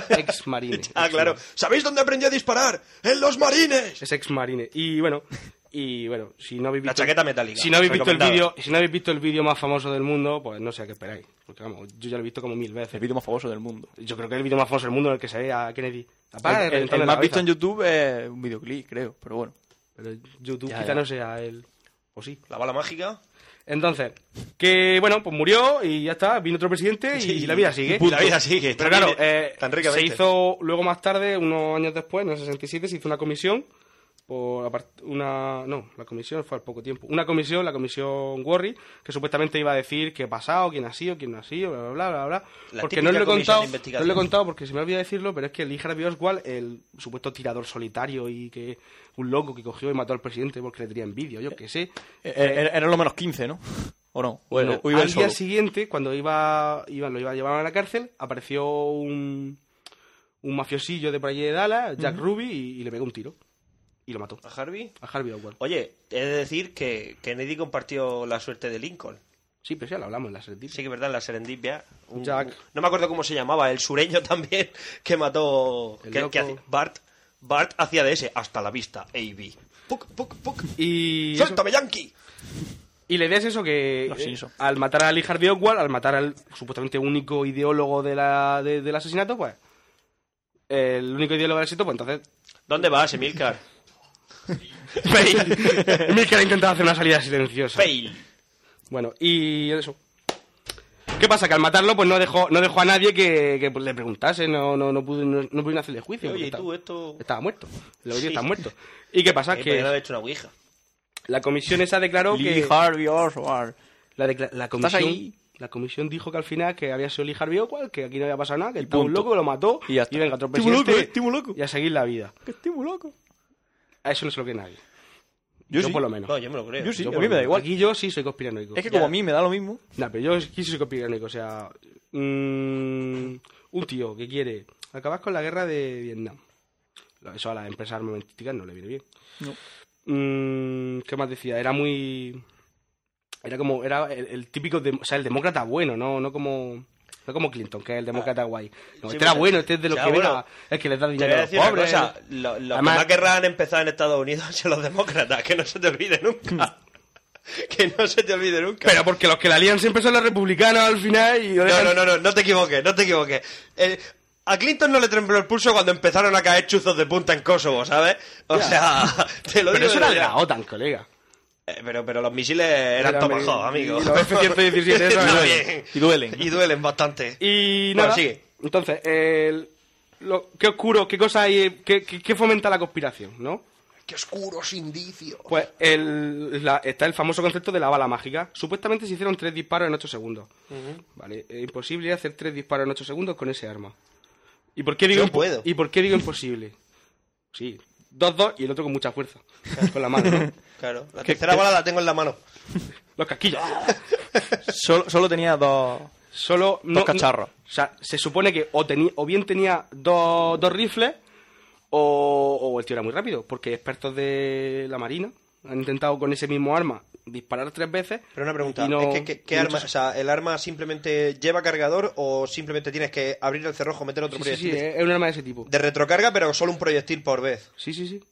[SPEAKER 7] Ex marine.
[SPEAKER 2] Ah, claro. ¿Sabéis dónde aprendí a disparar? ¡En los marines!
[SPEAKER 7] Es ex marine. Y bueno, y bueno, si no habéis
[SPEAKER 2] La
[SPEAKER 7] visto.
[SPEAKER 2] chaqueta metálica.
[SPEAKER 7] Si no habéis visto el
[SPEAKER 2] Recomendado.
[SPEAKER 7] vídeo, si no habéis visto el vídeo más famoso del mundo, pues no sé a qué esperáis. Porque vamos, yo ya lo he visto como mil veces.
[SPEAKER 8] El vídeo más famoso del mundo.
[SPEAKER 7] Yo creo que es el vídeo más famoso del mundo en el que se ve a Kennedy. Aparte,
[SPEAKER 8] El, el- el
[SPEAKER 7] reventándole la
[SPEAKER 8] más visto
[SPEAKER 7] cabeza.
[SPEAKER 8] en YouTube es un videoclip, creo, pero bueno.
[SPEAKER 7] Pero YouTube
[SPEAKER 8] Ya,
[SPEAKER 7] quizá
[SPEAKER 8] ya.
[SPEAKER 7] no sea él. O sí.
[SPEAKER 2] La bala mágica.
[SPEAKER 7] Entonces, que bueno, pues murió y ya está, vino otro presidente y,
[SPEAKER 2] Sí.
[SPEAKER 7] la vida sigue.
[SPEAKER 2] Y la vida sigue, tan
[SPEAKER 7] Pero claro,
[SPEAKER 2] bien-
[SPEAKER 7] eh,
[SPEAKER 2] tan
[SPEAKER 7] se
[SPEAKER 2] ricamente.
[SPEAKER 7] hizo luego más tarde, unos años después, en el 67, se hizo una comisión por apart- una no, la comisión fue al poco tiempo. Una comisión, la comisión Worry, que supuestamente iba a decir qué ha pasado, quién ha sido, quién no ha sido, bla bla bla bla. bla.
[SPEAKER 2] La
[SPEAKER 7] porque
[SPEAKER 2] típica
[SPEAKER 7] no le he
[SPEAKER 2] comisión de
[SPEAKER 7] contado, no
[SPEAKER 2] investigación.
[SPEAKER 7] le he contado porque se me olvidó decirlo, pero es que Lee Harvey Oswald, el supuesto tirador solitario y que un loco que cogió y mató al presidente porque le tenía envidia, yo qué sé.
[SPEAKER 8] Eh, era- era lo menos 15, ¿no? ¿O no? ¿O
[SPEAKER 7] No,
[SPEAKER 8] era- o iba él
[SPEAKER 7] al día
[SPEAKER 8] solo?
[SPEAKER 7] siguiente, cuando iba, iba- lo iba a llevar a la cárcel, apareció un, un mafiosillo de por allí de Dallas, Jack Ruby, y, y le pegó un tiro. Y lo mató.
[SPEAKER 2] ¿A Harvey?
[SPEAKER 7] A Harvey Oswald.
[SPEAKER 2] Oye, he de decir que Kennedy compartió la suerte de Lincoln.
[SPEAKER 7] Sí, pero ya lo hablamos en la serendipia.
[SPEAKER 2] Sí, que es verdad, en la serendipia. Un-
[SPEAKER 7] Jack.
[SPEAKER 2] No me acuerdo cómo se llamaba, el sureño también, que mató...
[SPEAKER 7] El
[SPEAKER 2] que, que
[SPEAKER 7] loco.
[SPEAKER 2] hacía- Bart. Bart hacía de ese. Hasta la vista, AB. Puk, puk, puk.
[SPEAKER 7] Y, eso-
[SPEAKER 2] ¡Suéltame, Yankee!
[SPEAKER 7] y la idea es eso, que
[SPEAKER 8] Los
[SPEAKER 7] eh,
[SPEAKER 8] Simpson.
[SPEAKER 7] al matar a Lee Harvey Oswald, al matar al supuestamente único ideólogo de la, de- del asesinato, pues... El único ideólogo del asesinato, pues entonces...
[SPEAKER 2] ¿Dónde vas, Emilcar?
[SPEAKER 7] Fail. Milker ha intentado hacer una salida silenciosa.
[SPEAKER 2] Fail.
[SPEAKER 7] Bueno, y eso. ¿Qué pasa? Que al matarlo, pues no dejó, no dejó a nadie que, que, pues, le preguntase, no, no, no, pudo, no, no pudieron hacerle juicio.
[SPEAKER 2] Oye,
[SPEAKER 7] porque
[SPEAKER 2] ¿y
[SPEAKER 7] estaba-
[SPEAKER 2] tú esto...?
[SPEAKER 7] Estaba muerto. Lo que
[SPEAKER 2] Sí.
[SPEAKER 7] está muerto. ¿Y qué pasa?
[SPEAKER 2] Eh, podrían haber
[SPEAKER 7] que
[SPEAKER 2] hecho una ouija.
[SPEAKER 7] la comisión esa declaró
[SPEAKER 8] pues, Lee
[SPEAKER 7] que.
[SPEAKER 8] Harvey Oswald.
[SPEAKER 7] La, decla- la
[SPEAKER 8] ¿Estás
[SPEAKER 7] comisión.
[SPEAKER 8] ahí?
[SPEAKER 7] La comisión dijo que al final que había sido Lee Harvey Oswald, que aquí no había pasado nada, que estaba
[SPEAKER 8] punto.
[SPEAKER 7] un loco, lo mató
[SPEAKER 8] Y ya está.
[SPEAKER 7] venga otro
[SPEAKER 8] Estimo loco,
[SPEAKER 7] presidente
[SPEAKER 8] eh, estimo loco.
[SPEAKER 7] y a seguir la vida.
[SPEAKER 8] Que estoy muy loco.
[SPEAKER 7] A eso no se lo cree nadie.
[SPEAKER 8] Yo sí.
[SPEAKER 7] por lo menos.
[SPEAKER 2] No, yo me lo creo.
[SPEAKER 8] Yo sí,
[SPEAKER 7] Yo
[SPEAKER 8] a
[SPEAKER 7] por
[SPEAKER 8] mí
[SPEAKER 7] lo
[SPEAKER 8] me da
[SPEAKER 7] menos.
[SPEAKER 8] igual.
[SPEAKER 7] Aquí yo sí soy conspiranoico.
[SPEAKER 8] Es que como a mí me da lo mismo.
[SPEAKER 7] Nah, pero yo aquí soy conspiranoico, o sea, mm, un tío que quiere acabar con la guerra de Vietnam. Eso a las empresas armamentísticas no le viene bien.
[SPEAKER 8] No.
[SPEAKER 7] Mm, ¿Qué más decía? Era muy... Era como... Era el, el típico... dem- o sea, el demócrata bueno, no, no como... No como Clinton, que es el demócrata guay. No,
[SPEAKER 2] sí,
[SPEAKER 7] este era
[SPEAKER 2] bueno,
[SPEAKER 7] bueno, este es de los
[SPEAKER 2] ya,
[SPEAKER 7] que
[SPEAKER 2] bueno,
[SPEAKER 7] venga, es que les da
[SPEAKER 2] Te voy
[SPEAKER 7] dinero a
[SPEAKER 2] a
[SPEAKER 7] los
[SPEAKER 2] decir una
[SPEAKER 7] pobres.
[SPEAKER 2] cosa. Lo- Los
[SPEAKER 7] eh. Además-
[SPEAKER 2] que más querrán empezar en Estados Unidos son los demócratas, que no se te olvide nunca. que no se te olvide nunca.
[SPEAKER 7] Pero porque los que la lían siempre son los republicanos al final y...
[SPEAKER 2] No, no, no, no, no te equivoques, no te equivoques. Eh, a Clinton no le tembló el pulso cuando empezaron a caer chuzos de punta en Kosovo, ¿sabes? O
[SPEAKER 7] Ya.
[SPEAKER 2] sea, te lo
[SPEAKER 7] Pero
[SPEAKER 2] digo.
[SPEAKER 7] eso
[SPEAKER 2] de
[SPEAKER 7] era de
[SPEAKER 2] verdad.
[SPEAKER 7] la OTAN, colega.
[SPEAKER 2] Eh, pero, pero los misiles eran
[SPEAKER 7] Era
[SPEAKER 2] Tomahawk,
[SPEAKER 7] medio-
[SPEAKER 2] amigo.
[SPEAKER 7] y los F-117 eso no es.
[SPEAKER 2] También.
[SPEAKER 8] Y duelen.
[SPEAKER 2] Y duelen bastante.
[SPEAKER 7] Y
[SPEAKER 2] Bueno,
[SPEAKER 7] nada.
[SPEAKER 2] sigue.
[SPEAKER 7] Entonces, el- lo- ¿qué oscuro, qué cosa hay, qué, qué- qué fomenta la conspiración, no?
[SPEAKER 2] ¡Qué oscuros indicios!
[SPEAKER 7] Pues el- la- está el famoso concepto de la bala mágica. Supuestamente se hicieron tres disparos en ocho segundos. Vale, es imposible hacer tres disparos en ocho segundos con ese arma. ¿Y por qué digo,
[SPEAKER 2] Yo
[SPEAKER 7] impo-
[SPEAKER 2] puedo.
[SPEAKER 7] ¿Y por qué digo imposible? Sí, dos, dos y el otro con mucha fuerza. Con la mano, ¿no?
[SPEAKER 2] Claro, la
[SPEAKER 8] ¿Qué-
[SPEAKER 2] tercera
[SPEAKER 8] qué-
[SPEAKER 2] bala la tengo en la mano.
[SPEAKER 7] Los casquillos.
[SPEAKER 8] Solo, solo tenía dos.
[SPEAKER 7] Solo no, no-
[SPEAKER 8] cacharros.
[SPEAKER 7] o sea, se supone que o, teni- o bien tenía dos, dos rifles o, o el tío era muy rápido, porque expertos de la Marina han intentado con ese mismo arma disparar tres veces.
[SPEAKER 2] Pero una pregunta,
[SPEAKER 7] y no-
[SPEAKER 2] es que, que- ¿qué
[SPEAKER 7] y no
[SPEAKER 2] arma?
[SPEAKER 7] se-
[SPEAKER 2] O sea, ¿el arma simplemente lleva cargador o simplemente tienes que abrir el cerrojo, meter otro
[SPEAKER 7] Sí, sí,
[SPEAKER 2] proyectil?
[SPEAKER 7] sí, eh. es un arma de ese tipo.
[SPEAKER 2] De retrocarga, pero solo un proyectil por vez.
[SPEAKER 7] Sí, sí, sí.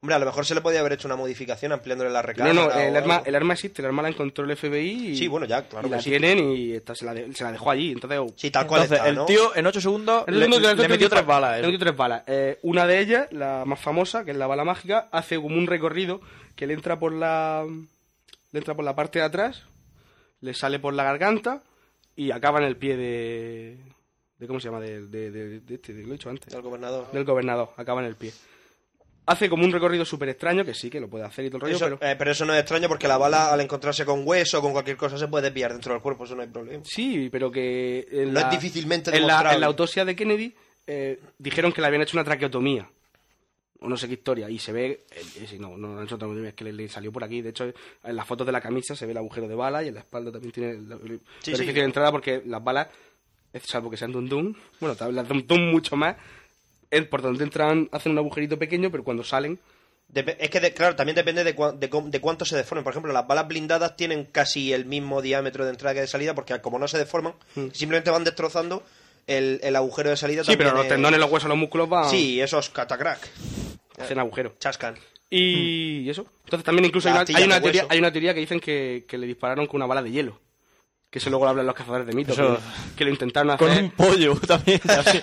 [SPEAKER 2] Hombre, a lo mejor se le podía haber hecho una modificación ampliándole la recarga.
[SPEAKER 7] No, no,
[SPEAKER 2] o
[SPEAKER 7] el arma,
[SPEAKER 2] algo.
[SPEAKER 7] el arma existe, el arma la encontró el FBI y,
[SPEAKER 2] Sí, bueno, ya, claro
[SPEAKER 7] y
[SPEAKER 2] que
[SPEAKER 7] la
[SPEAKER 2] sí.
[SPEAKER 7] tienen y esta- se, la de- se la dejó allí. Entonces, sí,
[SPEAKER 2] tal cual Entonces, está, el ¿no? tío
[SPEAKER 8] en 8 segundos le- le metió tres balas, eh.
[SPEAKER 7] Le metió tres balas. Eh, una de ellas, la más famosa, que es la bala mágica, hace como un recorrido que le entra por la, le entra por la parte de atrás, le sale por la garganta y acaba en el pie de... de ¿Cómo se llama? De, de- de- de este, de- lo he dicho antes.
[SPEAKER 2] Del gobernador.
[SPEAKER 7] Del gobernador, acaba en el pie. Hace como un recorrido súper extraño, que sí, que lo puede hacer y todo el rollo,
[SPEAKER 2] Eso- eh,
[SPEAKER 7] pero...
[SPEAKER 2] pero... eso no es extraño porque la bala al encontrarse con hueso o con cualquier cosa se puede desviar dentro del cuerpo, eso no hay problema.
[SPEAKER 7] Sí, pero que... en
[SPEAKER 2] No
[SPEAKER 7] la-
[SPEAKER 2] es difícilmente
[SPEAKER 7] en la, en
[SPEAKER 2] demostrable.
[SPEAKER 7] la autopsia de Kennedy eh, dijeron que le habían hecho una traqueotomía. O no sé qué historia. Y se ve. eh, sí, no, no, no han hecho traqueotomía, es que le, le salió por aquí. De hecho, en las fotos de la camisa se ve el agujero de bala y en la espalda también tiene el, el
[SPEAKER 2] Sí,
[SPEAKER 7] orificio
[SPEAKER 2] sí.
[SPEAKER 7] de entrada porque las balas, eh, salvo que sean dum dum, bueno, tal- las dum dum mucho más. eh, por donde entran, hacen un agujerito pequeño, pero cuando salen.
[SPEAKER 2] Dep- es que, de- claro, también depende de, cua- de cómo- de cuánto se deformen. Por ejemplo, las balas blindadas tienen casi el mismo diámetro de entrada que de salida porque como no se deforman, simplemente van destrozando el, el agujero de salida.
[SPEAKER 7] Sí, pero
[SPEAKER 2] también
[SPEAKER 7] los
[SPEAKER 2] es-
[SPEAKER 7] tendones, los huesos, los músculos van.
[SPEAKER 2] Sí, esos catacrack.
[SPEAKER 7] Hacen agujero.
[SPEAKER 2] Chascan.
[SPEAKER 7] Y y eso. Entonces también incluso hay
[SPEAKER 2] Hmm. La
[SPEAKER 7] una,
[SPEAKER 2] astilla
[SPEAKER 7] hay una
[SPEAKER 2] de
[SPEAKER 7] teoría,
[SPEAKER 2] hueso.
[SPEAKER 7] hay una teoría que dicen que, que le dispararon con una bala de hielo. Que eso luego lo hablan los cazadores de mitos.
[SPEAKER 8] Eso-
[SPEAKER 7] Que, que lo intentaron hacer.
[SPEAKER 8] Con un pollo también.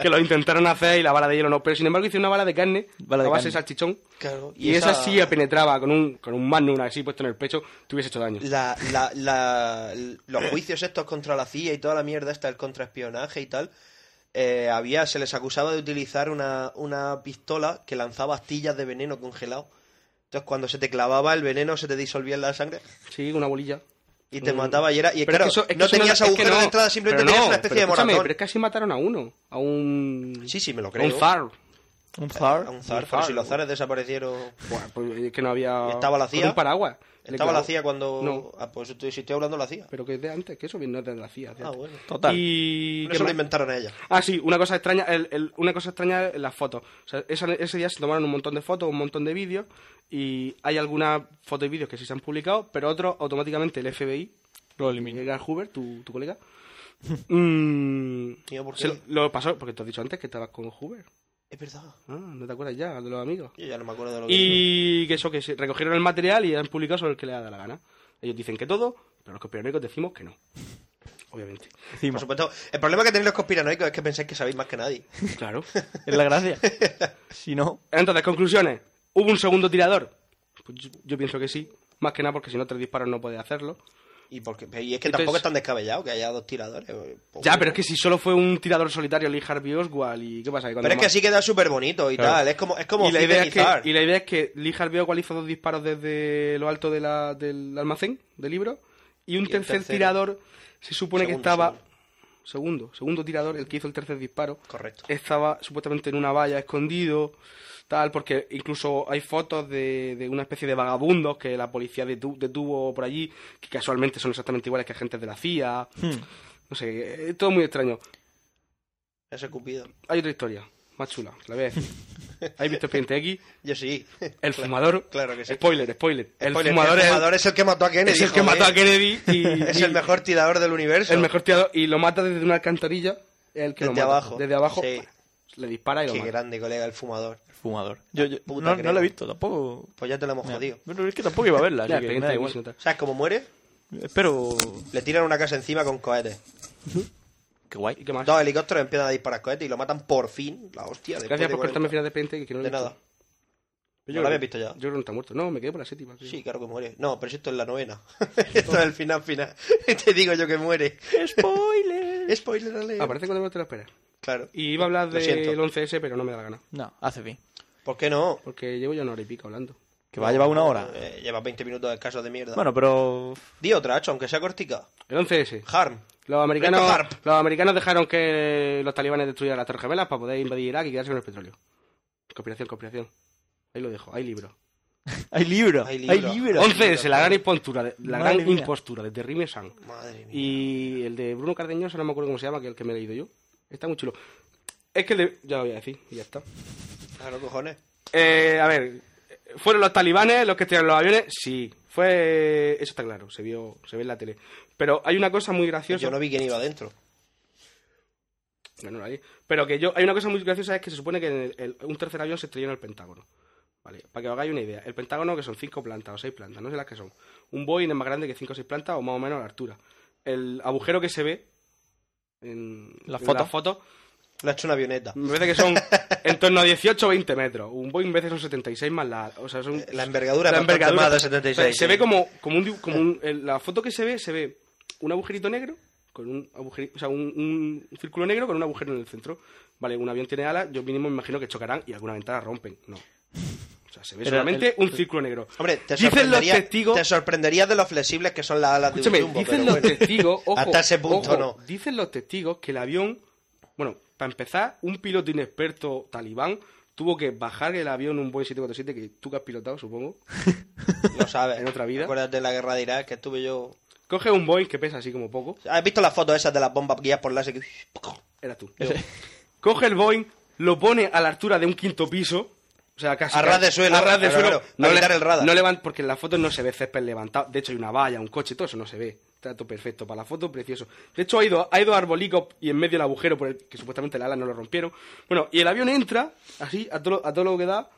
[SPEAKER 7] que lo intentaron hacer y la bala de hielo no. Pero sin embargo hice una bala de carne,
[SPEAKER 8] de
[SPEAKER 7] a base
[SPEAKER 8] carne.
[SPEAKER 7] de salchichón.
[SPEAKER 2] Claro,
[SPEAKER 7] Y, esa... sí penetraba con un, con un magnum así puesto en el pecho, te hubiese hecho daño.
[SPEAKER 2] La- la- la- los juicios estos contra la CIA y toda la mierda esta, el contraespionaje y tal, eh, había, se les acusaba de utilizar una, una pistola que lanzaba astillas de veneno congelado. Entonces cuando se te clavaba el veneno se te disolvía en la sangre
[SPEAKER 7] Sí, una bolilla.
[SPEAKER 2] y te
[SPEAKER 7] Mm.
[SPEAKER 2] mataba y era... Y
[SPEAKER 7] Pero
[SPEAKER 2] claro,
[SPEAKER 7] es que eso- es que
[SPEAKER 2] no
[SPEAKER 7] eso
[SPEAKER 2] tenías
[SPEAKER 7] es que
[SPEAKER 2] agujero
[SPEAKER 7] no,
[SPEAKER 2] de entrada, simplemente
[SPEAKER 7] pero
[SPEAKER 2] tenías
[SPEAKER 7] no,
[SPEAKER 2] una especie
[SPEAKER 7] pero
[SPEAKER 2] de
[SPEAKER 7] escúchame,
[SPEAKER 2] moratón.
[SPEAKER 7] Pero es que así mataron a uno, a un...
[SPEAKER 2] Sí, sí, me lo
[SPEAKER 7] A
[SPEAKER 2] creo.
[SPEAKER 7] un zar.
[SPEAKER 8] Un
[SPEAKER 2] zar. A un zar,
[SPEAKER 7] Un
[SPEAKER 2] pero
[SPEAKER 7] zar.
[SPEAKER 2] si los zares desaparecieron...
[SPEAKER 7] Buah, pues es que no había...
[SPEAKER 2] Estaba la CIA.
[SPEAKER 7] con un paraguas. Le
[SPEAKER 2] Estaba la
[SPEAKER 7] clavó-
[SPEAKER 2] CIA cuando...
[SPEAKER 7] No.
[SPEAKER 2] Ah, pues estoy, si estoy hablando de la CIA.
[SPEAKER 7] Pero que es de antes, que eso bien no es de la CIA. de
[SPEAKER 2] Ah,
[SPEAKER 7] antes.
[SPEAKER 2] bueno.
[SPEAKER 8] Total.
[SPEAKER 7] Y...
[SPEAKER 2] Pero
[SPEAKER 7] ¿qué
[SPEAKER 2] Eso lo
[SPEAKER 7] más?
[SPEAKER 2] inventaron ellas.
[SPEAKER 7] Ah, sí, una cosa extraña, el- el- una cosa extraña en las fotos. O sea, esa- ese día se tomaron un montón de fotos, un montón de vídeos, y hay algunas fotos y vídeos que sí se han publicado, pero otros automáticamente el FBI,
[SPEAKER 8] lo
[SPEAKER 7] Hoover, tu, tu colega, mm,
[SPEAKER 2] Tío, ¿por
[SPEAKER 7] se
[SPEAKER 2] qué?
[SPEAKER 7] lo, lo pasó, porque te has dicho antes que estabas con Hoover.
[SPEAKER 2] Es verdad.
[SPEAKER 7] Ah, no te acuerdas ya, de los amigos.
[SPEAKER 2] Yo ya no me acuerdo de lo que digo.
[SPEAKER 7] Y que eso, que se recogieron el material y han publicado sobre el que le da la gana. Ellos dicen que todo, pero los conspiranoicos decimos que no. Obviamente.
[SPEAKER 2] Por supuesto. El problema que tenéis los conspiranoicos es que pensáis que sabéis más que nadie.
[SPEAKER 7] Claro.
[SPEAKER 8] Es la gracia. Si no.
[SPEAKER 7] Entonces, conclusiones. ¿Hubo un segundo tirador? Pues yo, yo pienso que sí. Más que nada porque si no tres disparos no puede hacerlo.
[SPEAKER 2] Y, porque, y es que
[SPEAKER 7] Entonces-
[SPEAKER 2] tampoco es tan descabellado que haya dos tiradores. eh, pues Poco.
[SPEAKER 7] Ya, pero es que si solo fue un tirador solitario Lee Harvey Oswald y qué pasa Que cuando
[SPEAKER 2] Pero es que
[SPEAKER 7] más-
[SPEAKER 2] así queda súper bonito y
[SPEAKER 7] Claro.
[SPEAKER 2] tal. Es como, es como
[SPEAKER 7] y la,
[SPEAKER 2] Cid
[SPEAKER 7] idea
[SPEAKER 2] de
[SPEAKER 7] es
[SPEAKER 2] Guizar.
[SPEAKER 7] que, y la idea es que Lee Harvey Oswald hizo dos disparos desde lo alto de la- del almacén del libro y un
[SPEAKER 2] Y el
[SPEAKER 7] tercer
[SPEAKER 2] tercero.
[SPEAKER 7] tirador se supone que
[SPEAKER 2] Segundo,
[SPEAKER 7] estaba segundo. segundo tirador el que hizo el tercer disparo
[SPEAKER 2] Correcto.
[SPEAKER 7] estaba supuestamente en una valla escondido tal porque incluso hay fotos de, de una especie de vagabundos que la policía detu- detuvo por allí que casualmente son exactamente iguales que agentes de la CIA no sé eh, todo muy extraño
[SPEAKER 2] Ese Cupido.
[SPEAKER 7] hay otra historia más chula la voy a decir ¿Habéis visto Expediente X?
[SPEAKER 2] Yo sí.
[SPEAKER 7] El fumador.
[SPEAKER 2] Claro que sí.
[SPEAKER 7] Spoiler, spoiler. El
[SPEAKER 2] Spoiler,
[SPEAKER 7] fumador,
[SPEAKER 2] el
[SPEAKER 7] es,
[SPEAKER 2] fumador es el que mató a Kennedy.
[SPEAKER 7] es el que
[SPEAKER 2] joder.
[SPEAKER 7] mató a Kennedy y,
[SPEAKER 2] es
[SPEAKER 7] y-
[SPEAKER 2] el mejor tirador del universo.
[SPEAKER 7] el mejor tirador. Y lo mata desde una alcantarilla. es el que lo
[SPEAKER 2] Desde
[SPEAKER 7] mata.
[SPEAKER 2] abajo.
[SPEAKER 7] Desde abajo. pues,
[SPEAKER 2] Sí.
[SPEAKER 7] Le dispara y lo
[SPEAKER 2] Qué
[SPEAKER 7] mata.
[SPEAKER 2] grande, colega, el fumador.
[SPEAKER 8] Fumador. Yo, yo-
[SPEAKER 2] Puta
[SPEAKER 8] no,
[SPEAKER 2] crema.
[SPEAKER 8] no la he visto tampoco.
[SPEAKER 2] Pues ya te lo hemos
[SPEAKER 8] Mira,
[SPEAKER 2] jodido.
[SPEAKER 8] Pero es que tampoco iba a verla. así
[SPEAKER 7] Ya,
[SPEAKER 8] que me
[SPEAKER 7] Expediente
[SPEAKER 8] da
[SPEAKER 7] X,
[SPEAKER 8] igual.
[SPEAKER 7] no tal.
[SPEAKER 2] ¿Sabes cómo muere?
[SPEAKER 8] Espero.
[SPEAKER 2] Le tiran una casa encima con cohetes.
[SPEAKER 8] Qué guay.
[SPEAKER 7] ¿Y qué más?
[SPEAKER 2] Dos helicópteros empiezan a disparar cohetes y lo matan por fin. La hostia. después
[SPEAKER 7] Gracias
[SPEAKER 2] de
[SPEAKER 7] por
[SPEAKER 2] 40.
[SPEAKER 7] cortarme el final de Expediente X, que no lo he
[SPEAKER 2] De
[SPEAKER 7] visto.
[SPEAKER 2] nada.
[SPEAKER 7] Pero
[SPEAKER 2] No lo había visto ya.
[SPEAKER 7] Yo creo que no está muerto. No, me quedé por la séptima. creo.
[SPEAKER 2] Sí, claro que muere. No, pero si esto es la novena. esto es el final final. Te digo yo que muere.
[SPEAKER 8] Spoiler.
[SPEAKER 2] Spoiler alert.
[SPEAKER 7] Aparece cuando no te lo esperas.
[SPEAKER 2] Claro.
[SPEAKER 7] Ah, Y iba a hablar
[SPEAKER 2] Lo siento.
[SPEAKER 7] del 11S, pero no me da la gana.
[SPEAKER 8] No, hace bien.
[SPEAKER 2] ¿Por qué no?
[SPEAKER 7] Porque llevo ya una hora y pico hablando.
[SPEAKER 8] Que va a llevar una hora.
[SPEAKER 2] Eh, lleva 20 minutos escasos de mierda.
[SPEAKER 8] Bueno, pero.
[SPEAKER 2] Di otra, hacho, aunque sea cortica.
[SPEAKER 7] El 11S.
[SPEAKER 2] Harm.
[SPEAKER 7] Los americanos,
[SPEAKER 2] Reto Harp.
[SPEAKER 7] los americanos dejaron que los talibanes destruyeran las Torres Gemelas para poder invadir Irak y quedarse con el petróleo. Conspiración, conspiración. Ahí lo dejo, hay libro.
[SPEAKER 8] Hay libro.
[SPEAKER 2] Hay
[SPEAKER 8] Hay
[SPEAKER 2] libro.
[SPEAKER 8] libro.
[SPEAKER 7] Once es la gran impostura de, la
[SPEAKER 8] Madre
[SPEAKER 7] gran
[SPEAKER 8] mía.
[SPEAKER 7] impostura de Terry Mesan.
[SPEAKER 2] Madre mía.
[SPEAKER 7] Y el de Bruno Cardeñosa, no me acuerdo cómo se llama, que es el que me he leído yo. Está muy chulo. Es que le- ya lo voy a decir, y ya está.
[SPEAKER 2] Claro, cojones.
[SPEAKER 7] Eh, a ver, ¿fueron los talibanes los que tiraron los aviones? Sí, fue... Eso está claro, se vio se ve en la tele. Pero hay una cosa muy graciosa...
[SPEAKER 2] Yo no vi quién iba adentro.
[SPEAKER 7] No, no lo hay. Pero que yo... Hay una cosa muy graciosa es que se supone que en el- el- un tercer avión se estrelló en el Pentágono. Vale, para que os hagáis una idea. El Pentágono, que son cinco plantas o seis plantas, no sé las que son. Un Boeing es más grande que cinco o seis plantas o más o menos a la altura. El agujero que se ve en
[SPEAKER 2] La
[SPEAKER 7] en
[SPEAKER 2] foto.
[SPEAKER 7] la foto
[SPEAKER 2] Lo ha hecho una avioneta.
[SPEAKER 7] Me parece que son en torno a 18 o 20 metros. Un Boeing veces son 76 más la... O sea, son,
[SPEAKER 2] Eh, La envergadura es bastante más de 76,
[SPEAKER 7] Pero Se
[SPEAKER 2] sí.
[SPEAKER 7] ve como, como un... dibu- Como un- el- la foto que se ve, se ve un agujerito negro con un agujerito... O sea, un, un círculo negro con un agujero en el centro. Vale, un avión tiene alas, yo mínimo me imagino que chocarán y alguna ventana rompen. No. O sea, se ve
[SPEAKER 2] Pero
[SPEAKER 7] solamente
[SPEAKER 2] el-
[SPEAKER 7] un círculo negro.
[SPEAKER 2] Hombre, te
[SPEAKER 7] Dicen los
[SPEAKER 2] sorprendería,
[SPEAKER 7] testigos...
[SPEAKER 2] te sorprendería de lo flexibles que son las alas de un
[SPEAKER 7] Escúchame,
[SPEAKER 2] jumbo,
[SPEAKER 7] dicen
[SPEAKER 2] pero
[SPEAKER 7] los
[SPEAKER 2] bueno.
[SPEAKER 7] testigos, ojo,
[SPEAKER 2] Hasta ese punto
[SPEAKER 7] ojo,
[SPEAKER 2] no.
[SPEAKER 7] Dicen los testigos que el avión, bueno, para empezar, un piloto inexperto talibán tuvo que bajar el avión un buen 747 que tú que has pilotado, supongo.
[SPEAKER 2] Lo sabes.
[SPEAKER 7] En otra vida.
[SPEAKER 2] Acuérdate de la guerra de Irak que estuve yo.
[SPEAKER 7] Coge un Boeing que pesa así como poco.
[SPEAKER 2] ¿Has visto las fotos esas de las bombas guías por láser? Que...
[SPEAKER 7] Era tú. Coge el Boeing, lo pone a la altura de un quinto piso. O sea, casi.
[SPEAKER 2] A ras de suelo,
[SPEAKER 7] a ras de
[SPEAKER 2] claro,
[SPEAKER 7] suelo.
[SPEAKER 2] claro, para evitar el radar.
[SPEAKER 7] no levan- porque en la foto no se ve césped levantado. De hecho, hay una valla, un coche, todo eso no se ve. Trato perfecto para la foto, precioso. De hecho, ha ido, ha ido a arbolicos y en medio el agujero por el que supuestamente la ala no lo rompieron. Bueno, y el avión entra, así, a todo, lo- a todo lo que da.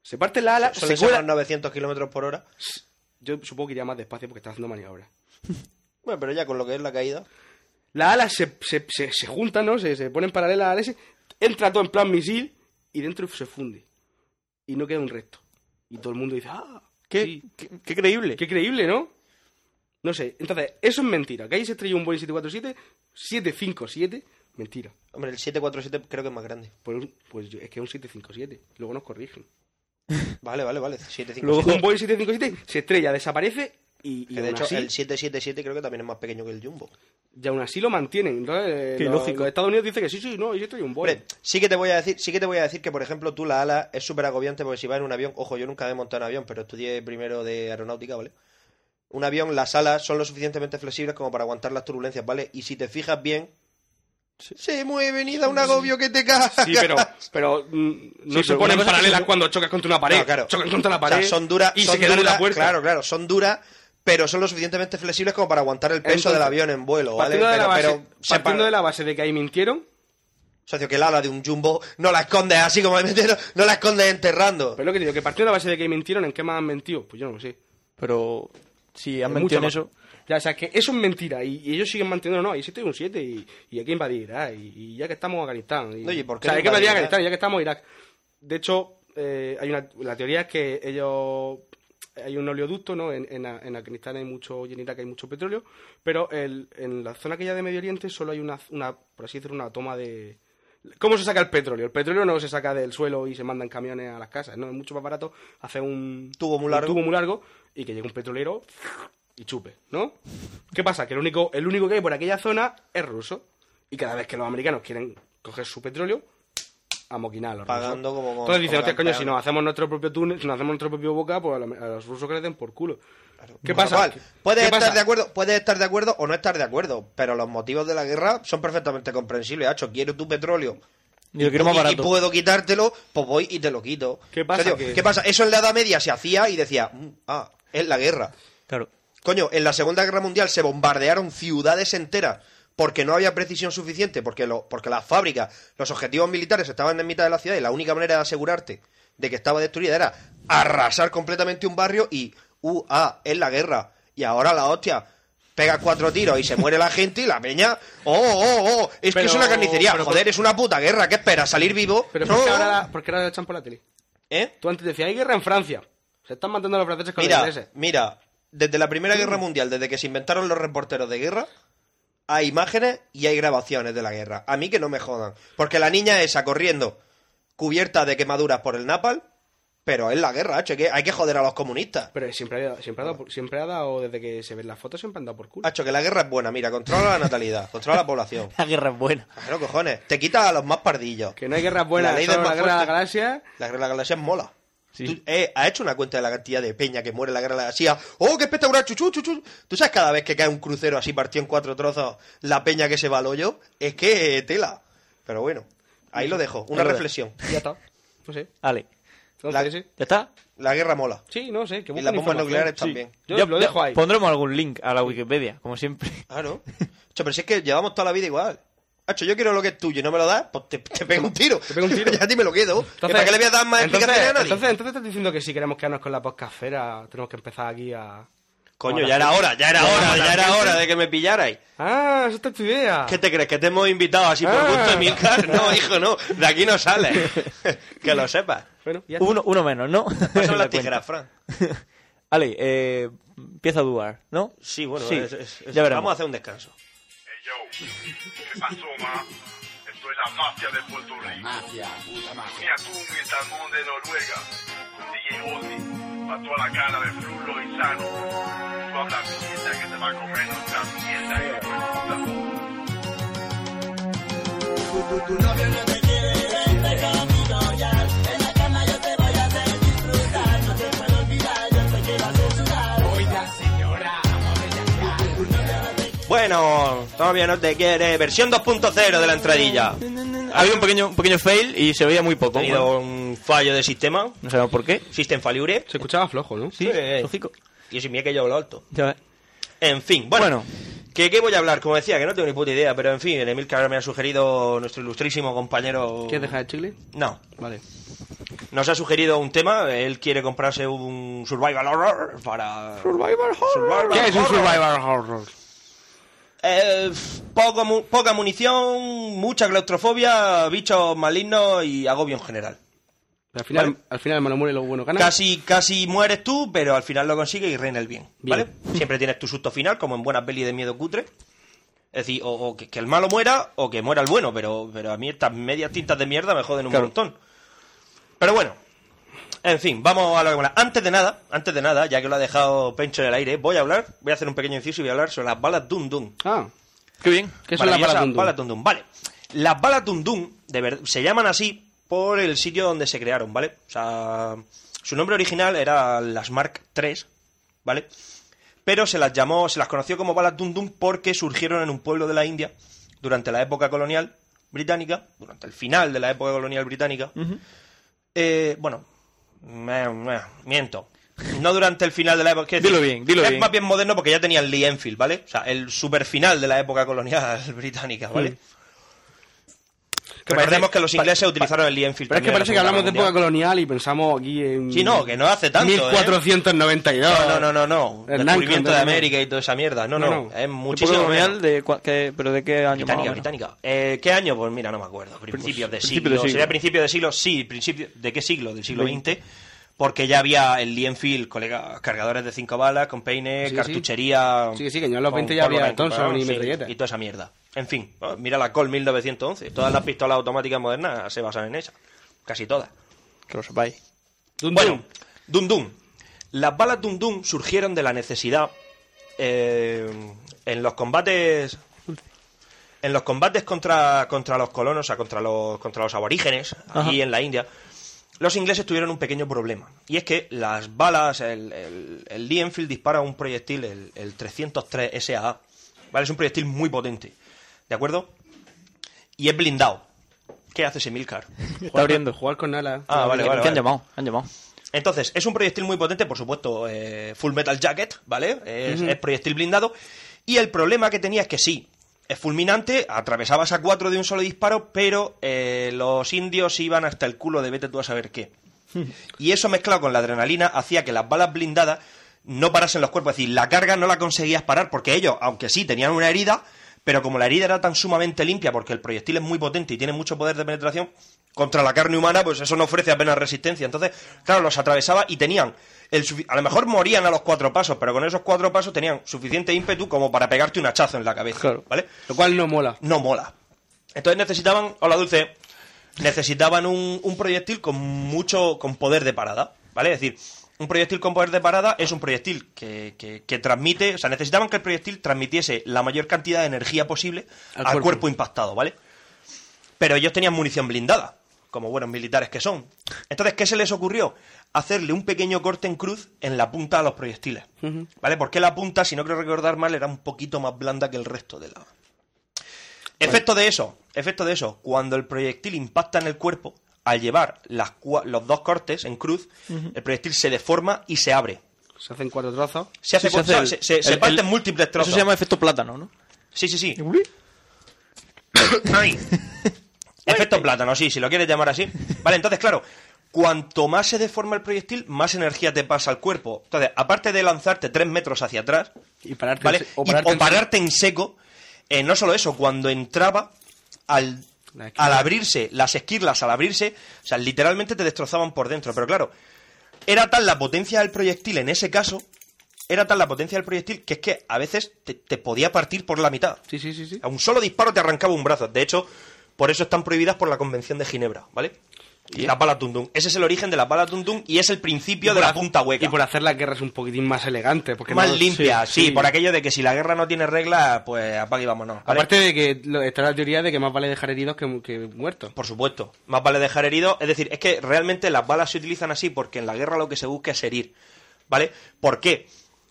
[SPEAKER 7] Se parte la ala,
[SPEAKER 2] Suelen
[SPEAKER 7] se
[SPEAKER 2] ser
[SPEAKER 7] cuela.
[SPEAKER 2] unos 900 kilómetros por hora.
[SPEAKER 7] Yo supongo que iría más despacio porque está haciendo maniobras.
[SPEAKER 2] Bueno, pero ya con lo que es la caída.
[SPEAKER 7] Las alas se, se, se, se juntan, ¿no? Se, se ponen paralelas a las alas, entra todo en plan misil y dentro se funde. Y no queda un resto. Y todo el mundo dice, ¡ah! ¡Qué, creíble! ¡Qué creíble, ¿no? No sé. Entonces, eso es mentira. Que ahí se estrelló un Boeing 747, 757, mentira.
[SPEAKER 2] Hombre, el 747 creo que es más grande.
[SPEAKER 7] Pues, pues yo- es que es un 757. Luego nos corrigen.
[SPEAKER 2] Vale, vale, vale. 757.
[SPEAKER 7] Luego un Boeing 757 se estrella, desaparece y, y
[SPEAKER 2] Que de
[SPEAKER 7] aún
[SPEAKER 2] hecho,
[SPEAKER 7] así-
[SPEAKER 2] el 777 creo que también es más pequeño que el Jumbo.
[SPEAKER 7] y aún así lo mantienen. ¿no? Eh,
[SPEAKER 2] Qué
[SPEAKER 7] los-
[SPEAKER 2] lógico.
[SPEAKER 7] los Estados Unidos dice que sí, sí, no, yo estoy un Boeing.
[SPEAKER 2] Hombre, sí que te voy a decir, sí que te voy a decir que por ejemplo tú la ala es súper agobiante porque si vas en un avión, ojo, yo nunca me he montado en avión, pero estudié primero de aeronáutica, ¿vale? Un avión, las alas son lo suficientemente flexibles como para aguantar las turbulencias, ¿vale? Y si te fijas bien, se mueven y da un agobio que te cagas.
[SPEAKER 7] Sí, pero, pero mm, no
[SPEAKER 2] Sí, pero
[SPEAKER 7] se
[SPEAKER 2] una
[SPEAKER 7] ponen
[SPEAKER 2] cosa es que
[SPEAKER 7] paralelas
[SPEAKER 2] son-
[SPEAKER 7] cuando chocas contra una pared.
[SPEAKER 2] No, claro.
[SPEAKER 7] Chocan contra la
[SPEAKER 2] O sea,
[SPEAKER 7] pared
[SPEAKER 2] son duras
[SPEAKER 7] y
[SPEAKER 2] son
[SPEAKER 7] se quedan en
[SPEAKER 2] duras,
[SPEAKER 7] la puerta.
[SPEAKER 2] Claro, claro, son duras, pero son lo suficientemente flexibles como para aguantar el peso
[SPEAKER 7] Entonces,
[SPEAKER 2] del avión en vuelo, ¿vale?
[SPEAKER 7] Partiendo, de, la
[SPEAKER 2] Pero,
[SPEAKER 7] base,
[SPEAKER 2] pero sepa-
[SPEAKER 7] partiendo de la base de que ahí mintieron,
[SPEAKER 2] socio, que el ala de un jumbo no la escondes así como no, no la escondes enterrando.
[SPEAKER 7] pero lo que te digo, que partiendo de la base de que ahí mintieron, ¿en qué más han mentido? Pues yo no lo sé.
[SPEAKER 8] Pero si han
[SPEAKER 7] En
[SPEAKER 8] mentido en
[SPEAKER 7] mucho
[SPEAKER 8] eso,
[SPEAKER 7] más. Ya, o sea, que eso es mentira y, y ellos siguen manteniendo, no, ahí sí estoy un 7 y, y hay que invadir Irak y, y ya que estamos en Afganistán. Y,
[SPEAKER 2] No, ¿y por qué
[SPEAKER 7] o sea,
[SPEAKER 2] no
[SPEAKER 7] hay que invadir
[SPEAKER 2] invadir
[SPEAKER 7] Afganistán, ya que estamos en Irak. De hecho, eh, hay una, la teoría es que ellos... Hay un oleoducto, ¿no? En, en, en Afganistán hay mucho, y en Irak hay mucho petróleo, pero el, en la zona aquella de Medio Oriente solo hay una, una, por así decirlo, una toma de... ¿Cómo se saca el petróleo? El petróleo no se saca del suelo y se manda en camiones a las casas, ¿no? Es mucho más barato hacer un
[SPEAKER 2] Tubo muy
[SPEAKER 7] un
[SPEAKER 2] largo.
[SPEAKER 7] tubo muy largo y que llegue un petrolero y chupe, ¿no? ¿Qué pasa? Que el único, el único que hay por aquella zona es ruso. Y cada vez que los americanos quieren coger su petróleo, a moquinar a los
[SPEAKER 2] Pagando
[SPEAKER 7] rusos.
[SPEAKER 2] como- como-
[SPEAKER 7] Entonces dicen,
[SPEAKER 2] como
[SPEAKER 7] hostia, coño,
[SPEAKER 2] campeones".
[SPEAKER 7] si nos hacemos nuestro propio túnel, si nos hacemos nuestro propio boca, pues a los, a los rusos que les den por culo. ¿Qué
[SPEAKER 2] Con lo
[SPEAKER 7] pasa?
[SPEAKER 2] cual, puedes
[SPEAKER 7] ¿Qué
[SPEAKER 2] estar
[SPEAKER 7] pasa?
[SPEAKER 2] de acuerdo, puedes estar de acuerdo o no estar de acuerdo, pero los motivos de la guerra son perfectamente comprensibles. Hacho, quiero tu petróleo.
[SPEAKER 8] Yo lo quiero más
[SPEAKER 2] y-
[SPEAKER 8] barato.
[SPEAKER 2] Y puedo quitártelo, pues voy y te lo quito.
[SPEAKER 7] ¿Qué pasa que-
[SPEAKER 2] ¿Qué pasa? Eso en la Edad Media se hacía y decía, "Mm, ah, es la guerra.
[SPEAKER 8] Claro.
[SPEAKER 2] Coño, en la Segunda Guerra Mundial se bombardearon ciudades enteras porque no había precisión suficiente, porque, lo, porque las fábricas, los objetivos militares estaban en mitad de la ciudad y la única manera de asegurarte de que estaba destruida era arrasar completamente un barrio y, uh, ah, es la guerra. Y ahora la hostia, pega cuatro tiros y se muere la gente y la peña, oh, oh, oh, es que
[SPEAKER 7] Pero-
[SPEAKER 2] es una carnicería,
[SPEAKER 7] pero-
[SPEAKER 2] joder, es una puta guerra, ¿qué esperas? ¿Salir vivo?
[SPEAKER 7] Pero
[SPEAKER 2] no.
[SPEAKER 7] ¿por qué ahora, la- por qué ahora la echan por la tele?
[SPEAKER 2] ¿Eh?
[SPEAKER 7] Tú antes decías, hay guerra en Francia. Se están matando a los franceses con los
[SPEAKER 2] Mira,
[SPEAKER 7] ingleses.
[SPEAKER 2] mira, desde la Primera Guerra Mundial, desde que se inventaron los reporteros de guerra, hay imágenes y hay grabaciones de la guerra. A mí que no me jodan. Porque la niña esa corriendo, cubierta de quemaduras por el napal, pero es la guerra, hacho, hay que, hay que joder a los comunistas.
[SPEAKER 7] Pero siempre, ha- siempre, ha dado, por- siempre ha dado, desde que se ven las fotos, siempre han dado por culo.
[SPEAKER 2] Hacho, que la guerra es buena, mira, controla la natalidad, controla la población.
[SPEAKER 8] la guerra es buena.
[SPEAKER 2] Claro, cojones, te quita a los más pardillos.
[SPEAKER 7] Que no hay guerras buenas,
[SPEAKER 2] la ley
[SPEAKER 7] solo
[SPEAKER 2] del
[SPEAKER 7] la
[SPEAKER 2] más
[SPEAKER 7] guerra de la
[SPEAKER 2] fuerte.
[SPEAKER 7] galaxia.
[SPEAKER 2] La guerra de la galaxia es mola. Tú, eh, ¿Has hecho una cuenta de la cantidad de peña que muere en la guerra de la galaxia? ¡Oh, qué espectacular! ¡Chuchu, chuchu! ¿Tú sabes cada vez que cae un crucero así partido en cuatro trozos, la peña que se va al hoyo? Es que eh, tela. Pero bueno.
[SPEAKER 13] Ahí lo dejo, una
[SPEAKER 8] Ahí lo
[SPEAKER 13] reflexión.
[SPEAKER 7] Ya está. Pues No sé.
[SPEAKER 8] Ale.
[SPEAKER 13] La,
[SPEAKER 8] ¿Ya está?
[SPEAKER 13] La guerra mola.
[SPEAKER 7] Sí, no sé. Que
[SPEAKER 13] y las
[SPEAKER 7] busquen
[SPEAKER 13] bombas
[SPEAKER 7] información.
[SPEAKER 13] nucleares
[SPEAKER 7] Sí.
[SPEAKER 13] también.
[SPEAKER 7] Yo lo dejo ahí.
[SPEAKER 8] Pondremos algún link a la Wikipedia, como siempre.
[SPEAKER 13] Claro. Cho, pero si es que llevamos toda la vida igual. Hacho, yo quiero lo que es tuyo y no me lo das, pues te, te pego un tiro. Te pego un tiro. ya a ti me lo quedo. ¿Que ¿Para qué le voy a dar más
[SPEAKER 7] entonces,
[SPEAKER 13] explicaciones a nadie?
[SPEAKER 7] Entonces, entonces estás diciendo que si queremos quedarnos con la podcastfera, tenemos que empezar aquí a...
[SPEAKER 2] Coño, ya era hora, ya era hora, ya era hora de que me pillarais.
[SPEAKER 7] Ah, esa es tu idea.
[SPEAKER 2] ¿Qué te crees? ¿Que te hemos invitado así por
[SPEAKER 7] Ah.
[SPEAKER 2] gusto de Milcar? No, hijo, no. De aquí no sales. que lo sepas.
[SPEAKER 7] Bueno, ya
[SPEAKER 8] Uno, uno menos, ¿no?
[SPEAKER 2] Pásame las
[SPEAKER 8] Te
[SPEAKER 2] tijeras,
[SPEAKER 8] cuento.
[SPEAKER 2] Fran.
[SPEAKER 8] Ale, eh, empieza a dudar, ¿no?
[SPEAKER 2] Sí, bueno, es- es- es-
[SPEAKER 8] ya veremos.
[SPEAKER 2] vamos a hacer un descanso.
[SPEAKER 3] ¿Qué pasó, ma? Esto es la mafia del Puerto Rico. Mafia, puta mafia. tú, mi salmón de Noruega. Con DJ Ozzy. Mató a la cara de Frulo y Sano. Tú hablas mierda que te va a comer nuestra mierda, hijo de puta.
[SPEAKER 2] Bueno, todavía no te quiere. Versión 2.0 de la entradilla.
[SPEAKER 8] Había un pequeño, un pequeño fail y se veía muy poco.
[SPEAKER 2] Ha tenido
[SPEAKER 8] Bueno,
[SPEAKER 2] un fallo de sistema.
[SPEAKER 8] no sabemos por qué.
[SPEAKER 2] System failure.
[SPEAKER 7] Se escuchaba flojo, ¿no?
[SPEAKER 8] Sí,
[SPEAKER 2] Eh,
[SPEAKER 8] lógico.
[SPEAKER 2] Y si mira que yo hablo alto.
[SPEAKER 8] Ya ves.
[SPEAKER 2] En fin, bueno. ¿Qué, qué voy a hablar? Como decía, que no tengo ni puta idea, pero en fin, el Emil que ahora me ha sugerido nuestro ilustrísimo compañero...
[SPEAKER 7] ¿Quieres dejar el chicle?
[SPEAKER 2] No,
[SPEAKER 7] Vale.
[SPEAKER 2] nos ha sugerido un tema, él quiere comprarse un survival horror para...
[SPEAKER 7] Survival
[SPEAKER 2] Survival
[SPEAKER 7] ¿Qué es un
[SPEAKER 2] horror.
[SPEAKER 7] survival horror?
[SPEAKER 2] Eh, f- poco mu- poca munición, mucha claustrofobia, bichos malignos y agobio en general.
[SPEAKER 7] Al final, al final el malo muere y lo bueno gana.
[SPEAKER 2] Casi, casi mueres tú, pero al final lo consigues y reina el bien, ¿vale?
[SPEAKER 7] Bien.
[SPEAKER 2] Siempre tienes tu susto final, como en buenas pelis de miedo cutre. Es decir, o, o que, que el malo muera o que muera el bueno, pero, pero a mí estas medias tintas de mierda me joden un
[SPEAKER 8] Claro.
[SPEAKER 2] montón. Pero bueno, en fin, vamos a lo que mola. Antes de nada, antes de nada, ya que lo ha dejado Pencho en el aire, voy a hablar, voy a hacer un pequeño inciso y voy a hablar sobre las balas Dum Dum.
[SPEAKER 7] Ah,
[SPEAKER 8] qué bien.
[SPEAKER 7] ¿Qué son las
[SPEAKER 2] Maravillosas
[SPEAKER 7] balas dundum?
[SPEAKER 2] balas Dundum. Vale. Las balas Dundum de ver- se llaman así por el sitio donde se crearon, ¿vale? O sea, su nombre original era las Mark III, ¿vale? Pero se las llamó, se las conoció como balas Dundum porque surgieron en un pueblo de la India durante la época colonial británica, durante el final de la época colonial británica. Eh, bueno, me- me- miento. No durante el final de la época. quiero
[SPEAKER 8] Dilo
[SPEAKER 2] decir,
[SPEAKER 8] bien, dilo
[SPEAKER 2] es
[SPEAKER 8] bien.
[SPEAKER 2] más bien moderno porque ya tenían Lee Enfield, ¿vale? O sea, el super final de la época colonial británica, ¿vale?
[SPEAKER 7] Mm.
[SPEAKER 2] Que
[SPEAKER 7] parece-
[SPEAKER 2] recordemos que los
[SPEAKER 7] pa-
[SPEAKER 2] ingleses
[SPEAKER 7] pa-
[SPEAKER 2] utilizaron el Lee Enfield.
[SPEAKER 7] Pero es
[SPEAKER 2] también
[SPEAKER 7] que
[SPEAKER 2] en la
[SPEAKER 7] parece que
[SPEAKER 2] Segunda
[SPEAKER 7] hablamos de
[SPEAKER 2] Guerra
[SPEAKER 7] época colonial y pensamos aquí en...
[SPEAKER 2] Mundial. Sí, no, que no hace tanto. ¿eh?
[SPEAKER 7] 1492.
[SPEAKER 2] No, no, no, no.
[SPEAKER 7] El
[SPEAKER 2] Descubrimiento de
[SPEAKER 7] Nanco, no, no.
[SPEAKER 2] América y toda esa mierda. No, no,
[SPEAKER 7] No, no.
[SPEAKER 2] es
[SPEAKER 8] Muchísimo
[SPEAKER 2] muchísimo. menos.
[SPEAKER 8] colonial de cua- que- pero de qué año
[SPEAKER 2] Británica,
[SPEAKER 8] más o menos?
[SPEAKER 2] británica. Eh, ¿Qué año? Pues mira, no me acuerdo.
[SPEAKER 7] Pues,
[SPEAKER 2] Principios de
[SPEAKER 8] principio
[SPEAKER 2] siglo.
[SPEAKER 8] de siglo.
[SPEAKER 2] ¿Sería principio de siglo? Sí, principio... ¿de qué siglo? Del siglo
[SPEAKER 8] Veinte.
[SPEAKER 2] XX. Porque ya había el Lee Enfield, colega, cargadores de 5 balas, con peine,
[SPEAKER 7] Sí, sí.
[SPEAKER 2] cartuchería.
[SPEAKER 7] Sí, sí, que yo en los
[SPEAKER 2] con
[SPEAKER 7] 20 ya había
[SPEAKER 2] pólvora
[SPEAKER 7] Thompson
[SPEAKER 2] incorporada,
[SPEAKER 7] y metralletas.
[SPEAKER 2] Y toda esa mierda. En fin, oh, mira la Col 1911. Todas las pistolas automáticas modernas se basan en esa. Casi todas.
[SPEAKER 8] Que lo sepáis.
[SPEAKER 2] Bueno, Dum Dum. Las balas Dum Dum surgieron de la necesidad eh, en los combates. En los combates contra, contra los colonos, o sea, contra los, contra los aborígenes, allí
[SPEAKER 8] Ajá.
[SPEAKER 2] en la India, los ingleses tuvieron un pequeño problema. Y es que las balas, el, el, el Lee Enfield dispara un proyectil, el, el 303 SAA. ¿Vale? Es un proyectil muy potente. ¿De acuerdo? Y es blindado. ¿Qué hace ese Milcar?
[SPEAKER 8] Está abriendo.
[SPEAKER 7] Jugar con Nala.
[SPEAKER 2] Ah, vale, vale.
[SPEAKER 8] ¿Qué
[SPEAKER 2] vale.
[SPEAKER 8] han llamado? Han llamado.
[SPEAKER 2] Entonces, es un proyectil muy potente, por supuesto, eh, Full Metal Jacket, ¿vale? Es, es proyectil blindado. Y el problema que tenía es que sí, es fulminante, atravesabas a cuatro de un solo disparo, pero eh, los indios iban hasta el culo de vete tú a saber qué. Y eso mezclado con la adrenalina hacía que las balas blindadas no parasen los cuerpos. Es decir, la carga no la conseguías parar porque ellos, aunque sí tenían una herida, pero como la herida era tan sumamente limpia porque el proyectil es muy potente y tiene mucho poder de penetración, contra la carne humana, pues eso no ofrece apenas resistencia. Entonces, claro, los atravesaba y tenían. El sufi- a lo mejor morían a los cuatro pasos, pero con esos cuatro pasos tenían suficiente ímpetu como para pegarte un hachazo en la cabeza.
[SPEAKER 7] Claro.
[SPEAKER 2] ¿Vale?
[SPEAKER 7] Lo cual no mola.
[SPEAKER 2] no mola. Entonces necesitaban, hola dulce, necesitaban un, un proyectil con mucho, con poder de parada, ¿vale? Es decir, un proyectil con poder de parada es un proyectil que, que- que transmite, o sea, necesitaban que el proyectil transmitiese la mayor cantidad de energía posible al,
[SPEAKER 7] Al
[SPEAKER 2] cuerpo.
[SPEAKER 7] cuerpo.
[SPEAKER 2] impactado, ¿vale? Pero ellos tenían munición blindada, como buenos militares que son. Entonces, ¿qué se les ocurrió? Hacerle un pequeño corte en cruz en la punta a los proyectiles, ¿vale? Porque la punta, si no creo recordar mal, era un poquito más blanda que el resto de la, Efecto de eso, efecto de eso. Cuando el proyectil impacta en el cuerpo, al llevar las cua- los dos cortes en cruz,
[SPEAKER 7] Ujú.
[SPEAKER 2] el proyectil se deforma y se abre.
[SPEAKER 7] Se hacen cuatro trozos.
[SPEAKER 2] Se hace,
[SPEAKER 7] Sí, se hace
[SPEAKER 2] o sea,
[SPEAKER 7] el-
[SPEAKER 2] se- se-
[SPEAKER 7] el-
[SPEAKER 2] se
[SPEAKER 7] el-
[SPEAKER 2] parten múltiples
[SPEAKER 7] eso
[SPEAKER 2] trozos.
[SPEAKER 8] se llama efecto plátano, ¿no?
[SPEAKER 2] Sí, sí, sí. Ay. Efecto plátano, sí, si lo quieres llamar así. Vale, entonces, claro, cuanto más se deforma el proyectil, más energía te pasa al cuerpo. Entonces, aparte de lanzarte tres metros hacia atrás,
[SPEAKER 7] Y pararte,
[SPEAKER 2] ¿vale?
[SPEAKER 7] en se-
[SPEAKER 2] Y- O pararte, en seco. Eh, no solo eso, cuando entraba, al, al abrirse, las esquirlas al abrirse, o sea, literalmente te destrozaban por dentro. Pero claro, era tal la potencia del proyectil en ese caso, era tal la potencia del proyectil que es que a veces te, te podía partir por la mitad.
[SPEAKER 7] Sí, sí, sí, sí.
[SPEAKER 2] A un solo disparo te arrancaba un brazo. De hecho, por eso están prohibidas por la Convención de Ginebra, ¿vale? Las balas dundun. Ese es el origen de las balas dundun y es el principio de la punta hueca.
[SPEAKER 7] Y por hacer las guerras un poquitín más elegantes. Porque
[SPEAKER 2] más
[SPEAKER 7] no-
[SPEAKER 2] limpia, sí, por aquello de que si la guerra no tiene reglas, pues apague y vámonos. ¿vale?
[SPEAKER 7] Aparte de que lo- está la teoría de que más vale dejar heridos que, mu- que muertos.
[SPEAKER 2] Por supuesto, más vale dejar herido. Es decir, es que realmente las balas se utilizan así porque en la guerra lo que se busca es herir. ¿Vale? ¿Por qué?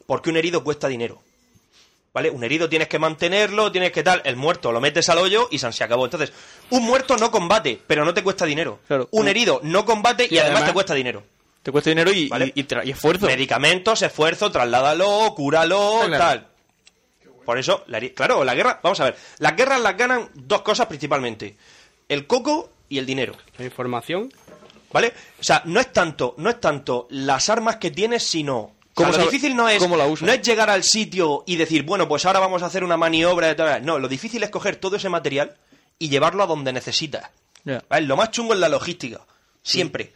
[SPEAKER 2] Porque un herido cuesta dinero. ¿Vale? Un herido tienes que mantenerlo, tienes que tal. El muerto lo metes al hoyo y san se acabó. Entonces, un muerto no combate, pero no te cuesta dinero. un herido no combate y,
[SPEAKER 8] Y
[SPEAKER 2] además,
[SPEAKER 8] además-
[SPEAKER 2] te cuesta dinero.
[SPEAKER 8] Te cuesta dinero y, y- y tra- y esfuerzo.
[SPEAKER 2] Medicamentos, esfuerzo, trasládalo, cúralo,
[SPEAKER 8] claro.
[SPEAKER 2] tal. Por eso, la heri- claro, la guerra, vamos a ver, las guerras las ganan dos cosas principalmente, el coco y el dinero.
[SPEAKER 7] La información.
[SPEAKER 2] ¿Vale? O sea, no es tanto, no es tanto las armas que tienes, sino o sea,
[SPEAKER 8] ¿Cómo
[SPEAKER 2] lo
[SPEAKER 8] sabe-
[SPEAKER 2] difícil no es,
[SPEAKER 8] cómo la
[SPEAKER 2] no es llegar al sitio y decir, bueno, pues ahora vamos a hacer una maniobra de tal. No, lo difícil es coger todo ese material y llevarlo a donde necesitas.
[SPEAKER 8] Ya.
[SPEAKER 2] ¿Vale? Lo más chungo es la logística. Siempre.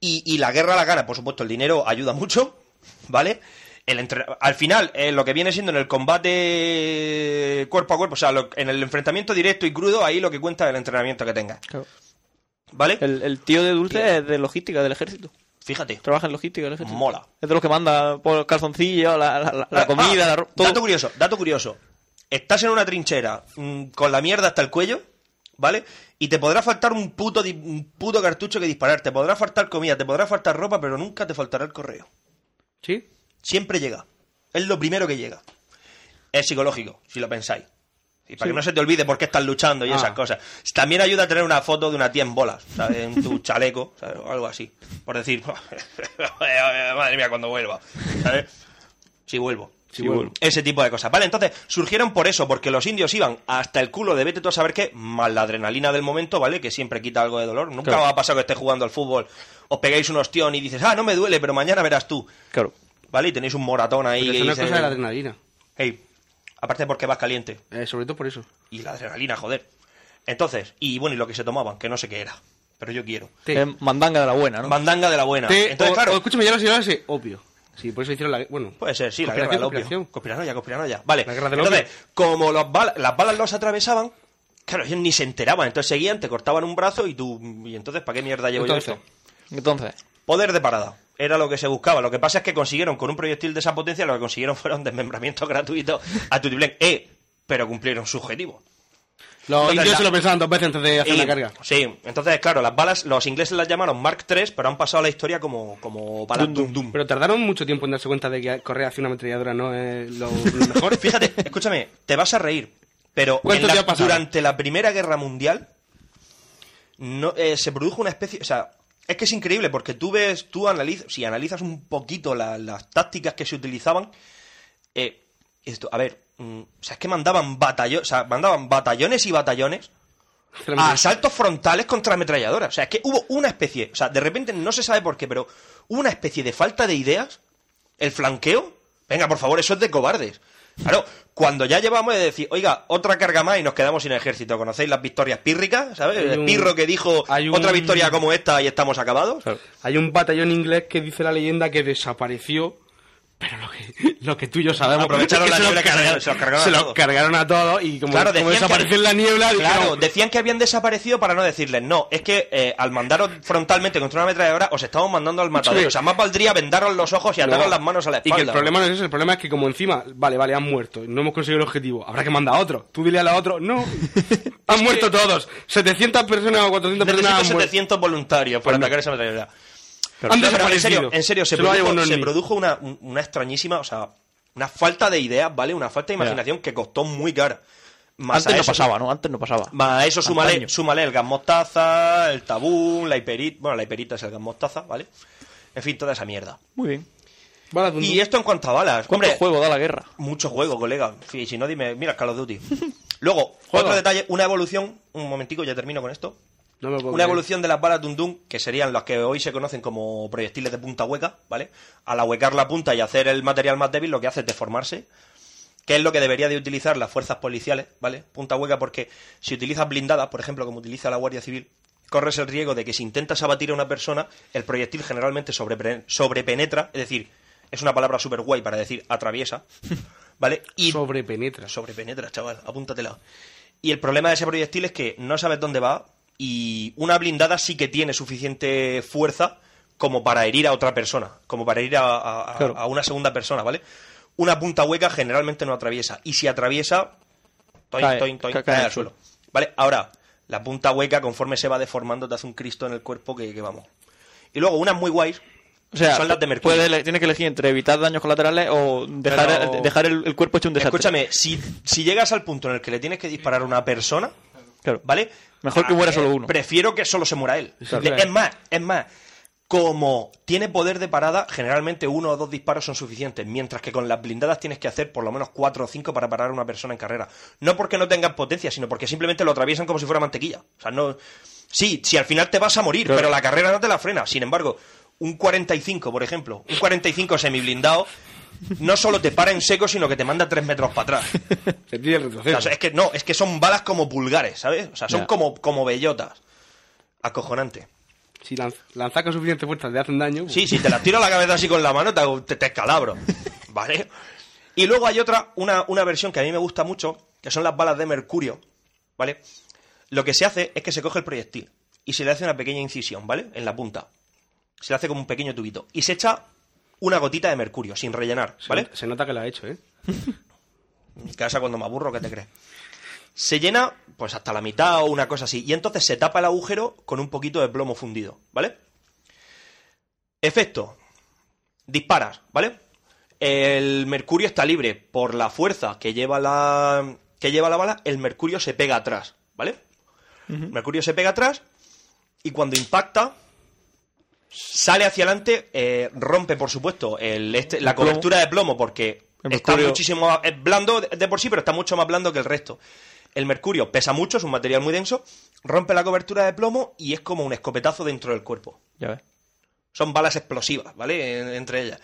[SPEAKER 2] Y, y la guerra la gana, por supuesto, el dinero ayuda mucho, ¿vale? El entre- Al final, eh, lo que viene siendo en el combate cuerpo a cuerpo, o sea, lo- en el enfrentamiento directo y crudo, ahí lo que cuenta es el entrenamiento que tengas. ¿Vale?
[SPEAKER 8] El, el tío de Dulce es de logística del ejército.
[SPEAKER 2] Fíjate.
[SPEAKER 8] Trabaja en logística del ejército.
[SPEAKER 2] Mola.
[SPEAKER 8] Es de los que manda por calzoncillo, la, la- la- la
[SPEAKER 2] Ah,
[SPEAKER 8] comida,
[SPEAKER 2] ah,
[SPEAKER 8] la ro- todo.
[SPEAKER 2] Dato curioso, dato curioso. Estás en una trinchera mm, con la mierda hasta el cuello, ¿vale? Y te podrá faltar un puto, di- un puto cartucho que disparar, te podrá faltar comida, te podrá faltar ropa, pero nunca te faltará el correo.
[SPEAKER 7] ¿Sí?
[SPEAKER 2] Siempre llega. Es lo primero que llega. Es psicológico, si lo pensáis. Y para
[SPEAKER 7] Sí.
[SPEAKER 2] que no se te olvide por qué estás luchando y
[SPEAKER 7] Ah.
[SPEAKER 2] esas cosas. También ayuda a tener una foto de una tía en bolas, ¿sabes? En tu chaleco, ¿sabes? O algo así. Por decir, madre mía, cuando vuelva. ¿Sabes? Si vuelvo.
[SPEAKER 7] Si vuelvo.
[SPEAKER 2] Ese tipo de cosas. Vale, entonces surgieron por eso, porque los indios iban hasta el culo de vete tú a saber qué, más la adrenalina del momento, ¿vale? Que siempre quita algo de dolor. Nunca
[SPEAKER 8] Claro.
[SPEAKER 2] os ha pasado que estéis jugando al fútbol, os pegáis un ostión y dices, ah, no me duele, pero mañana verás tú.
[SPEAKER 8] Claro.
[SPEAKER 2] ¿Vale? Y tenéis un moratón ahí.
[SPEAKER 7] Pero
[SPEAKER 2] que
[SPEAKER 7] eso no es
[SPEAKER 2] dices,
[SPEAKER 7] cosa de la adrenalina.
[SPEAKER 2] "Ey, aparte porque vas caliente.
[SPEAKER 7] Eh, sobre todo por eso.
[SPEAKER 2] Y la adrenalina, joder. Entonces, y bueno, y lo que se tomaban, que no sé qué era. Pero yo quiero.
[SPEAKER 8] Eh, mandanga de la buena, ¿no?
[SPEAKER 2] Mandanga de la buena.
[SPEAKER 7] Te-
[SPEAKER 2] Entonces,
[SPEAKER 7] o-
[SPEAKER 2] claro.
[SPEAKER 7] o escúchame, ya lo sé, ya lo sé. Obvio. Sí, por eso hicieron la. Bueno.
[SPEAKER 2] Puede ser, sí, la guerra
[SPEAKER 7] Conspiración,
[SPEAKER 2] del opio.
[SPEAKER 7] conspiración.
[SPEAKER 2] Conspiranoia, conspiranoia. Vale.
[SPEAKER 7] guerra del
[SPEAKER 2] Entonces,
[SPEAKER 7] opio.
[SPEAKER 2] como los bala- las balas los atravesaban, claro, ellos ni se enteraban. Entonces seguían, te cortaban un brazo y tú. ¿Y entonces para qué mierda llevo yo
[SPEAKER 8] Entonces.
[SPEAKER 2] esto?
[SPEAKER 8] Entonces,
[SPEAKER 2] Poder de parada. Era lo que se buscaba. Lo que pasa es que consiguieron con un proyectil de esa potencia, lo que consiguieron fueron desmembramiento gratuito a Tutiblen. Eh, pero cumplieron su objetivo.
[SPEAKER 7] Los
[SPEAKER 2] Entonces,
[SPEAKER 7] indios
[SPEAKER 2] la-
[SPEAKER 7] se lo pensaban dos veces antes de hacer
[SPEAKER 2] Y- pues,
[SPEAKER 7] la carga.
[SPEAKER 2] Sí, entonces, claro, las balas, los ingleses las llamaron Mark III, pero han pasado a la historia como, como balas
[SPEAKER 7] Dum,
[SPEAKER 2] dum, dum.
[SPEAKER 7] Pero tardaron mucho tiempo en darse cuenta de que correr hacia una ametralladora no es lo, lo mejor.
[SPEAKER 2] Fíjate, escúchame, te vas a reír, pero
[SPEAKER 7] ¿Cuánto
[SPEAKER 2] en la-
[SPEAKER 7] te ha pasado?
[SPEAKER 2] durante la Primera Guerra Mundial no, eh, se produjo una especie, o sea, es que es increíble porque tú ves, tú analizas, si analizas un poquito la- las tácticas que se utilizaban, eh, esto, a ver, mm, o sea, es que mandaban batallo- o sea, mandaban batallones y batallones a asaltos frontales contra ametralladoras. O sea, es que hubo una especie, o sea, de repente no se sabe por qué, pero hubo una especie de falta de ideas, el flanqueo. Venga, por favor, eso es de cobardes. Claro, cuando ya llevamos de decir, oiga, otra carga más y nos quedamos sin ejército. ¿Conocéis las victorias pírricas? ¿Sabes?
[SPEAKER 7] Hay
[SPEAKER 2] El
[SPEAKER 7] un-
[SPEAKER 2] pirro que dijo
[SPEAKER 7] hay un-
[SPEAKER 2] otra victoria como esta y estamos acabados.
[SPEAKER 7] Hay un batallón inglés que dice la leyenda que desapareció, pero lo que, lo que tú y yo sabemos.
[SPEAKER 2] Aprovecharon
[SPEAKER 7] es
[SPEAKER 2] la
[SPEAKER 7] que
[SPEAKER 2] niebla Ah, que se- se los cargaron a
[SPEAKER 7] se los
[SPEAKER 2] todos.
[SPEAKER 7] cargaron a todos y como,
[SPEAKER 2] Claro, decían
[SPEAKER 7] como
[SPEAKER 2] que-
[SPEAKER 7] desapareció en la niebla,
[SPEAKER 2] Claro,
[SPEAKER 7] dijeron,
[SPEAKER 2] decían que habían desaparecido para no decirles no. Es que eh, al mandaros frontalmente contra una ametralladora os estamos mandando al matadero.
[SPEAKER 7] Sí.
[SPEAKER 2] O sea, más valdría vendaros los ojos y ataros
[SPEAKER 7] No.
[SPEAKER 2] las manos a la
[SPEAKER 7] Y
[SPEAKER 2] espalda.
[SPEAKER 7] que el problema no es eso, el problema es que como encima, vale, vale, han muerto, no hemos conseguido el objetivo, habrá que mandar a otro. Tú dile a la otro, no, han muerto todos, 700 personas o 400 personas
[SPEAKER 2] Necesito
[SPEAKER 7] han muerto.
[SPEAKER 2] 700 voluntarios para atacar esa metralleta.
[SPEAKER 7] Han
[SPEAKER 2] No, pero en
[SPEAKER 7] desaparecido.
[SPEAKER 2] serio, en serio, se,
[SPEAKER 7] Se lo ha llevado
[SPEAKER 2] produjo,
[SPEAKER 7] un
[SPEAKER 2] se
[SPEAKER 7] ovni.
[SPEAKER 2] produjo una, un- una extrañísima, o sea, una falta de ideas, ¿vale? Una falta de imaginación que costó muy cara. Más
[SPEAKER 8] Antes
[SPEAKER 2] a
[SPEAKER 8] no
[SPEAKER 2] eso-
[SPEAKER 8] pasaba, ¿no? Antes no pasaba.
[SPEAKER 2] Más a eso súmale,
[SPEAKER 8] Antaño.
[SPEAKER 2] súmale el gas mostaza, el tabú, la hiperita. Bueno, la hiperita es el gas mostaza, ¿vale? En fin, toda esa mierda.
[SPEAKER 8] Muy bien.
[SPEAKER 2] Y esto en cuanto a balas.
[SPEAKER 8] ¿Cuánto
[SPEAKER 2] hombre,
[SPEAKER 8] juego da la guerra?
[SPEAKER 2] Mucho juego, colega. Y si no, dime, mira, Call of Duty. Luego, otro detalle, una evolución. Un momentico, ya termino con esto. Una
[SPEAKER 7] creer.
[SPEAKER 2] evolución de las balas Dundun, que serían las que hoy se conocen como proyectiles de punta hueca, ¿vale? Al ahuecar la punta y hacer el material más débil, lo que hace es deformarse, que es lo que debería de utilizar las fuerzas policiales, ¿vale? Punta hueca porque si utilizas blindadas, por ejemplo, como utiliza la Guardia Civil, corres el riesgo de que si intentas abatir a una persona, el proyectil generalmente sobrepre- sobrepenetra, es decir, es una palabra súper guay para decir atraviesa, ¿vale? Y
[SPEAKER 7] sobrepenetra.
[SPEAKER 2] Sobrepenetra, chaval, apúntatela. Y el problema de ese proyectil es que no sabes dónde va y una blindada sí que tiene suficiente fuerza como para herir a otra persona, como para herir a, a- a-
[SPEAKER 8] Claro.
[SPEAKER 2] a una segunda persona, ¿vale? Una punta hueca generalmente no atraviesa y si atraviesa, toin,
[SPEAKER 8] Cae,
[SPEAKER 2] toin, toin,
[SPEAKER 8] ca-
[SPEAKER 2] cae, al suelo. ¿Vale? Ahora, la punta hueca conforme se va deformando te hace un Cristo en el cuerpo que, que vamos. Y luego unas muy guays
[SPEAKER 8] O sea,
[SPEAKER 2] son las de Mercurio.
[SPEAKER 8] puede ele- tiene que elegir entre evitar daños colaterales o dejar,
[SPEAKER 2] Pero-
[SPEAKER 8] dejar el, el cuerpo hecho un desastre.
[SPEAKER 2] Escúchame, si, si llegas al punto en el que le tienes que disparar a una persona, ¿vale?
[SPEAKER 8] Mejor que muera
[SPEAKER 2] Ah,
[SPEAKER 8] solo
[SPEAKER 2] eh,
[SPEAKER 8] uno.
[SPEAKER 2] Prefiero que solo se muera él.
[SPEAKER 8] Claro.
[SPEAKER 2] Le- Es más, es más. Como tiene poder de parada, generalmente uno o dos disparos son suficientes, mientras que con las blindadas tienes que hacer por lo menos cuatro o cinco para parar a una persona en carrera. No porque no tengan potencia, sino porque simplemente lo atraviesan como si fuera mantequilla. O sea, no. Sí, si al final te vas a morir,
[SPEAKER 8] Claro.
[SPEAKER 2] pero la carrera no te la frena. Sin embargo, un 45, por ejemplo, un 45 semiblindado, no solo te para en seco, sino que te manda tres metros para atrás.
[SPEAKER 7] Te pide el retroceso.
[SPEAKER 2] O sea, es que no, es que son balas como pulgares, ¿sabes? O sea, son
[SPEAKER 7] Ya.
[SPEAKER 2] como, como bellotas. Acojonante.
[SPEAKER 7] Si lanz- lanzas con suficiente fuerza te hacen daño.
[SPEAKER 2] Sí, si te las tiro a la cabeza así con la mano, te, te, te escalabro. ¿Vale? Y luego hay otra, una, una versión que a mí me gusta mucho, que son las balas de mercurio, ¿vale? Lo que se hace es que se coge el proyectil y se le hace una pequeña incisión, ¿vale? En la punta. Se le hace como un pequeño tubito. Y se echa una gotita de mercurio, sin rellenar,
[SPEAKER 7] Se-
[SPEAKER 2] ¿vale?
[SPEAKER 7] Se, nota que lo ha hecho, ¿eh?
[SPEAKER 2] mi casa cuando me aburro, ¿qué te crees? Se llena, pues hasta la mitad o una cosa así. Y entonces se tapa el agujero con un poquito de plomo fundido, ¿vale? Efecto. Disparas, ¿vale? El mercurio está libre. Por la fuerza que lleva la. que lleva la bala, el mercurio se pega atrás, ¿vale? Mercurio se pega atrás y cuando impacta. Sale hacia adelante, eh, rompe, por supuesto, el este- la
[SPEAKER 8] El plomo.
[SPEAKER 2] cobertura de plomo porque
[SPEAKER 8] El
[SPEAKER 2] está
[SPEAKER 8] mercurio-
[SPEAKER 2] muchísimo más- es blando de de por sí, pero está mucho más blando que el resto. El mercurio pesa mucho, es un material muy denso, rompe la cobertura de plomo y es como un escopetazo dentro del cuerpo.
[SPEAKER 8] Ya ves.
[SPEAKER 2] Son balas explosivas, ¿vale? En- Entre ellas,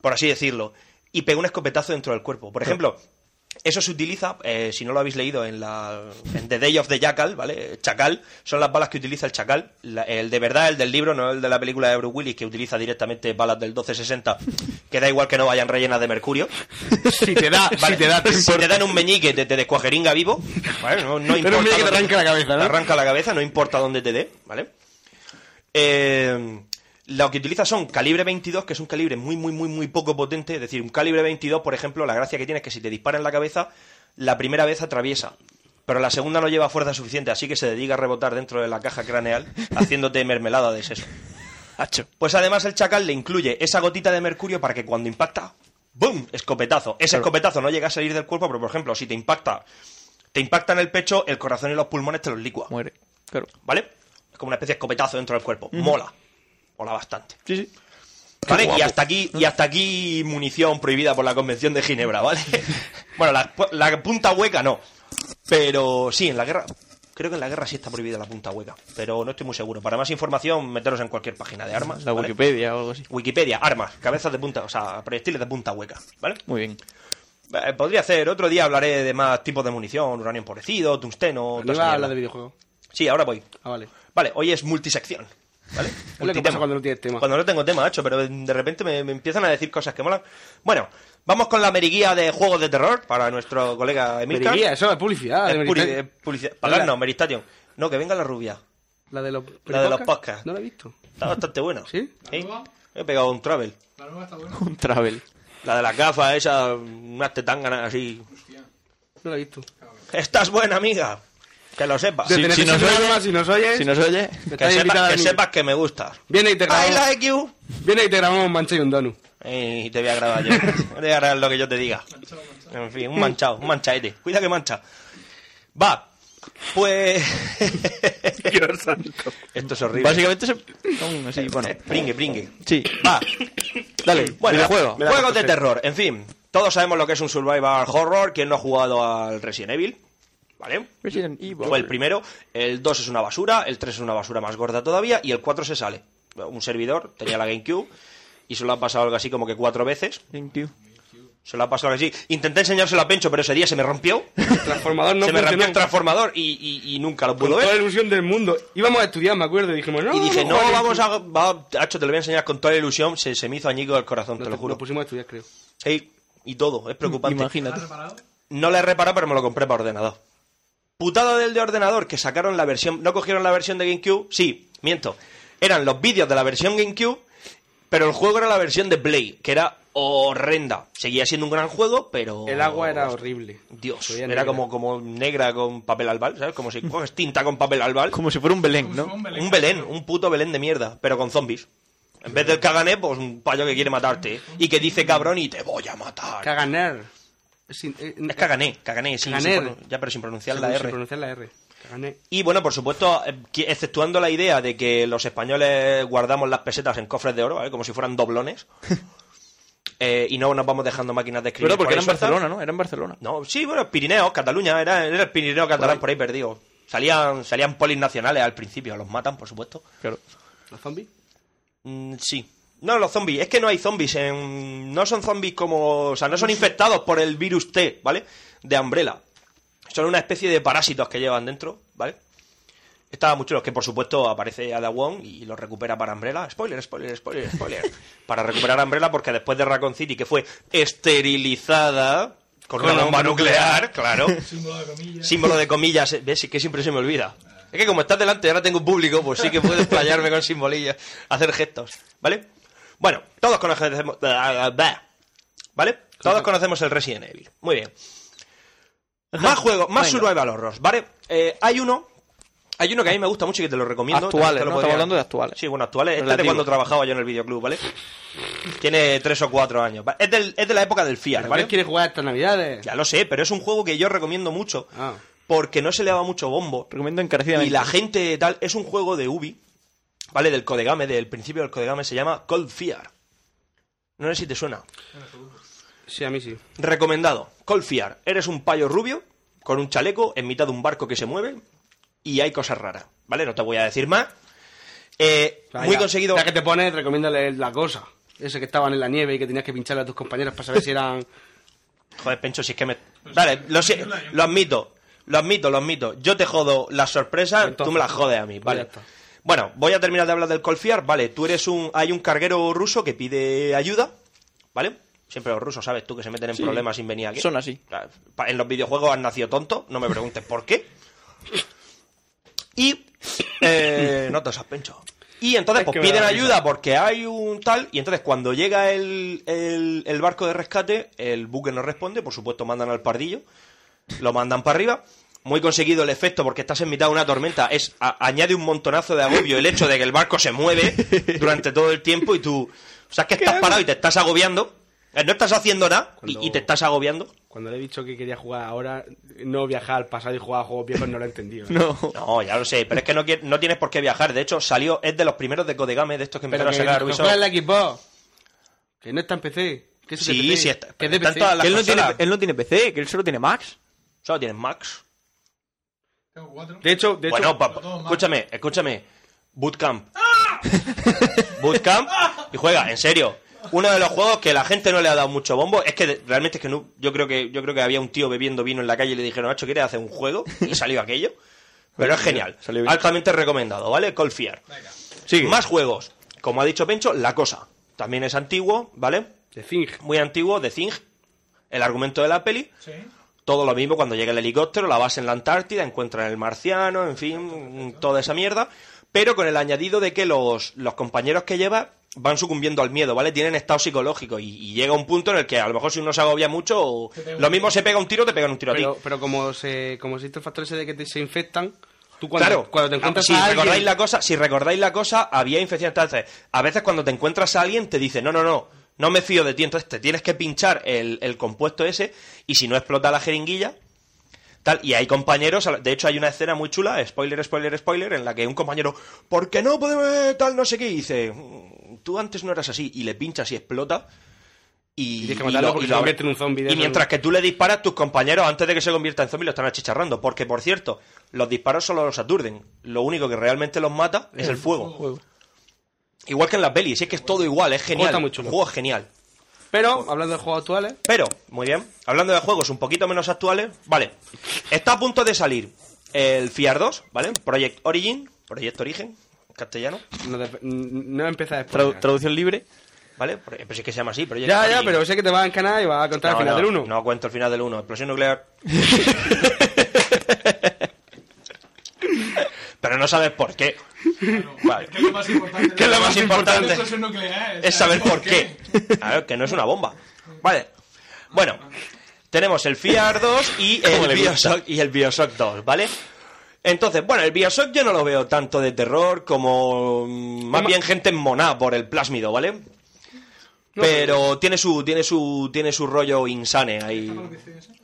[SPEAKER 2] por así decirlo. Y pega un escopetazo dentro del cuerpo. Por ejemplo, eso se utiliza, eh, si no lo habéis leído, en, la, en The Day of the Jackal, ¿vale? Chacal, son las balas que utiliza el Chacal. La- el de verdad, el del libro, no el de la película de Bruce Willis, que utiliza directamente balas del 1260, que da igual que no vayan rellenas de mercurio.
[SPEAKER 7] si te da,
[SPEAKER 2] Vale,
[SPEAKER 7] si te da.
[SPEAKER 2] si te dan un meñique, te, te descuajeringa vivo. ¿vale? No, no
[SPEAKER 7] Pero
[SPEAKER 2] importa.
[SPEAKER 7] un meñique te
[SPEAKER 2] dónde-
[SPEAKER 7] arranca la cabeza, ¿no?
[SPEAKER 2] Te arranca la cabeza, no importa dónde te dé, ¿vale? Eh, lo que utiliza son calibre 22, que es un calibre muy, muy, muy, muy poco potente. Es decir, un calibre 22, por ejemplo, la gracia que tiene es que si te dispara en la cabeza, la primera vez atraviesa. Pero la segunda no lleva fuerza suficiente, así que se dedica a rebotar dentro de la caja craneal, haciéndote mermelada de seso. Pues además el chacal le incluye esa gotita de mercurio para que cuando impacta, ¡boom! Escopetazo. Ese escopetazo no llega a salir del cuerpo, pero por ejemplo, si te impacta, te impacta en el pecho, el corazón y los pulmones te los licua.
[SPEAKER 8] Muere. Claro.
[SPEAKER 2] ¿Vale? Es como una especie de escopetazo dentro del cuerpo.
[SPEAKER 8] Ujú.
[SPEAKER 2] Mola. Mola bastante.
[SPEAKER 8] Sí, sí.
[SPEAKER 2] ¿Vale?
[SPEAKER 8] guapo.
[SPEAKER 2] Y hasta aquí, y hasta aquí munición prohibida por la Convención de Ginebra, ¿vale? bueno, la, la punta hueca no. Pero sí, en la guerra. Creo que en la guerra sí está prohibida la punta hueca, pero no estoy muy seguro. Para más información, meteros en cualquier página de armas.
[SPEAKER 8] La
[SPEAKER 2] ¿vale?
[SPEAKER 8] Wikipedia o algo así.
[SPEAKER 2] Wikipedia, armas, cabezas de punta, o sea, proyectiles de punta hueca, ¿vale?
[SPEAKER 8] Muy bien.
[SPEAKER 2] Eh, podría hacer, otro día hablaré de más tipos de munición, uranio empobrecido, tungsteno, toda esa
[SPEAKER 7] No iba a
[SPEAKER 2] mierda.
[SPEAKER 7] hablar de videojuegos.
[SPEAKER 2] Sí, ahora voy.
[SPEAKER 7] Ah, vale.
[SPEAKER 2] Vale, hoy es multisección. ¿Vale?
[SPEAKER 7] Es lo que pasa cuando no tienes tema.
[SPEAKER 2] Cuando no tengo tema, hecho, pero de repente me, me empiezan a decir cosas que molan. Bueno, vamos con la meriguía de juegos de terror para nuestro colega Emilcar.
[SPEAKER 7] Meriguía, eso es publicidad.
[SPEAKER 2] Es
[SPEAKER 7] de
[SPEAKER 2] puri-
[SPEAKER 7] Meriguía.
[SPEAKER 2] es publicidad. Pagarnos, Meristation. No, que venga la rubia.
[SPEAKER 7] La de los,
[SPEAKER 2] La de los
[SPEAKER 7] podcasts.
[SPEAKER 2] podcasts.
[SPEAKER 7] No la he visto.
[SPEAKER 2] Está bastante buena. ¿Sí?
[SPEAKER 14] nueva?
[SPEAKER 2] He pegado un travel.
[SPEAKER 14] La nueva está buena.
[SPEAKER 8] Un travel.
[SPEAKER 2] La de las gafas, esa, unas tetanganas así.
[SPEAKER 7] No la he visto.
[SPEAKER 2] Ah. Estás buena, amiga. Que lo sepas.
[SPEAKER 7] Desde Necesito un Arma, si nos oyes.
[SPEAKER 8] si nos oyes,
[SPEAKER 7] me
[SPEAKER 2] que
[SPEAKER 7] estáis
[SPEAKER 2] sepas
[SPEAKER 7] invitada a
[SPEAKER 2] que,
[SPEAKER 7] mi-
[SPEAKER 2] sepas que me gustas.
[SPEAKER 7] Viene y te grabamos.
[SPEAKER 2] I like you.
[SPEAKER 7] Viene y te grabamos un mancha y un donu.
[SPEAKER 2] Eh, Y te voy a grabar yo. Te voy a grabar lo que yo te diga. En fin, un manchado, un manchaete. Cuida que mancha. Va. Pues.
[SPEAKER 11] Dios santo.
[SPEAKER 2] Esto es horrible. Eh,
[SPEAKER 8] Básicamente se... aún así, bueno.
[SPEAKER 2] Pringue, pringue.
[SPEAKER 8] Sí.
[SPEAKER 2] Va.
[SPEAKER 8] Dale,
[SPEAKER 2] Bueno,
[SPEAKER 8] videojuego.
[SPEAKER 2] Juegos de terror. En fin, todos sabemos lo que es un survival horror. ¿Quién no ha jugado al Resident Evil? ¿Vale?
[SPEAKER 8] Resident Evil.
[SPEAKER 2] Fue el primero. El 2 es una basura. El 3 es una basura más gorda todavía. Y el 4 se sale. Un servidor tenía la GameCube. Y se lo ha pasado algo así como que cuatro veces.
[SPEAKER 8] GameCube.
[SPEAKER 2] Se lo ha pasado algo así. Intenté enseñárselo a Pencho, pero ese día se me rompió.
[SPEAKER 7] transformador no
[SPEAKER 2] se me rompió
[SPEAKER 7] funcionó.
[SPEAKER 2] el transformador y, y- y nunca lo
[SPEAKER 7] Con
[SPEAKER 2] pudo
[SPEAKER 7] toda la
[SPEAKER 2] ver.
[SPEAKER 7] ilusión del mundo. Íbamos a estudiar, me acuerdo, y dijimos, no.
[SPEAKER 2] Y dije, no,
[SPEAKER 7] joder,
[SPEAKER 2] vamos a... Va, Hacho, te lo voy a enseñar con toda la ilusión. Se, se me hizo añico el corazón, te, lo juro.
[SPEAKER 7] Lo pusimos a estudiar, creo.
[SPEAKER 2] Sí, y todo, es preocupante.
[SPEAKER 8] Imagínate.
[SPEAKER 2] No la he reparado, pero me lo compré para ordenador. Putada del de ordenador, que sacaron la versión... ¿No cogieron la versión de GameCube? Sí, miento. Eran los vídeos de la versión GameCube, pero el juego era la versión de Play, que era horrenda. Seguía siendo un gran juego, pero...
[SPEAKER 7] El agua era horrible.
[SPEAKER 2] Dios,
[SPEAKER 7] Todavía
[SPEAKER 2] era
[SPEAKER 7] negra.
[SPEAKER 2] como, como negra con papel albal, ¿sabes? Como si coges tinta con papel albal.
[SPEAKER 8] Como si fuera un Belén, ¿no?
[SPEAKER 2] Un Belén. un puto Belén de mierda, pero con zombies. En vez del cagané, pues un payo que quiere matarte y que dice cabrón y te voy a matar.
[SPEAKER 7] Caganer. Sin- eh,
[SPEAKER 2] Es cagané, cagané, sin,
[SPEAKER 7] Caganer.
[SPEAKER 2] sin pro- ya pero sin pronunciar la
[SPEAKER 7] sin
[SPEAKER 2] R.
[SPEAKER 7] pronunciar la R. Caganer.
[SPEAKER 2] Y bueno, por supuesto, eh, que- exceptuando la idea de que los españoles guardamos las pesetas en cofres de oro, ¿vale? como si fueran doblones, eh, y no nos vamos dejando máquinas de escribir.
[SPEAKER 8] Pero
[SPEAKER 2] por
[SPEAKER 8] porque era
[SPEAKER 2] ahí
[SPEAKER 8] en
[SPEAKER 2] sueltas.
[SPEAKER 8] Barcelona, ¿no? Era en Barcelona.
[SPEAKER 2] No, sí, bueno, Pirineos, Cataluña, era, era el Pirineo catalán por ahí perdido. Salían, salían polis nacionales al principio, los matan, por supuesto.
[SPEAKER 8] Claro.
[SPEAKER 7] ¿Los zombies?
[SPEAKER 2] Mm, sí. No, los zombies, es que no hay zombies, en... no son zombies como, o sea, no son infectados por el virus T, ¿vale? De Umbrella. Son una especie de parásitos que llevan dentro, ¿vale? Estaba mucho los que por supuesto aparece Ada Wong y lo recupera para Umbrella. Spoiler, spoiler, spoiler, spoiler. para recuperar a Umbrella porque después de Raccoon City que fue esterilizada con,
[SPEAKER 8] Con
[SPEAKER 2] una
[SPEAKER 8] la
[SPEAKER 2] bomba
[SPEAKER 8] bomba
[SPEAKER 2] nuclear,
[SPEAKER 8] nuclear.
[SPEAKER 2] claro. Símbolo de comillas. Símbolo de comillas, eh, ves, es que siempre se me olvida. Es que como estás delante y ahora tengo un público, pues sí que puedo explayarme con simbolillas, hacer gestos, ¿vale? Bueno, todos conocemos ¿vale? Todos conocemos el Resident Evil. Muy bien. Más juegos, más
[SPEAKER 8] Venga.
[SPEAKER 2] survival horrors, ¿vale? Eh, hay uno hay uno que a mí me gusta mucho y que te lo recomiendo.
[SPEAKER 8] Actuales,
[SPEAKER 2] Te lo
[SPEAKER 8] ¿no?
[SPEAKER 2] podría-
[SPEAKER 8] Estamos hablando de actuales.
[SPEAKER 2] Sí, bueno, actuales. Este es de
[SPEAKER 8] Relativo.
[SPEAKER 2] cuando trabajaba yo en el videoclub, ¿vale? Tiene tres o cuatro años. ¿vale? Es, del- es de la época del Fiat,
[SPEAKER 7] Pero
[SPEAKER 2] ¿vale?
[SPEAKER 7] ¿quién quiere jugar estas navidades?
[SPEAKER 2] Ya lo sé, pero es un juego que yo recomiendo mucho
[SPEAKER 7] Ah.
[SPEAKER 2] porque no se le daba mucho bombo.
[SPEAKER 8] Recomiendo encarecidamente.
[SPEAKER 2] Y la gente tal, es un juego de Ubi, ¿vale? Del Codegame, del principio del Codegame, se llama Cold Fear. No sé si te suena.
[SPEAKER 7] Sí, a mí sí.
[SPEAKER 2] Recomendado. Colfiar. Eres un payo rubio con un chaleco en mitad de un barco que se mueve y hay cosas raras. ¿Vale? No te voy a decir más. Eh,
[SPEAKER 7] O sea,
[SPEAKER 2] muy
[SPEAKER 7] ya-
[SPEAKER 2] conseguido.
[SPEAKER 7] Ya que te pones, recomiéndale la cosa. Ese que estaban en la nieve y que tenías que pincharle a tus compañeros para saber si eran.
[SPEAKER 2] Joder, Pencho, si es que me. Vale, lo, si- lo admito. Lo admito, lo admito. Yo te jodo las
[SPEAKER 7] Pues
[SPEAKER 2] sorpresas, tú me las jodes a mí. Vale. Bueno, voy a terminar de hablar del Colfiar. Vale, tú eres un. Hay un carguero ruso que pide ayuda. ¿Vale? Siempre los rusos, ¿sabes tú? Que se meten en
[SPEAKER 8] Sí.
[SPEAKER 2] problemas sin venir aquí.
[SPEAKER 8] Son así.
[SPEAKER 2] Pa- En los videojuegos han nacido tonto, no me preguntes por qué. Y. eh, no te pencho. Y entonces
[SPEAKER 7] Es
[SPEAKER 2] pues,
[SPEAKER 7] que me
[SPEAKER 2] piden
[SPEAKER 7] da
[SPEAKER 2] ayuda
[SPEAKER 7] risa.
[SPEAKER 2] porque hay un tal. Y entonces cuando llega el, el- el barco de rescate, el buque no responde. Por supuesto, mandan al pardillo. Lo mandan para arriba. Muy conseguido el efecto porque estás en mitad de una tormenta. Es a- añade un montonazo de agobio el hecho de que el barco se mueve durante todo el tiempo y tú. O sea, es que estás parado y te estás agobiando. Eh, No estás haciendo nada y- y te estás agobiando.
[SPEAKER 7] Cuando le he dicho que quería jugar ahora, no viajar al pasado y jugar a juegos viejos, no lo he entendido. ¿eh?
[SPEAKER 2] No, ya lo sé, pero es que no, quie- no tienes por qué viajar. De hecho, salió, es de los primeros de Codegame, de estos que
[SPEAKER 7] Pero
[SPEAKER 2] empezaron
[SPEAKER 7] que,
[SPEAKER 2] a sacar
[SPEAKER 7] que
[SPEAKER 2] Ubisoft.
[SPEAKER 7] juega en la Xbox. Que no está en PC. Que es de
[SPEAKER 2] Sí,
[SPEAKER 7] PC,
[SPEAKER 2] sí, está-
[SPEAKER 7] Que es de
[SPEAKER 2] están
[SPEAKER 7] PC.
[SPEAKER 2] todas las
[SPEAKER 8] él, no tiene,
[SPEAKER 2] consolas.
[SPEAKER 8] él no tiene PC, que él solo tiene Max.
[SPEAKER 2] Solo tiene Max.
[SPEAKER 7] De hecho, de
[SPEAKER 2] bueno,
[SPEAKER 7] hecho.
[SPEAKER 2] pa- pa- escúchame, escúchame. Bootcamp. Bootcamp y juega, en serio. Uno de los juegos que la gente no le ha dado mucho bombo es que de- realmente es que no, yo creo que yo creo que había un tío bebiendo vino en la calle y le dijeron, "Nacho, ¿quieres hacer un juego?" y salió aquello. Pero es genial.
[SPEAKER 8] salió bien.
[SPEAKER 2] Altamente recomendado, ¿vale? Colfiar. Más juegos. Como ha dicho Pencho, La Cosa. También es antiguo, ¿vale?
[SPEAKER 7] De Zing.
[SPEAKER 2] Muy antiguo, de Zing. El argumento de la peli.
[SPEAKER 14] Sí.
[SPEAKER 2] todo lo mismo cuando llega el helicóptero, la base en la Antártida, encuentran el marciano, en fin, toda esa mierda, pero con el añadido de que los, los compañeros que lleva van sucumbiendo al miedo, ¿vale? Tienen estado psicológico y, y llega un punto en el que a lo mejor si uno se agobia mucho, o-
[SPEAKER 7] pega un
[SPEAKER 2] lo mismo se pega un tiro, te pegan un tiro a
[SPEAKER 7] Pero,
[SPEAKER 2] ti.
[SPEAKER 7] pero como se como existe el factor ese de que te- se infectan, tú cuando,
[SPEAKER 2] claro, Ah,
[SPEAKER 7] cuando te encuentras
[SPEAKER 2] si
[SPEAKER 7] a alguien-
[SPEAKER 2] recordáis la cosa, si recordáis la cosa, había infección entonces, a veces cuando te encuentras a alguien te dice, "No, no, no, no me fío de ti", entonces te tienes que pinchar el, el compuesto ese y si no explota la jeringuilla, tal. Y hay compañeros, de hecho hay una escena muy chula, spoiler, spoiler, spoiler, en la que un compañero, ¿por qué no podemos eh, tal no sé qué? Y dice, "Mm, tú antes no eras así, y le pinchas y explota. Y,
[SPEAKER 7] tienes que matarlo porque se
[SPEAKER 2] abre-
[SPEAKER 7] convierte en un zombi
[SPEAKER 2] y
[SPEAKER 7] dentro
[SPEAKER 2] mientras
[SPEAKER 7] de-
[SPEAKER 2] que tú le disparas, tus compañeros antes de que se convierta en zombie lo están achicharrando. Porque, por cierto, los disparos solo los aturden. Lo único que realmente los mata es el fuego. Igual que en la peli, si es que es todo igual, es genial.
[SPEAKER 7] Está muy chulo.
[SPEAKER 2] El juego es genial.
[SPEAKER 7] Pero, hablando de juegos actuales,
[SPEAKER 2] Pero, muy bien, hablando de juegos un poquito menos actuales, vale, está a punto de salir el FIAR 2, ¿vale? Project Origin, Proyecto Origen, en castellano.
[SPEAKER 7] no, de- no empieza a
[SPEAKER 2] traducción libre. ¿Vale? Pro- Pero sí que se llama así, Project
[SPEAKER 7] Ya, ya,
[SPEAKER 2] Origin.
[SPEAKER 7] pero sé que te vas a encanar y vas a contar
[SPEAKER 2] No,
[SPEAKER 7] el final
[SPEAKER 2] no,
[SPEAKER 7] del 1.
[SPEAKER 2] No cuento el final del 1, explosión nuclear. pero no sabes por qué. Vale.
[SPEAKER 16] ¿Qué es lo más importante?
[SPEAKER 2] ¿Qué es lo más importante?
[SPEAKER 16] Esto es un nuclear, ¿eh?
[SPEAKER 2] es saber por qué. A ver, que no es una bomba. Vale. Bueno, tenemos el FIAR 2 y
[SPEAKER 13] ¿Cómo
[SPEAKER 2] el,
[SPEAKER 13] le gusta?
[SPEAKER 2] Bioshock, y el Bioshock 2, ¿vale? Entonces, bueno, el Bioshock yo no lo veo tanto de terror como mm, más bien gente enmonada por el plásmido, ¿vale? Pero tiene su tiene su tiene su rollo insane ahí.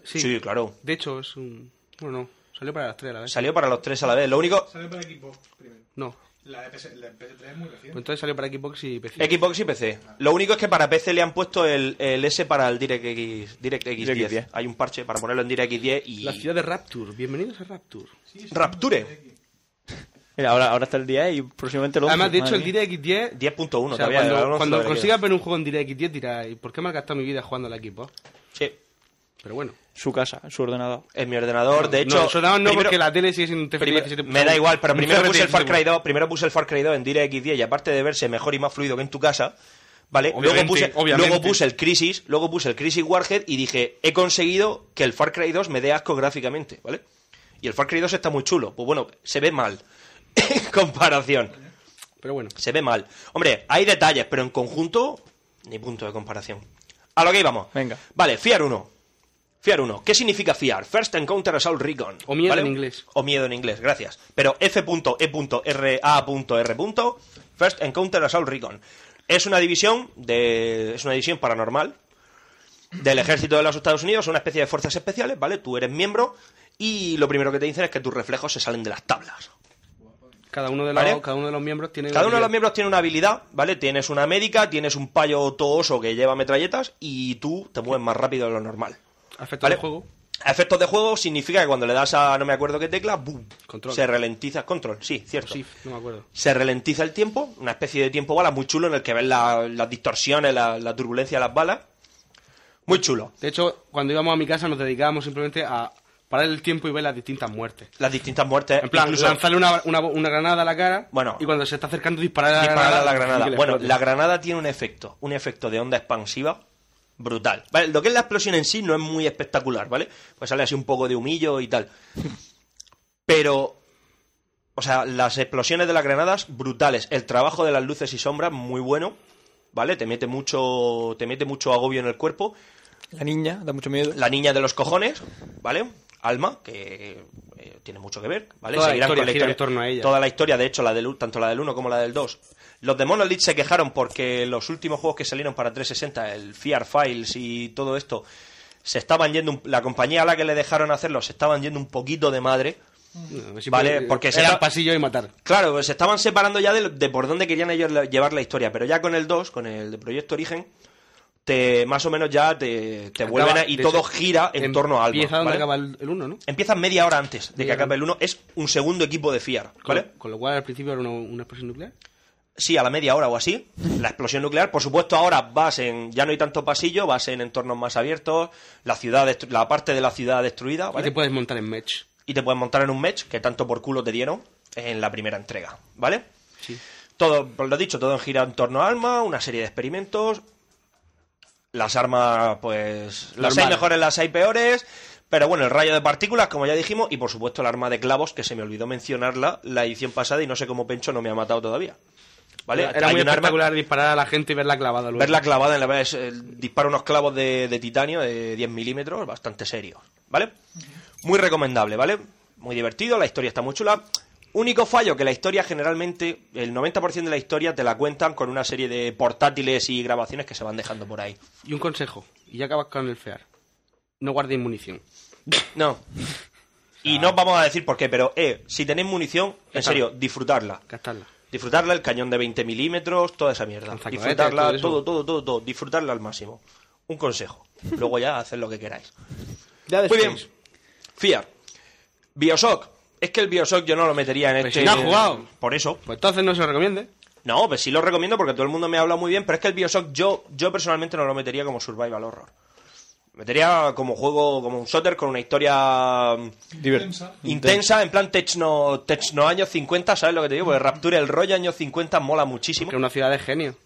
[SPEAKER 2] Sí, claro.
[SPEAKER 7] De hecho, es un. Bueno, no. Salió para las 3 a la vez.
[SPEAKER 2] Salió para los tres a la vez. Lo único
[SPEAKER 16] Salió para Xbox primero.
[SPEAKER 7] No.
[SPEAKER 16] La de PS, la de PS3 es muy reciente.
[SPEAKER 7] Pues entonces salió para Xbox y PC.
[SPEAKER 2] Xbox y PC. Lo único es que para PC le han puesto el, el S para el DirectX, DirectX 10. Hay un parche para ponerlo en DirectX 10 y
[SPEAKER 7] La ciudad de Rapture. Bienvenidos a Rapture.
[SPEAKER 2] Rapture.
[SPEAKER 8] Mira, ahora, ahora está el día y próximamente lo
[SPEAKER 7] Además, de hecho, el DirectX 10.
[SPEAKER 2] 10.1
[SPEAKER 7] o
[SPEAKER 2] todavía,
[SPEAKER 7] sea,
[SPEAKER 2] el
[SPEAKER 7] cuando,
[SPEAKER 2] balance
[SPEAKER 7] cuando
[SPEAKER 2] todavía
[SPEAKER 7] consigas ver un juego en DirectX 10 dirás, "¿Y ¿por qué me ha gastado mi vida jugando al equipo?
[SPEAKER 2] Sí.
[SPEAKER 7] Pero bueno.
[SPEAKER 8] Su casa, su ordenador.
[SPEAKER 2] En mi ordenador, de
[SPEAKER 7] No,
[SPEAKER 2] hecho.
[SPEAKER 7] eso no, no,
[SPEAKER 2] primero-
[SPEAKER 7] porque la tele sigue siendo un TFT
[SPEAKER 2] primero-
[SPEAKER 7] 17.
[SPEAKER 2] me da igual, pero
[SPEAKER 7] Un
[SPEAKER 2] primero
[SPEAKER 7] TFT
[SPEAKER 2] puse el Far Cry
[SPEAKER 7] 17.
[SPEAKER 2] 2, primero puse el Far Cry 2 en DirectX 10 y aparte de verse mejor y más fluido que en tu casa, ¿vale?
[SPEAKER 7] Obviamente,
[SPEAKER 2] luego puse
[SPEAKER 7] obviamente.
[SPEAKER 2] luego puse el Crisis, luego puse el Crisis Warhead y dije, he conseguido que el Far Cry 2 me dé asco gráficamente, ¿vale? Y el Far Cry 2 está muy chulo, pues bueno, se ve mal en comparación.
[SPEAKER 7] Pero bueno.
[SPEAKER 2] Se ve mal. Hombre, hay detalles, pero en conjunto ni punto de comparación. A lo que íbamos.
[SPEAKER 8] Venga.
[SPEAKER 2] Vale, fiar 1. Fiar 1. ¿Qué significa fiar? First Encounter Assault Recon.
[SPEAKER 7] O miedo
[SPEAKER 2] ¿vale?
[SPEAKER 7] en inglés.
[SPEAKER 2] O miedo en inglés, gracias. Pero E F.E.R.A.R. First Encounter Assault Recon. Es una división de. Es una división paranormal del ejército de los Estados Unidos, una especie de fuerzas especiales, ¿vale? Tú eres miembro y lo primero que te dicen es que tus reflejos se salen de las tablas.
[SPEAKER 7] Cada uno de los,
[SPEAKER 2] ¿Vale?
[SPEAKER 7] cada uno de los miembros tiene.
[SPEAKER 2] Cada uno de los miembros tiene una habilidad, ¿vale? Tienes una médica, tienes un payo tooso que lleva metralletas y tú te mueves más rápido de lo normal.
[SPEAKER 7] Afecta
[SPEAKER 2] ¿Vale?
[SPEAKER 7] al juego.
[SPEAKER 2] A Efectos de juego significa que cuando le das a no me acuerdo qué tecla, ¡boom!
[SPEAKER 7] Control.
[SPEAKER 2] Se ralentiza. Control, sí, cierto.
[SPEAKER 7] No me acuerdo.
[SPEAKER 2] Se ralentiza el tiempo, una especie de tiempo bala muy chulo en el que ves la- las distorsiones, la, la turbulencia de las balas. Muy chulo.
[SPEAKER 7] De hecho, cuando íbamos a mi casa nos dedicábamos simplemente a parar el tiempo y ver las distintas muertes.
[SPEAKER 2] Las distintas muertes.
[SPEAKER 7] En plan,
[SPEAKER 2] incluso-
[SPEAKER 7] lanzarle una, una- una granada a la cara
[SPEAKER 2] Bueno.
[SPEAKER 7] y cuando se está acercando disparar a la
[SPEAKER 2] disparar
[SPEAKER 7] granada.
[SPEAKER 2] a la
[SPEAKER 7] y
[SPEAKER 2] granada.
[SPEAKER 7] que le
[SPEAKER 2] Bueno,
[SPEAKER 7] explote.
[SPEAKER 2] la granada tiene un efecto, un efecto de onda expansiva brutal. ¿Vale? Lo que es la explosión en sí no es muy espectacular, ¿vale? Pues sale así un poco de humillo y tal. Pero, o sea, las explosiones de las granadas brutales, el trabajo de las luces y sombras muy bueno, ¿vale? Te mete mucho, te mete mucho agobio en el cuerpo.
[SPEAKER 8] La niña, da mucho miedo.
[SPEAKER 2] La niña de los cojones, ¿vale? Alma, que eh, tiene mucho que ver, ¿vale?
[SPEAKER 7] Toda la
[SPEAKER 2] Seguirán
[SPEAKER 7] historia gira en torno a ella.
[SPEAKER 2] Toda la historia, de hecho, la del, tanto la del 1 como la del 2. Los de Monolith se quejaron porque los últimos juegos que salieron para 360, el Fear Files y todo esto, se estaban yendo... un- la compañía a la que le dejaron hacerlo se estaban yendo un poquito de madre.
[SPEAKER 7] No, si
[SPEAKER 2] Vale,
[SPEAKER 7] puede-
[SPEAKER 2] porque se
[SPEAKER 7] era
[SPEAKER 2] está-
[SPEAKER 7] al pasillo y matar.
[SPEAKER 2] Claro, pues se estaban separando ya de, de por dónde querían ellos la- llevar la historia, pero ya con el 2, con el de Proyecto Origen, te más o menos ya te, te vuelven a- y
[SPEAKER 7] de
[SPEAKER 2] todo
[SPEAKER 7] hecho,
[SPEAKER 2] gira en
[SPEAKER 7] em-
[SPEAKER 2] torno a Eh, algo.
[SPEAKER 7] Empieza donde acaba el, 1, ¿no?
[SPEAKER 2] Empieza media hora antes de que
[SPEAKER 7] Media
[SPEAKER 2] acabe el 1. Es un segundo equipo de FIAR,
[SPEAKER 7] Con,
[SPEAKER 2] ¿vale? Ah,
[SPEAKER 7] con lo cual al principio era una, una explosión nuclear.
[SPEAKER 2] Sí, a la media hora o así. La explosión nuclear, por supuesto, ahora vas en. Ya no hay tanto pasillo, vas en entornos más abiertos. La ciudad destru- la parte de la ciudad destruida, ¿vale?
[SPEAKER 7] Y te puedes montar en match.
[SPEAKER 2] y te puedes montar en un match que tanto por culo te dieron en la primera entrega, ¿vale? Todo, por lo dicho, todo gira en torno a alma, una serie de experimentos. Las armas, pues. Las
[SPEAKER 13] Normal.
[SPEAKER 2] hay mejores, las hay peores. Pero bueno, el rayo de partículas, como ya dijimos, y por supuesto el arma de clavos, que se me olvidó mencionarla la edición pasada y no sé cómo Pencho no me ha matado todavía. ¿Vale?
[SPEAKER 7] Era, era
[SPEAKER 2] Hay
[SPEAKER 7] muy
[SPEAKER 2] un arma-
[SPEAKER 7] espectacular disparar a la gente y verla clavada luego.
[SPEAKER 2] Verla clavada en la verdad es, eh, dispara unos clavos de, de titanio de 10 milímetros, bastante serios, ¿vale? Muy recomendable, ¿vale? Muy divertido, la historia está muy chula. Único fallo que la historia generalmente, el 90% de la historia te la cuentan con una serie de portátiles y grabaciones que se van dejando por ahí.
[SPEAKER 7] Y un consejo, y ya acabas con el FEAR. No guardéis munición.
[SPEAKER 2] No. Y no os vamos a decir por qué, pero eh, si tenéis munición, en serio, disfrutarla. Disfrutarla, el cañón de 20 milímetros, toda esa mierda.
[SPEAKER 7] Lanzacohetes,
[SPEAKER 2] Disfrutarla,
[SPEAKER 7] todo eso.
[SPEAKER 2] todo, todo, todo, todo. Disfrutarla al máximo. Un consejo. Luego ya haced lo que queráis.
[SPEAKER 7] Ya
[SPEAKER 2] Muy bien. Fiar. Bioshock. Es que el Bioshock yo no lo metería en
[SPEAKER 7] Pues
[SPEAKER 2] este.
[SPEAKER 7] si no has jugado.
[SPEAKER 2] Por eso.
[SPEAKER 7] Pues entonces no se lo recomiende.
[SPEAKER 2] No, pues sí lo recomiendo porque todo el mundo me habla muy bien, pero es que el Bioshock yo, yo personalmente no lo metería como survival horror. Metería como juego, como un shooter con una historia mm,
[SPEAKER 1] Intensa.
[SPEAKER 2] intensa, en plan techno, techno años 50, ¿sabes lo que te digo?
[SPEAKER 7] Mm.
[SPEAKER 2] Porque Rapture el rollo años 50 mola muchísimo. Que
[SPEAKER 7] una ciudad de genio.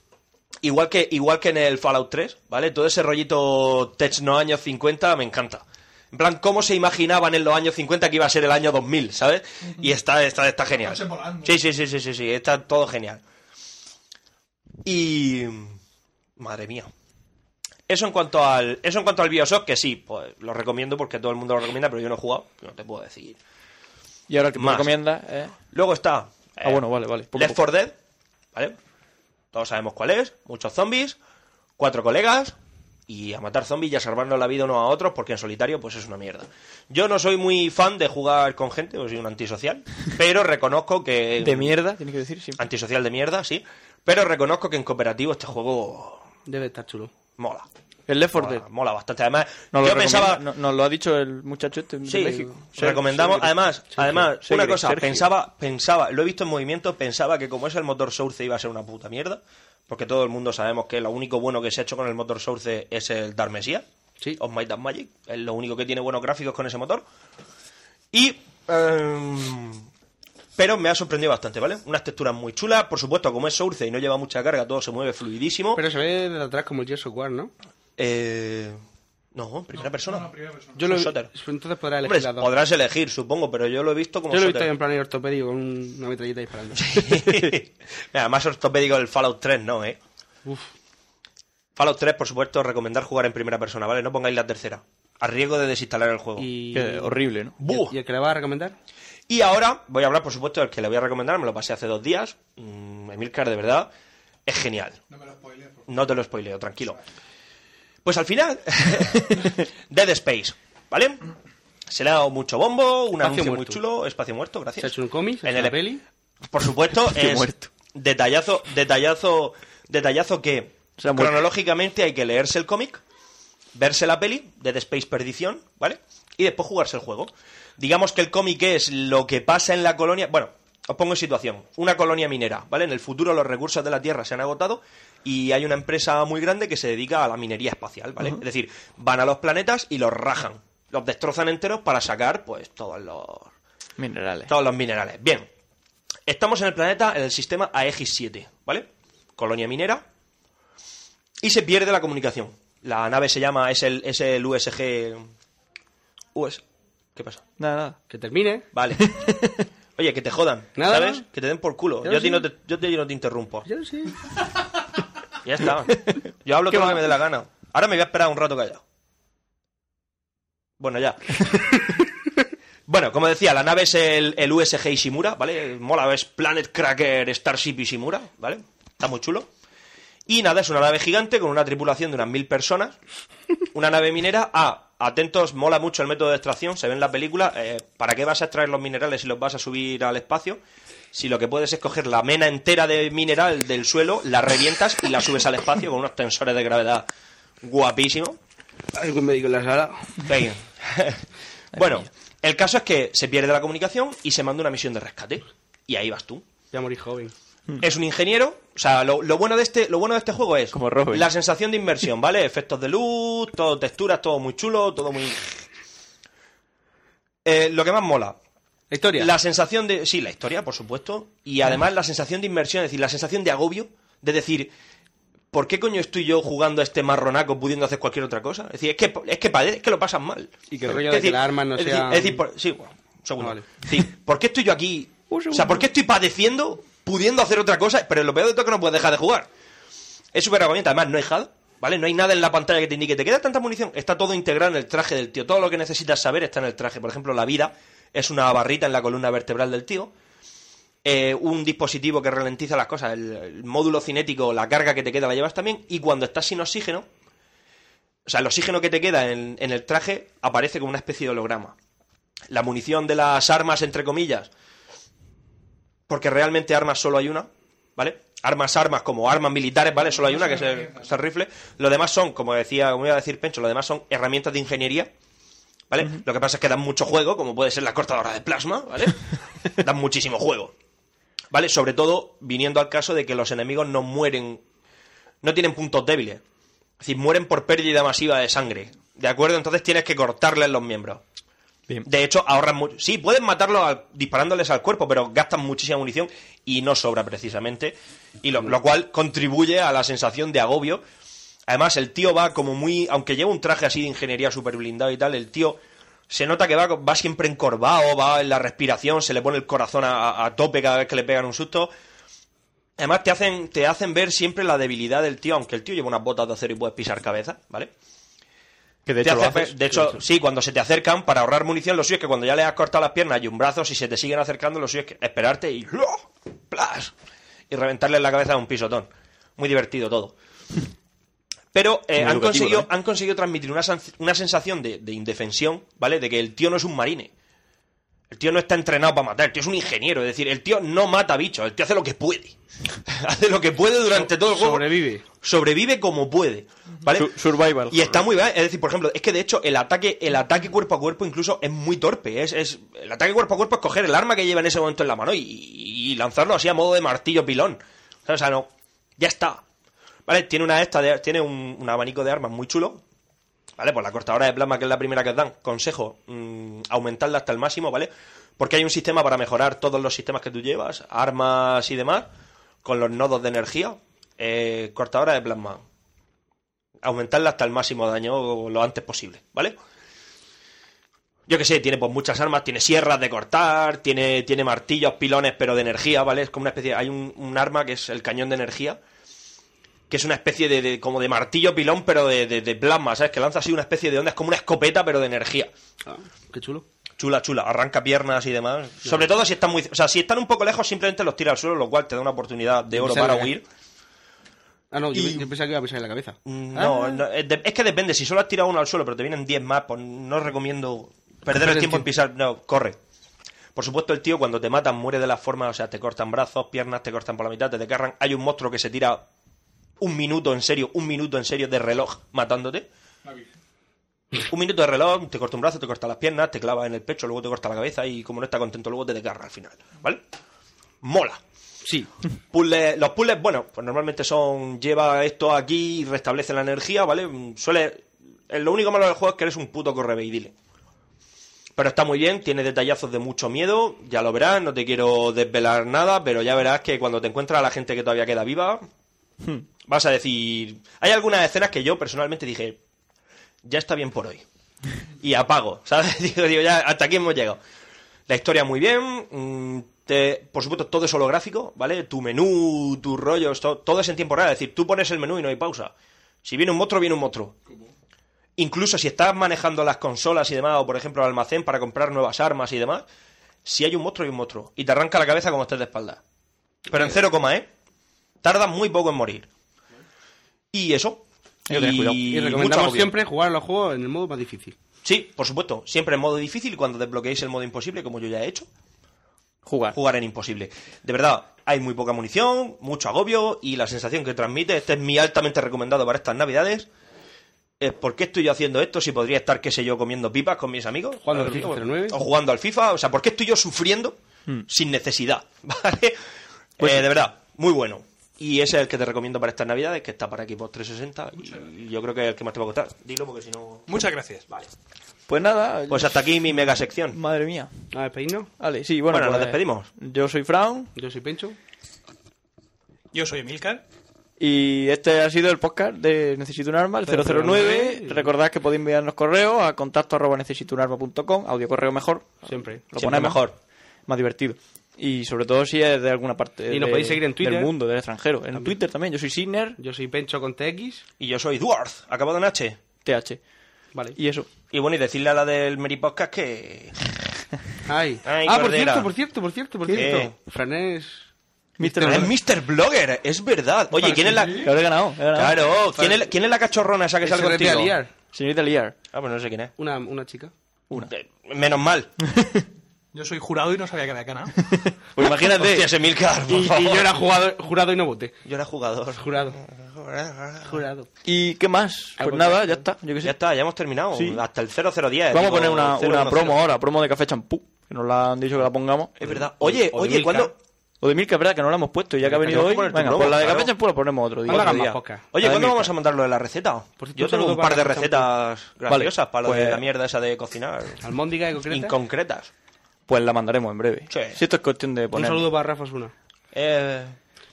[SPEAKER 2] Igual que, igual que en el Fallout 3, ¿vale? Todo ese rollito techno años 50 me encanta. En plan, ¿cómo se imaginaban en los años 50 que iba a ser el año 2000, ¿sabes? Y está, está, está genial.
[SPEAKER 16] Coche volando.
[SPEAKER 2] Sí, sí, sí, sí, sí, sí, está todo genial. Y. Madre mía. Eso en cuanto al. Eso en cuanto al Bioshock, que sí, pues lo recomiendo porque todo el mundo lo recomienda, pero yo no he jugado, no te puedo decir.
[SPEAKER 8] Y ahora que me
[SPEAKER 2] Más.
[SPEAKER 8] recomiendas, eh,
[SPEAKER 2] Luego está.
[SPEAKER 8] Ah, bueno, vale, vale. Poco a
[SPEAKER 2] Left
[SPEAKER 8] poco.
[SPEAKER 2] 4 Dead, ¿vale? Todos sabemos cuál es, muchos zombies, cuatro colegas, y a matar zombies y a salvarnos la vida unos a otros, porque en solitario, pues es una mierda. Yo no soy muy fan de jugar con gente, porque soy un antisocial, pero reconozco que.
[SPEAKER 8] de mierda, tienes que decir, sí.
[SPEAKER 2] Antisocial de mierda, sí. Pero reconozco que en cooperativo este juego
[SPEAKER 7] Debe estar chulo.
[SPEAKER 2] mola.
[SPEAKER 8] El Left 4
[SPEAKER 2] mola,
[SPEAKER 8] Dead.
[SPEAKER 2] mola bastante. Además,
[SPEAKER 8] Nos lo
[SPEAKER 2] yo
[SPEAKER 8] recomienda-
[SPEAKER 2] pensaba.
[SPEAKER 8] no- nos lo ha dicho el muchacho este de
[SPEAKER 2] Sí,
[SPEAKER 8] México.
[SPEAKER 2] recomendamos.
[SPEAKER 8] Sergio.
[SPEAKER 2] además,
[SPEAKER 8] Sergio.
[SPEAKER 2] además, una
[SPEAKER 8] Sergio.
[SPEAKER 2] cosa,
[SPEAKER 8] Sergio.
[SPEAKER 2] pensaba, pensaba, lo he visto en movimiento, pensaba que como es el motor Source iba a ser una puta mierda, porque todo el mundo sabemos que lo único bueno que se ha hecho con el motor Source es el Dark Messiah, sí. of Might and Magic, es lo único que tiene buenos gráficos con ese motor. Y em, pero me ha sorprendido bastante, ¿vale? Unas texturas muy chulas, por supuesto, como es Source y no lleva mucha carga, todo se mueve fluidísimo.
[SPEAKER 7] Pero se ve desde atrás como el Gears of War, ¿no?
[SPEAKER 2] Eh, no, primera persona.
[SPEAKER 7] Yo lo
[SPEAKER 2] Es
[SPEAKER 7] vi- pues
[SPEAKER 2] un shooter.
[SPEAKER 7] Entonces podrá
[SPEAKER 2] Hombre,
[SPEAKER 7] elegir las dos.
[SPEAKER 2] podrás elegir, supongo, pero yo lo he visto como
[SPEAKER 7] Yo lo he
[SPEAKER 2] shooter.
[SPEAKER 7] visto ahí en plan ortopédico con un- una metralleta disparando.
[SPEAKER 2] Mira, más ortopédico el Fallout 3, no, ¿eh?
[SPEAKER 7] Uf.
[SPEAKER 2] Fallout 3, por supuesto, recomendar jugar en primera persona, ¿vale? No pongáis la tercera. A riesgo de desinstalar el juego.
[SPEAKER 7] Y...
[SPEAKER 8] horrible, ¿no?
[SPEAKER 7] ¿Y el que le vas a recomendar?
[SPEAKER 2] Y ahora voy a hablar, por supuesto, del que le voy a recomendar. Me lo pasé hace dos días. Mm, Emilcar, de verdad, es genial. No te lo spoileo, tranquilo. Pues al final, Dead Space, ¿vale? Se le ha dado mucho bombo, un
[SPEAKER 7] Espacio
[SPEAKER 2] anuncio muy
[SPEAKER 7] muerto.
[SPEAKER 2] chulo, espacio muerto, gracias.
[SPEAKER 7] ¿Se ha hecho un cómic? ¿Se ha
[SPEAKER 2] En
[SPEAKER 7] hecho
[SPEAKER 2] el
[SPEAKER 7] una peli?
[SPEAKER 2] Por supuesto,
[SPEAKER 7] Espacio
[SPEAKER 2] es
[SPEAKER 7] muerto.
[SPEAKER 2] detallazo, detallazo, detallazo que
[SPEAKER 8] Se ha muerto.
[SPEAKER 2] cronológicamente hay que leerse el cómic, verse la peli, Dead Space Perdición, ¿vale? Y después jugarse el juego. Digamos que el cómic es lo que pasa en la colonia. Bueno, os pongo en situación. Una colonia minera, ¿vale? En el futuro los recursos de la Tierra se han agotado y hay una empresa muy grande que se dedica a la minería espacial, ¿vale?
[SPEAKER 8] Ujú.
[SPEAKER 2] Es decir, van a los planetas y los rajan. Los destrozan enteros para sacar, pues, todos los,
[SPEAKER 8] Minerales.
[SPEAKER 2] todos los minerales. Bien. Estamos en el planeta, en el sistema Aegis 7, ¿vale? Colonia minera. Y se pierde la comunicación. La nave se llama, es el, es el USG... US... ¿Qué pasa?
[SPEAKER 8] Nada, nada.
[SPEAKER 7] Que termine.
[SPEAKER 2] Vale. Oye, que te jodan,
[SPEAKER 7] Nada,
[SPEAKER 2] ¿sabes?
[SPEAKER 7] nada.
[SPEAKER 2] Que te den por culo.
[SPEAKER 7] Ya
[SPEAKER 2] Yo,
[SPEAKER 7] lo
[SPEAKER 2] a ti
[SPEAKER 7] sé.
[SPEAKER 2] no te, yo, a ti no te interrumpo.
[SPEAKER 7] Yo sí.
[SPEAKER 2] Ya está. Yo hablo
[SPEAKER 8] ¿Qué
[SPEAKER 2] todo lo
[SPEAKER 8] va?
[SPEAKER 2] que me dé la gana. Ahora me voy a esperar un rato callado. Bueno, ya. bueno, como decía, la nave es el, el USG Ishimura, ¿vale? Mola, es Planet Cracker Starship Ishimura, ¿vale? Está muy chulo. Y nada, es una nave gigante con una tripulación de unas mil personas. Una nave minera. Ah, atentos, mola mucho el método de extracción, se ve en la película. eh, ¿Para qué vas a extraer los minerales si los vas a subir al espacio? Si lo que puedes es coger la mena entera de mineral del suelo, la revientas y la subes al espacio con unos tensores de gravedad guapísimo.
[SPEAKER 7] ¿Algún médico en la sala?
[SPEAKER 2] Venga. bueno, el caso es que se pierde la comunicación y se manda una misión de rescate. Y ahí vas tú.
[SPEAKER 7] Ya morí joven.
[SPEAKER 2] Es un ingeniero. O sea, lo, lo bueno de este, lo bueno de este juego es
[SPEAKER 8] Robin.
[SPEAKER 2] la sensación de inversión, ¿vale? Efectos de luz, todo texturas, todo muy chulo, todo muy. Eh, lo que más mola.
[SPEAKER 7] La historia. Mm.
[SPEAKER 2] La sensación de. Sí, la historia, por supuesto. Y además la sensación de inversión, es decir, la sensación de agobio. De decir, ¿por qué coño estoy yo jugando a este marronaco pudiendo hacer cualquier otra cosa? Es decir, es que, es que, padece- es que lo pasan mal.
[SPEAKER 7] Y que el
[SPEAKER 2] Es
[SPEAKER 7] rollo de
[SPEAKER 2] decir,
[SPEAKER 7] que las armas no
[SPEAKER 2] es
[SPEAKER 7] sean-
[SPEAKER 2] Decir, es decir, por- sí, bueno, un segundo.
[SPEAKER 7] Ah, vale.
[SPEAKER 2] Es decir, ¿por qué estoy yo aquí? O sea, ¿por qué estoy padeciendo pudiendo hacer otra cosa? Pero lo peor de todo es que no puedes dejar de jugar. Es súper agoniante. Además, no hay HUD, ¿vale? No hay nada en la pantalla que te indique, ¿te queda tanta munición? Está todo integrado en el traje del tío. Todo lo que necesitas saber está en el traje. Por ejemplo, la vida es una barrita en la columna vertebral del tío. Eh, un dispositivo que ralentiza las cosas, el, el módulo cinético, la carga que te queda la llevas también. Y cuando estás sin oxígeno, o sea, el oxígeno que te queda en, en el traje aparece como una especie de holograma. la munición de las armas, entre comillas, porque realmente armas solo hay una, ¿vale? Armas, armas, como armas militares, ¿vale? Solo hay una, que es el, es el rifle. Lo demás son, como decía, como iba a decir Pencho, lo demás son herramientas de ingeniería, ¿vale? Lo que pasa es que dan mucho juego, como puede ser la cortadora de plasma, ¿vale? dan muchísimo juego, ¿vale? Sobre todo viniendo al caso de que los enemigos no mueren, no tienen puntos débiles. Es decir, mueren por pérdida masiva de sangre, ¿de acuerdo? Entonces tienes que cortarles los miembros. De hecho, ahorran mucho. Sí, pueden matarlos al- disparándoles al cuerpo, pero gastan muchísima munición y no sobra precisamente. Y lo, lo cual contribuye a la sensación de agobio. Además, el tío va como muy. Aunque lleva un traje así de ingeniería super blindado y tal, el tío se nota que va, va siempre encorvado, va en la respiración, se le pone el corazón a, a tope cada vez que le pegan un susto. Además, te hacen, te hacen ver siempre la debilidad del tío, aunque el tío lleva unas botas de acero y puedes pisar cabeza, ¿vale?
[SPEAKER 17] Que de
[SPEAKER 2] Te
[SPEAKER 17] hecho lo
[SPEAKER 2] hace fe-
[SPEAKER 17] haces.
[SPEAKER 2] de hecho, sí, cuando se te acercan, para ahorrar munición, lo suyo es que cuando ya le has cortado las piernas y un brazo, si se te siguen acercando, lo suyo es que esperarte y ¡lo! ¡Plas! Y reventarle en la cabeza a un pisotón. Muy divertido todo. Pero eh,
[SPEAKER 17] Muy
[SPEAKER 2] han,
[SPEAKER 17] educativo,
[SPEAKER 2] conseguido,
[SPEAKER 17] ¿no?
[SPEAKER 2] han conseguido transmitir una, san- una sensación de, de indefensión, ¿vale? De que el tío no es un marine. El tío no está entrenado para matar, el tío es un ingeniero. Es decir, el tío no mata bichos, el tío hace lo que puede. hace lo que puede durante todo el juego. Sobrevive. Sobrevive como puede. ¿Vale?
[SPEAKER 17] survival.
[SPEAKER 2] Y está muy bien. Es decir, por ejemplo, es que de hecho el ataque, el ataque cuerpo a cuerpo incluso es muy torpe. Es, es- el ataque cuerpo a cuerpo es coger el arma que lleva en ese momento en la mano y, y lanzarlo así a modo de martillo pilón. O sea, no. Ya está. ¿Vale? Tiene una esta de- tiene un, un abanico de armas muy chulo. ¿Vale? Pues la cortadora de plasma, que es la primera que os dan. Consejo, mm, aumentarla hasta el máximo, ¿vale? Porque hay un sistema para mejorar todos los sistemas que tú llevas, armas y demás, con los nodos de energía. Eh, cortadora de plasma, aumentarla hasta el máximo daño lo antes posible, ¿vale? Yo que sé, tiene pues muchas armas, tiene sierras de cortar, tiene, tiene martillos, pilones, pero de energía, ¿vale? Es como una especie. Hay un, un arma que es el cañón de energía, que es una especie de, de- como de martillo pilón, pero de, de, de plasma, ¿sabes? Que lanza así una especie de onda, es como una escopeta, pero de energía.
[SPEAKER 7] Qué chulo.
[SPEAKER 2] Chula, chula, arranca piernas y demás. Sobre todo si están muy. O sea, si están un poco lejos, simplemente los tira al suelo, lo cual te da una oportunidad de oro
[SPEAKER 7] Pensaba
[SPEAKER 2] para
[SPEAKER 7] que-
[SPEAKER 2] huir.
[SPEAKER 7] Ah, no, yo,
[SPEAKER 2] Y- Mm,
[SPEAKER 7] yo pensaba que iba a pisar en la cabeza. Ah.
[SPEAKER 2] No, no, es, de- es que depende. Si solo has tirado uno al suelo, pero te vienen 10 más, pues no recomiendo perder el tiempo en pisar. No, corre. Por supuesto, el tío cuando te matan muere de las formas, o sea, te cortan brazos, piernas, te cortan por la mitad, te desgarran. Hay un monstruo que se tira un minuto en serio, un minuto en serio de reloj matándote. Un minuto de reloj, te corta un brazo, te corta las piernas, te clava en el pecho, luego te corta la cabeza y como no está contento luego te desgarra al final, ¿vale? Mola.
[SPEAKER 7] Sí.
[SPEAKER 2] Puzzles- los puzzles, bueno, pues normalmente son lleva esto aquí y restablece la energía, ¿vale? Mm, Suele eh, lo único malo del juego es que eres un puto correveidile. Pero está muy bien, tiene detallazos de mucho miedo, ya lo verás, no te quiero desvelar nada, pero ya verás que cuando te encuentras a la gente que todavía queda viva, vas a decir, hay algunas escenas que yo personalmente dije, ya está bien por hoy. Y apago, ¿sabes? Digo, digo, ya hasta aquí hemos llegado. La historia muy bien. mm, te- por supuesto, todo es holográfico, ¿vale? Tu menú, tus rollos, to- todo es en tiempo real. Es decir, tú pones el menú y no hay pausa. Si viene un monstruo, viene un monstruo. Incluso si estás manejando las consolas y demás, o por ejemplo el almacén para comprar nuevas armas y demás, si hay un monstruo, hay un monstruo. Y te arranca la cabeza como estés de espalda. Pero en cero coma, ¿eh? Tardas muy poco en morir. Y eso.
[SPEAKER 7] Hay que tener cuidado. Y
[SPEAKER 2] mucho
[SPEAKER 7] recomendamos
[SPEAKER 2] agobio.
[SPEAKER 7] siempre jugar a los juegos en el modo más difícil.
[SPEAKER 2] Sí, por supuesto. Siempre en modo difícil, cuando desbloqueéis el modo imposible, como yo ya he hecho.
[SPEAKER 17] Jugar.
[SPEAKER 2] Jugar en imposible. De verdad, hay muy poca munición, mucho agobio y la sensación que transmite, este es mi altamente recomendado para estas navidades. Eh, ¿Por qué estoy yo haciendo esto si podría estar, qué sé yo, comiendo pipas con mis amigos?
[SPEAKER 7] Jugando al
[SPEAKER 2] Eh,
[SPEAKER 7] FIFA
[SPEAKER 2] o-
[SPEAKER 7] 09.
[SPEAKER 2] O jugando al FIFA. O sea, ¿por qué estoy yo sufriendo
[SPEAKER 7] Hmm. Pues
[SPEAKER 2] sin necesidad? ¿Vale? Eh, de verdad, muy bueno. Y ese es el que te recomiendo para estas navidades, que está para Xbox 360. Y yo creo que es el que más te va a costar. Dilo porque si no...
[SPEAKER 17] Muchas gracias.
[SPEAKER 2] Vale.
[SPEAKER 8] Pues nada.
[SPEAKER 2] Pues hasta aquí mi mega sección.
[SPEAKER 8] Madre mía.
[SPEAKER 7] ¿A despedirnos?
[SPEAKER 8] Vale, sí, bueno.
[SPEAKER 2] Bueno, nos
[SPEAKER 8] pues,
[SPEAKER 2] despedimos.
[SPEAKER 8] Yo soy Fran
[SPEAKER 7] Yo soy Pencho.
[SPEAKER 17] Yo soy Emilcar.
[SPEAKER 8] y este ha sido el podcast de Necesito un arma, el 009. Recordad que podéis enviarnos correos a contacto arroba necesitounarma.com, audio correo mejor.
[SPEAKER 7] Siempre.
[SPEAKER 8] Lo
[SPEAKER 7] Siempre
[SPEAKER 8] ponemos
[SPEAKER 7] mejor.
[SPEAKER 8] Más divertido. Y sobre todo si es de alguna parte
[SPEAKER 7] Y nos
[SPEAKER 8] de-
[SPEAKER 7] podéis seguir en Twitter.
[SPEAKER 8] del mundo, del extranjero. En Twitter también. Yo soy Sinner.
[SPEAKER 7] Yo soy Pencho con TX.
[SPEAKER 2] Y yo soy Dwarf, acabado en H.
[SPEAKER 8] TH.
[SPEAKER 7] Vale.
[SPEAKER 8] Y eso.
[SPEAKER 2] Y bueno, y decirle a la del Mary Podcast que.
[SPEAKER 7] Ay.
[SPEAKER 2] Ay, Eh.
[SPEAKER 7] ah, por
[SPEAKER 2] Cordera.
[SPEAKER 7] cierto, por cierto, por cierto, por
[SPEAKER 2] ¿Qué?
[SPEAKER 7] cierto. Fran es...
[SPEAKER 8] Mister
[SPEAKER 2] Es Mr. Blogger, es verdad. Oye, ¿quién es la.
[SPEAKER 8] Que habré ganado. he ganado.
[SPEAKER 2] Claro, ¿quién es, la- quién es la cachorrona esa que sale
[SPEAKER 7] Señorita
[SPEAKER 2] contigo?
[SPEAKER 7] Liar.
[SPEAKER 8] Señorita Liar.
[SPEAKER 2] Ah, pues no sé quién es. Eh,
[SPEAKER 7] Una, una chica.
[SPEAKER 8] Una.
[SPEAKER 2] Menos mal.
[SPEAKER 1] Yo soy jurado y no sabía que había ganado.
[SPEAKER 2] Pues imagínate. Hostias, Emilcar, por
[SPEAKER 7] y, y
[SPEAKER 2] favor.
[SPEAKER 7] yo era jugador, jurado y no voté.
[SPEAKER 2] Yo era jugador.
[SPEAKER 7] Jurado.
[SPEAKER 2] Jurado.
[SPEAKER 8] ¿Y qué más? Pues
[SPEAKER 2] Algo
[SPEAKER 8] nada, ya está. Yo qué sé.
[SPEAKER 2] Ya está, ya hemos terminado.
[SPEAKER 8] Sí.
[SPEAKER 2] Hasta el 0010.
[SPEAKER 8] Vamos a
[SPEAKER 2] digo,
[SPEAKER 8] poner una,
[SPEAKER 2] 010.
[SPEAKER 8] una promo ahora, promo de café champú, que nos la han dicho que la pongamos.
[SPEAKER 2] Es verdad. Oye,
[SPEAKER 8] O de
[SPEAKER 2] oye,
[SPEAKER 8] Milka.
[SPEAKER 2] ¿cuándo-
[SPEAKER 8] O de Milka, es verdad que no la hemos puesto, y ya que ha
[SPEAKER 2] Milka,
[SPEAKER 8] venido
[SPEAKER 2] tenemos
[SPEAKER 8] hoy,
[SPEAKER 2] que poner tu
[SPEAKER 8] venga,
[SPEAKER 2] promo,
[SPEAKER 8] pues la de
[SPEAKER 2] claro.
[SPEAKER 8] café champú la ponemos otro día.
[SPEAKER 2] Otro
[SPEAKER 8] otro
[SPEAKER 2] día.
[SPEAKER 8] día.
[SPEAKER 2] Oye, ¿cuándo vamos a mandar lo de la receta? Yo tengo un par de recetas graciosas para lo de
[SPEAKER 7] pues-
[SPEAKER 2] la mierda esa de cocinar.
[SPEAKER 7] Almóndiga y concreta.
[SPEAKER 2] Inconcretas.
[SPEAKER 8] Pues la mandaremos en breve.
[SPEAKER 2] Sí.
[SPEAKER 8] Si esto es cuestión de
[SPEAKER 7] Un
[SPEAKER 8] poner.
[SPEAKER 7] saludo para Rafa Osuna.
[SPEAKER 2] Eh,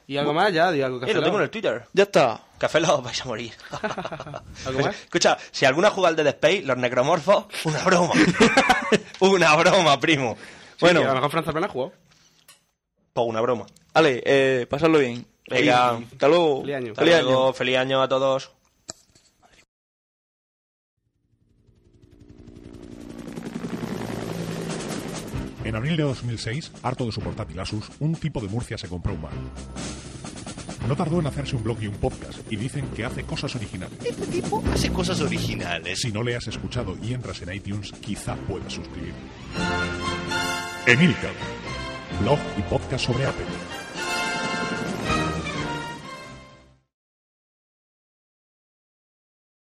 [SPEAKER 7] Y algo más ya, di algo que
[SPEAKER 2] eh, lo tengo en el Twitter.
[SPEAKER 8] Ya está.
[SPEAKER 2] Café los vais a morir.
[SPEAKER 7] ¿Algo más?
[SPEAKER 2] Escucha, si alguna juega al Dead Space, los necromorfos, una broma. una broma, primo.
[SPEAKER 7] bueno,
[SPEAKER 2] Bueno,
[SPEAKER 7] a lo mejor Franza Plana ha jugado.
[SPEAKER 2] pues una broma.
[SPEAKER 8] Ale, eh, pasadlo bien.
[SPEAKER 2] Venga.
[SPEAKER 8] Y- Hasta luego.
[SPEAKER 7] Feliz año.
[SPEAKER 2] Hasta luego, feliz año a todos.
[SPEAKER 3] En abril de 2006, harto de su portátil Asus, un tipo de Murcia se compró un Mac. No tardó en hacerse un blog y un podcast, y dicen que hace cosas originales. Este tipo hace cosas originales. Si no le has escuchado y entras en iTunes, quizá puedas suscribirte. Emilcar, blog y podcast sobre Apple.